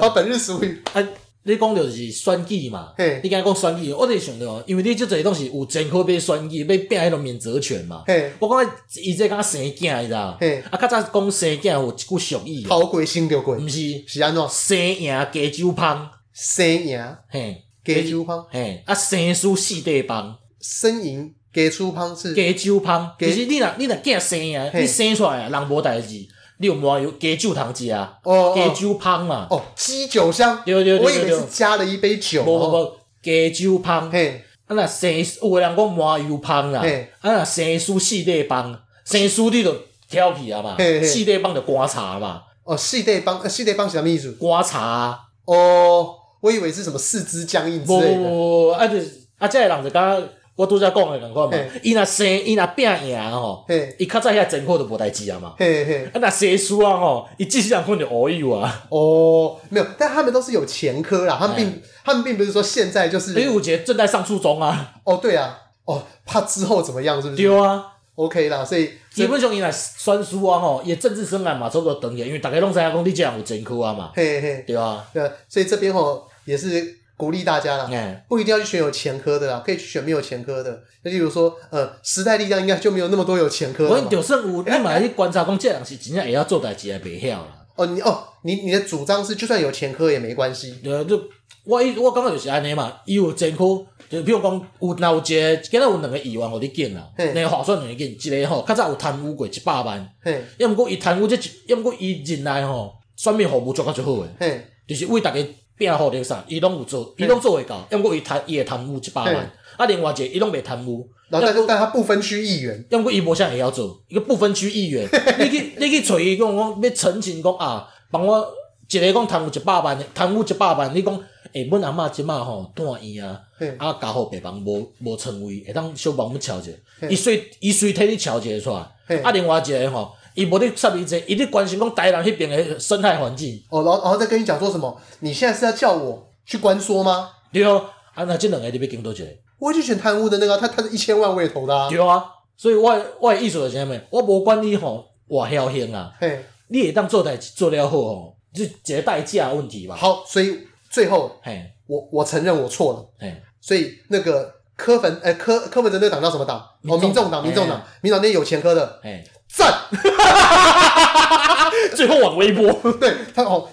Speaker 1: 好，本日俗语，
Speaker 2: 啊！你讲着是选举嘛
Speaker 1: 嘿？
Speaker 2: 你刚才讲选举，我就是想着，因为你即阵拢是有前科被选举，被变迄种免责权嘛。
Speaker 1: 嘿，
Speaker 2: 我感觉伊这敢生囝，你知道？
Speaker 1: 嘿
Speaker 2: 啊，较早讲生囝有一句俗语，
Speaker 1: 好鬼心就鬼
Speaker 2: 毋，是
Speaker 1: 是安怎？
Speaker 2: 生赢加酒芳，
Speaker 1: 生赢
Speaker 2: 嘿，
Speaker 1: 给猪胖，
Speaker 2: 嘿，啊，生输四地帮，
Speaker 1: 生赢给猪胖是
Speaker 2: 加酒芳。
Speaker 1: 加
Speaker 2: 其实你若你若囝生啊，
Speaker 1: 嘿
Speaker 2: 你生出来啊，人无代志，你有麻油加酒通食啊，
Speaker 1: 哦
Speaker 2: 加
Speaker 1: 哦
Speaker 2: 酒芳嘛。
Speaker 1: 哦，鸡酒香，
Speaker 2: 对对对对
Speaker 1: 我以为是加了一杯酒。
Speaker 2: 无无
Speaker 1: 哦
Speaker 2: 无，加酒芳，啊
Speaker 1: 嘿，
Speaker 2: 若生有的人讲麻油芳啦
Speaker 1: 嘿，
Speaker 2: 啊若生疏四地芳，生疏你就挑起啊嘛，
Speaker 1: 嘿嘿
Speaker 2: 四地芳就干茶嘛，
Speaker 1: 哦，细队帮，呃细队帮是什么意思？
Speaker 2: 干茶啊，
Speaker 1: 哦，我以为是什么四肢僵硬之
Speaker 2: 无
Speaker 1: 类
Speaker 2: 无
Speaker 1: 的。
Speaker 2: 无无，啊就啊这个人就甲我拄则讲的共款嘛
Speaker 1: 嘿，
Speaker 2: 伊若生伊若拼赢吼
Speaker 1: 嘿，
Speaker 2: 伊较早遐前科就无代志啊嘛，
Speaker 1: 嘿嘿，
Speaker 2: 啊若生疏啊吼，伊即世人可能就乌有啊，
Speaker 1: 哦，没有，但他们都是有前科啦，他们
Speaker 2: 哎
Speaker 1: 并他们并不是说现在就是
Speaker 2: 因为有一个正在上初中啊，
Speaker 1: 哦，对啊，哦，怕之后怎么样，是不是？
Speaker 2: 对啊，
Speaker 1: OK 啦，所以
Speaker 2: 基本上伊来选输啊吼，伊的政治生涯嘛差不多长起来，因为大家拢知影讲你这样有前科啊嘛，
Speaker 1: 嘿嘿，
Speaker 2: 对啊，
Speaker 1: 对啊，所以这边吼也是鼓励大家啦，
Speaker 2: 哎，
Speaker 1: 不一定要去选有前科的啦，可以去选没有前科的。那例如说，呃，时代力量应该就没有那么多有前科
Speaker 2: 我
Speaker 1: 的
Speaker 2: 讲
Speaker 1: 嘛。
Speaker 2: 就算有，你嘛去观察讲这人是真正会晓做代志，也袂晓啦。
Speaker 1: 哦，你哦，你你的主张是就算有前科也没关系。
Speaker 2: 对啊，就我一我感觉就是安尼嘛，伊有前科，就比如讲有若有一个，今仔有两个议员互你见啦，
Speaker 1: 嘿
Speaker 2: 两个划算两个见，一个吼较早有贪污过一百万，
Speaker 1: 嘿，
Speaker 2: 要毋过伊贪污这一，要毋过伊人内吼选民服务做较足好诶，
Speaker 1: 嘿，
Speaker 2: 就是为大家拼好着啥，伊拢有做，伊拢做会到，要毋过伊贪伊会贪污一百
Speaker 1: 嘿
Speaker 2: 万，啊另外一个伊拢袂贪污。
Speaker 1: 然后但是但他不分区议员，
Speaker 2: 要不伊无啥会晓做，一个不分区议 员，你去你去找伊讲讲要澄清讲啊，帮我一个讲贪污一百万的，贪污一百万，你讲诶，阮阿嬷即满吼住院啊
Speaker 1: 嘿，
Speaker 2: 啊家好白房无无床位，会当小帮阮敲一下，
Speaker 1: 嘿
Speaker 2: 伊随伊随替你敲一个出
Speaker 1: 嘿
Speaker 2: 来，啊另外一个吼，伊无咧插伊这，伊咧关心讲台南迄边的生态环境，
Speaker 1: 哦，然后然后再跟你讲说什么？你现在是要叫我去关说吗？
Speaker 2: 对哦，啊那即两个你要拣倒一个？
Speaker 1: 我就选贪污的那个啊，他他是一千万我也投的啊。
Speaker 2: 对啊，所以我的我的意思就是啥物，我无管你吼偌侥幸啊。
Speaker 1: 嘿，
Speaker 2: 你会当做代志做了好吼，就一个代价的问题吧。，
Speaker 1: 好，所以最后
Speaker 2: 嘿，
Speaker 1: 我我承认我错了。
Speaker 2: 嘿，
Speaker 1: 所以那个柯粉，呃，柯柯文哲那个党叫什么党？哦，民
Speaker 2: 民
Speaker 1: 众党，
Speaker 2: 众党
Speaker 1: 民众党，民众党那有前科的，
Speaker 2: 嘿，
Speaker 1: 赞！
Speaker 2: 最后往微博，
Speaker 1: 对他哦，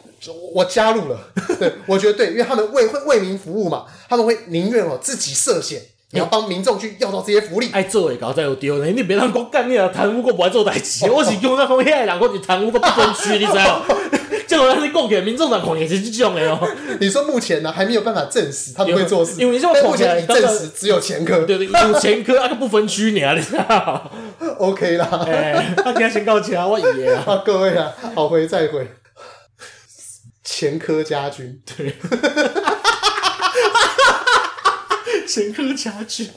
Speaker 1: 我加入了，对我觉得对，因为他们为会为民服务嘛，他们会宁愿哦自己涉险，也要帮民众去要到这些福利。
Speaker 2: 爱做会到才有对呢。你别人讲干你啊，贪污我不爱做代 志，我是讲那讲遐个人，我是贪污个不分区，你知 道？这种人你讲起来，民众党可能也是这种的哦。
Speaker 1: 你说目前呢还没有办法证实他们会做事，
Speaker 2: 因为因为这么
Speaker 1: 但
Speaker 2: 捧
Speaker 1: 目
Speaker 2: 起来
Speaker 1: 前已证实只有前科
Speaker 2: 对对，有前科啊个不分区尔，你知道？
Speaker 1: ，OK 啦，
Speaker 2: 哎，啊，今先到这，我以为啊。
Speaker 1: 啊各位啊，好回再回，前科家军。
Speaker 2: 前科家具。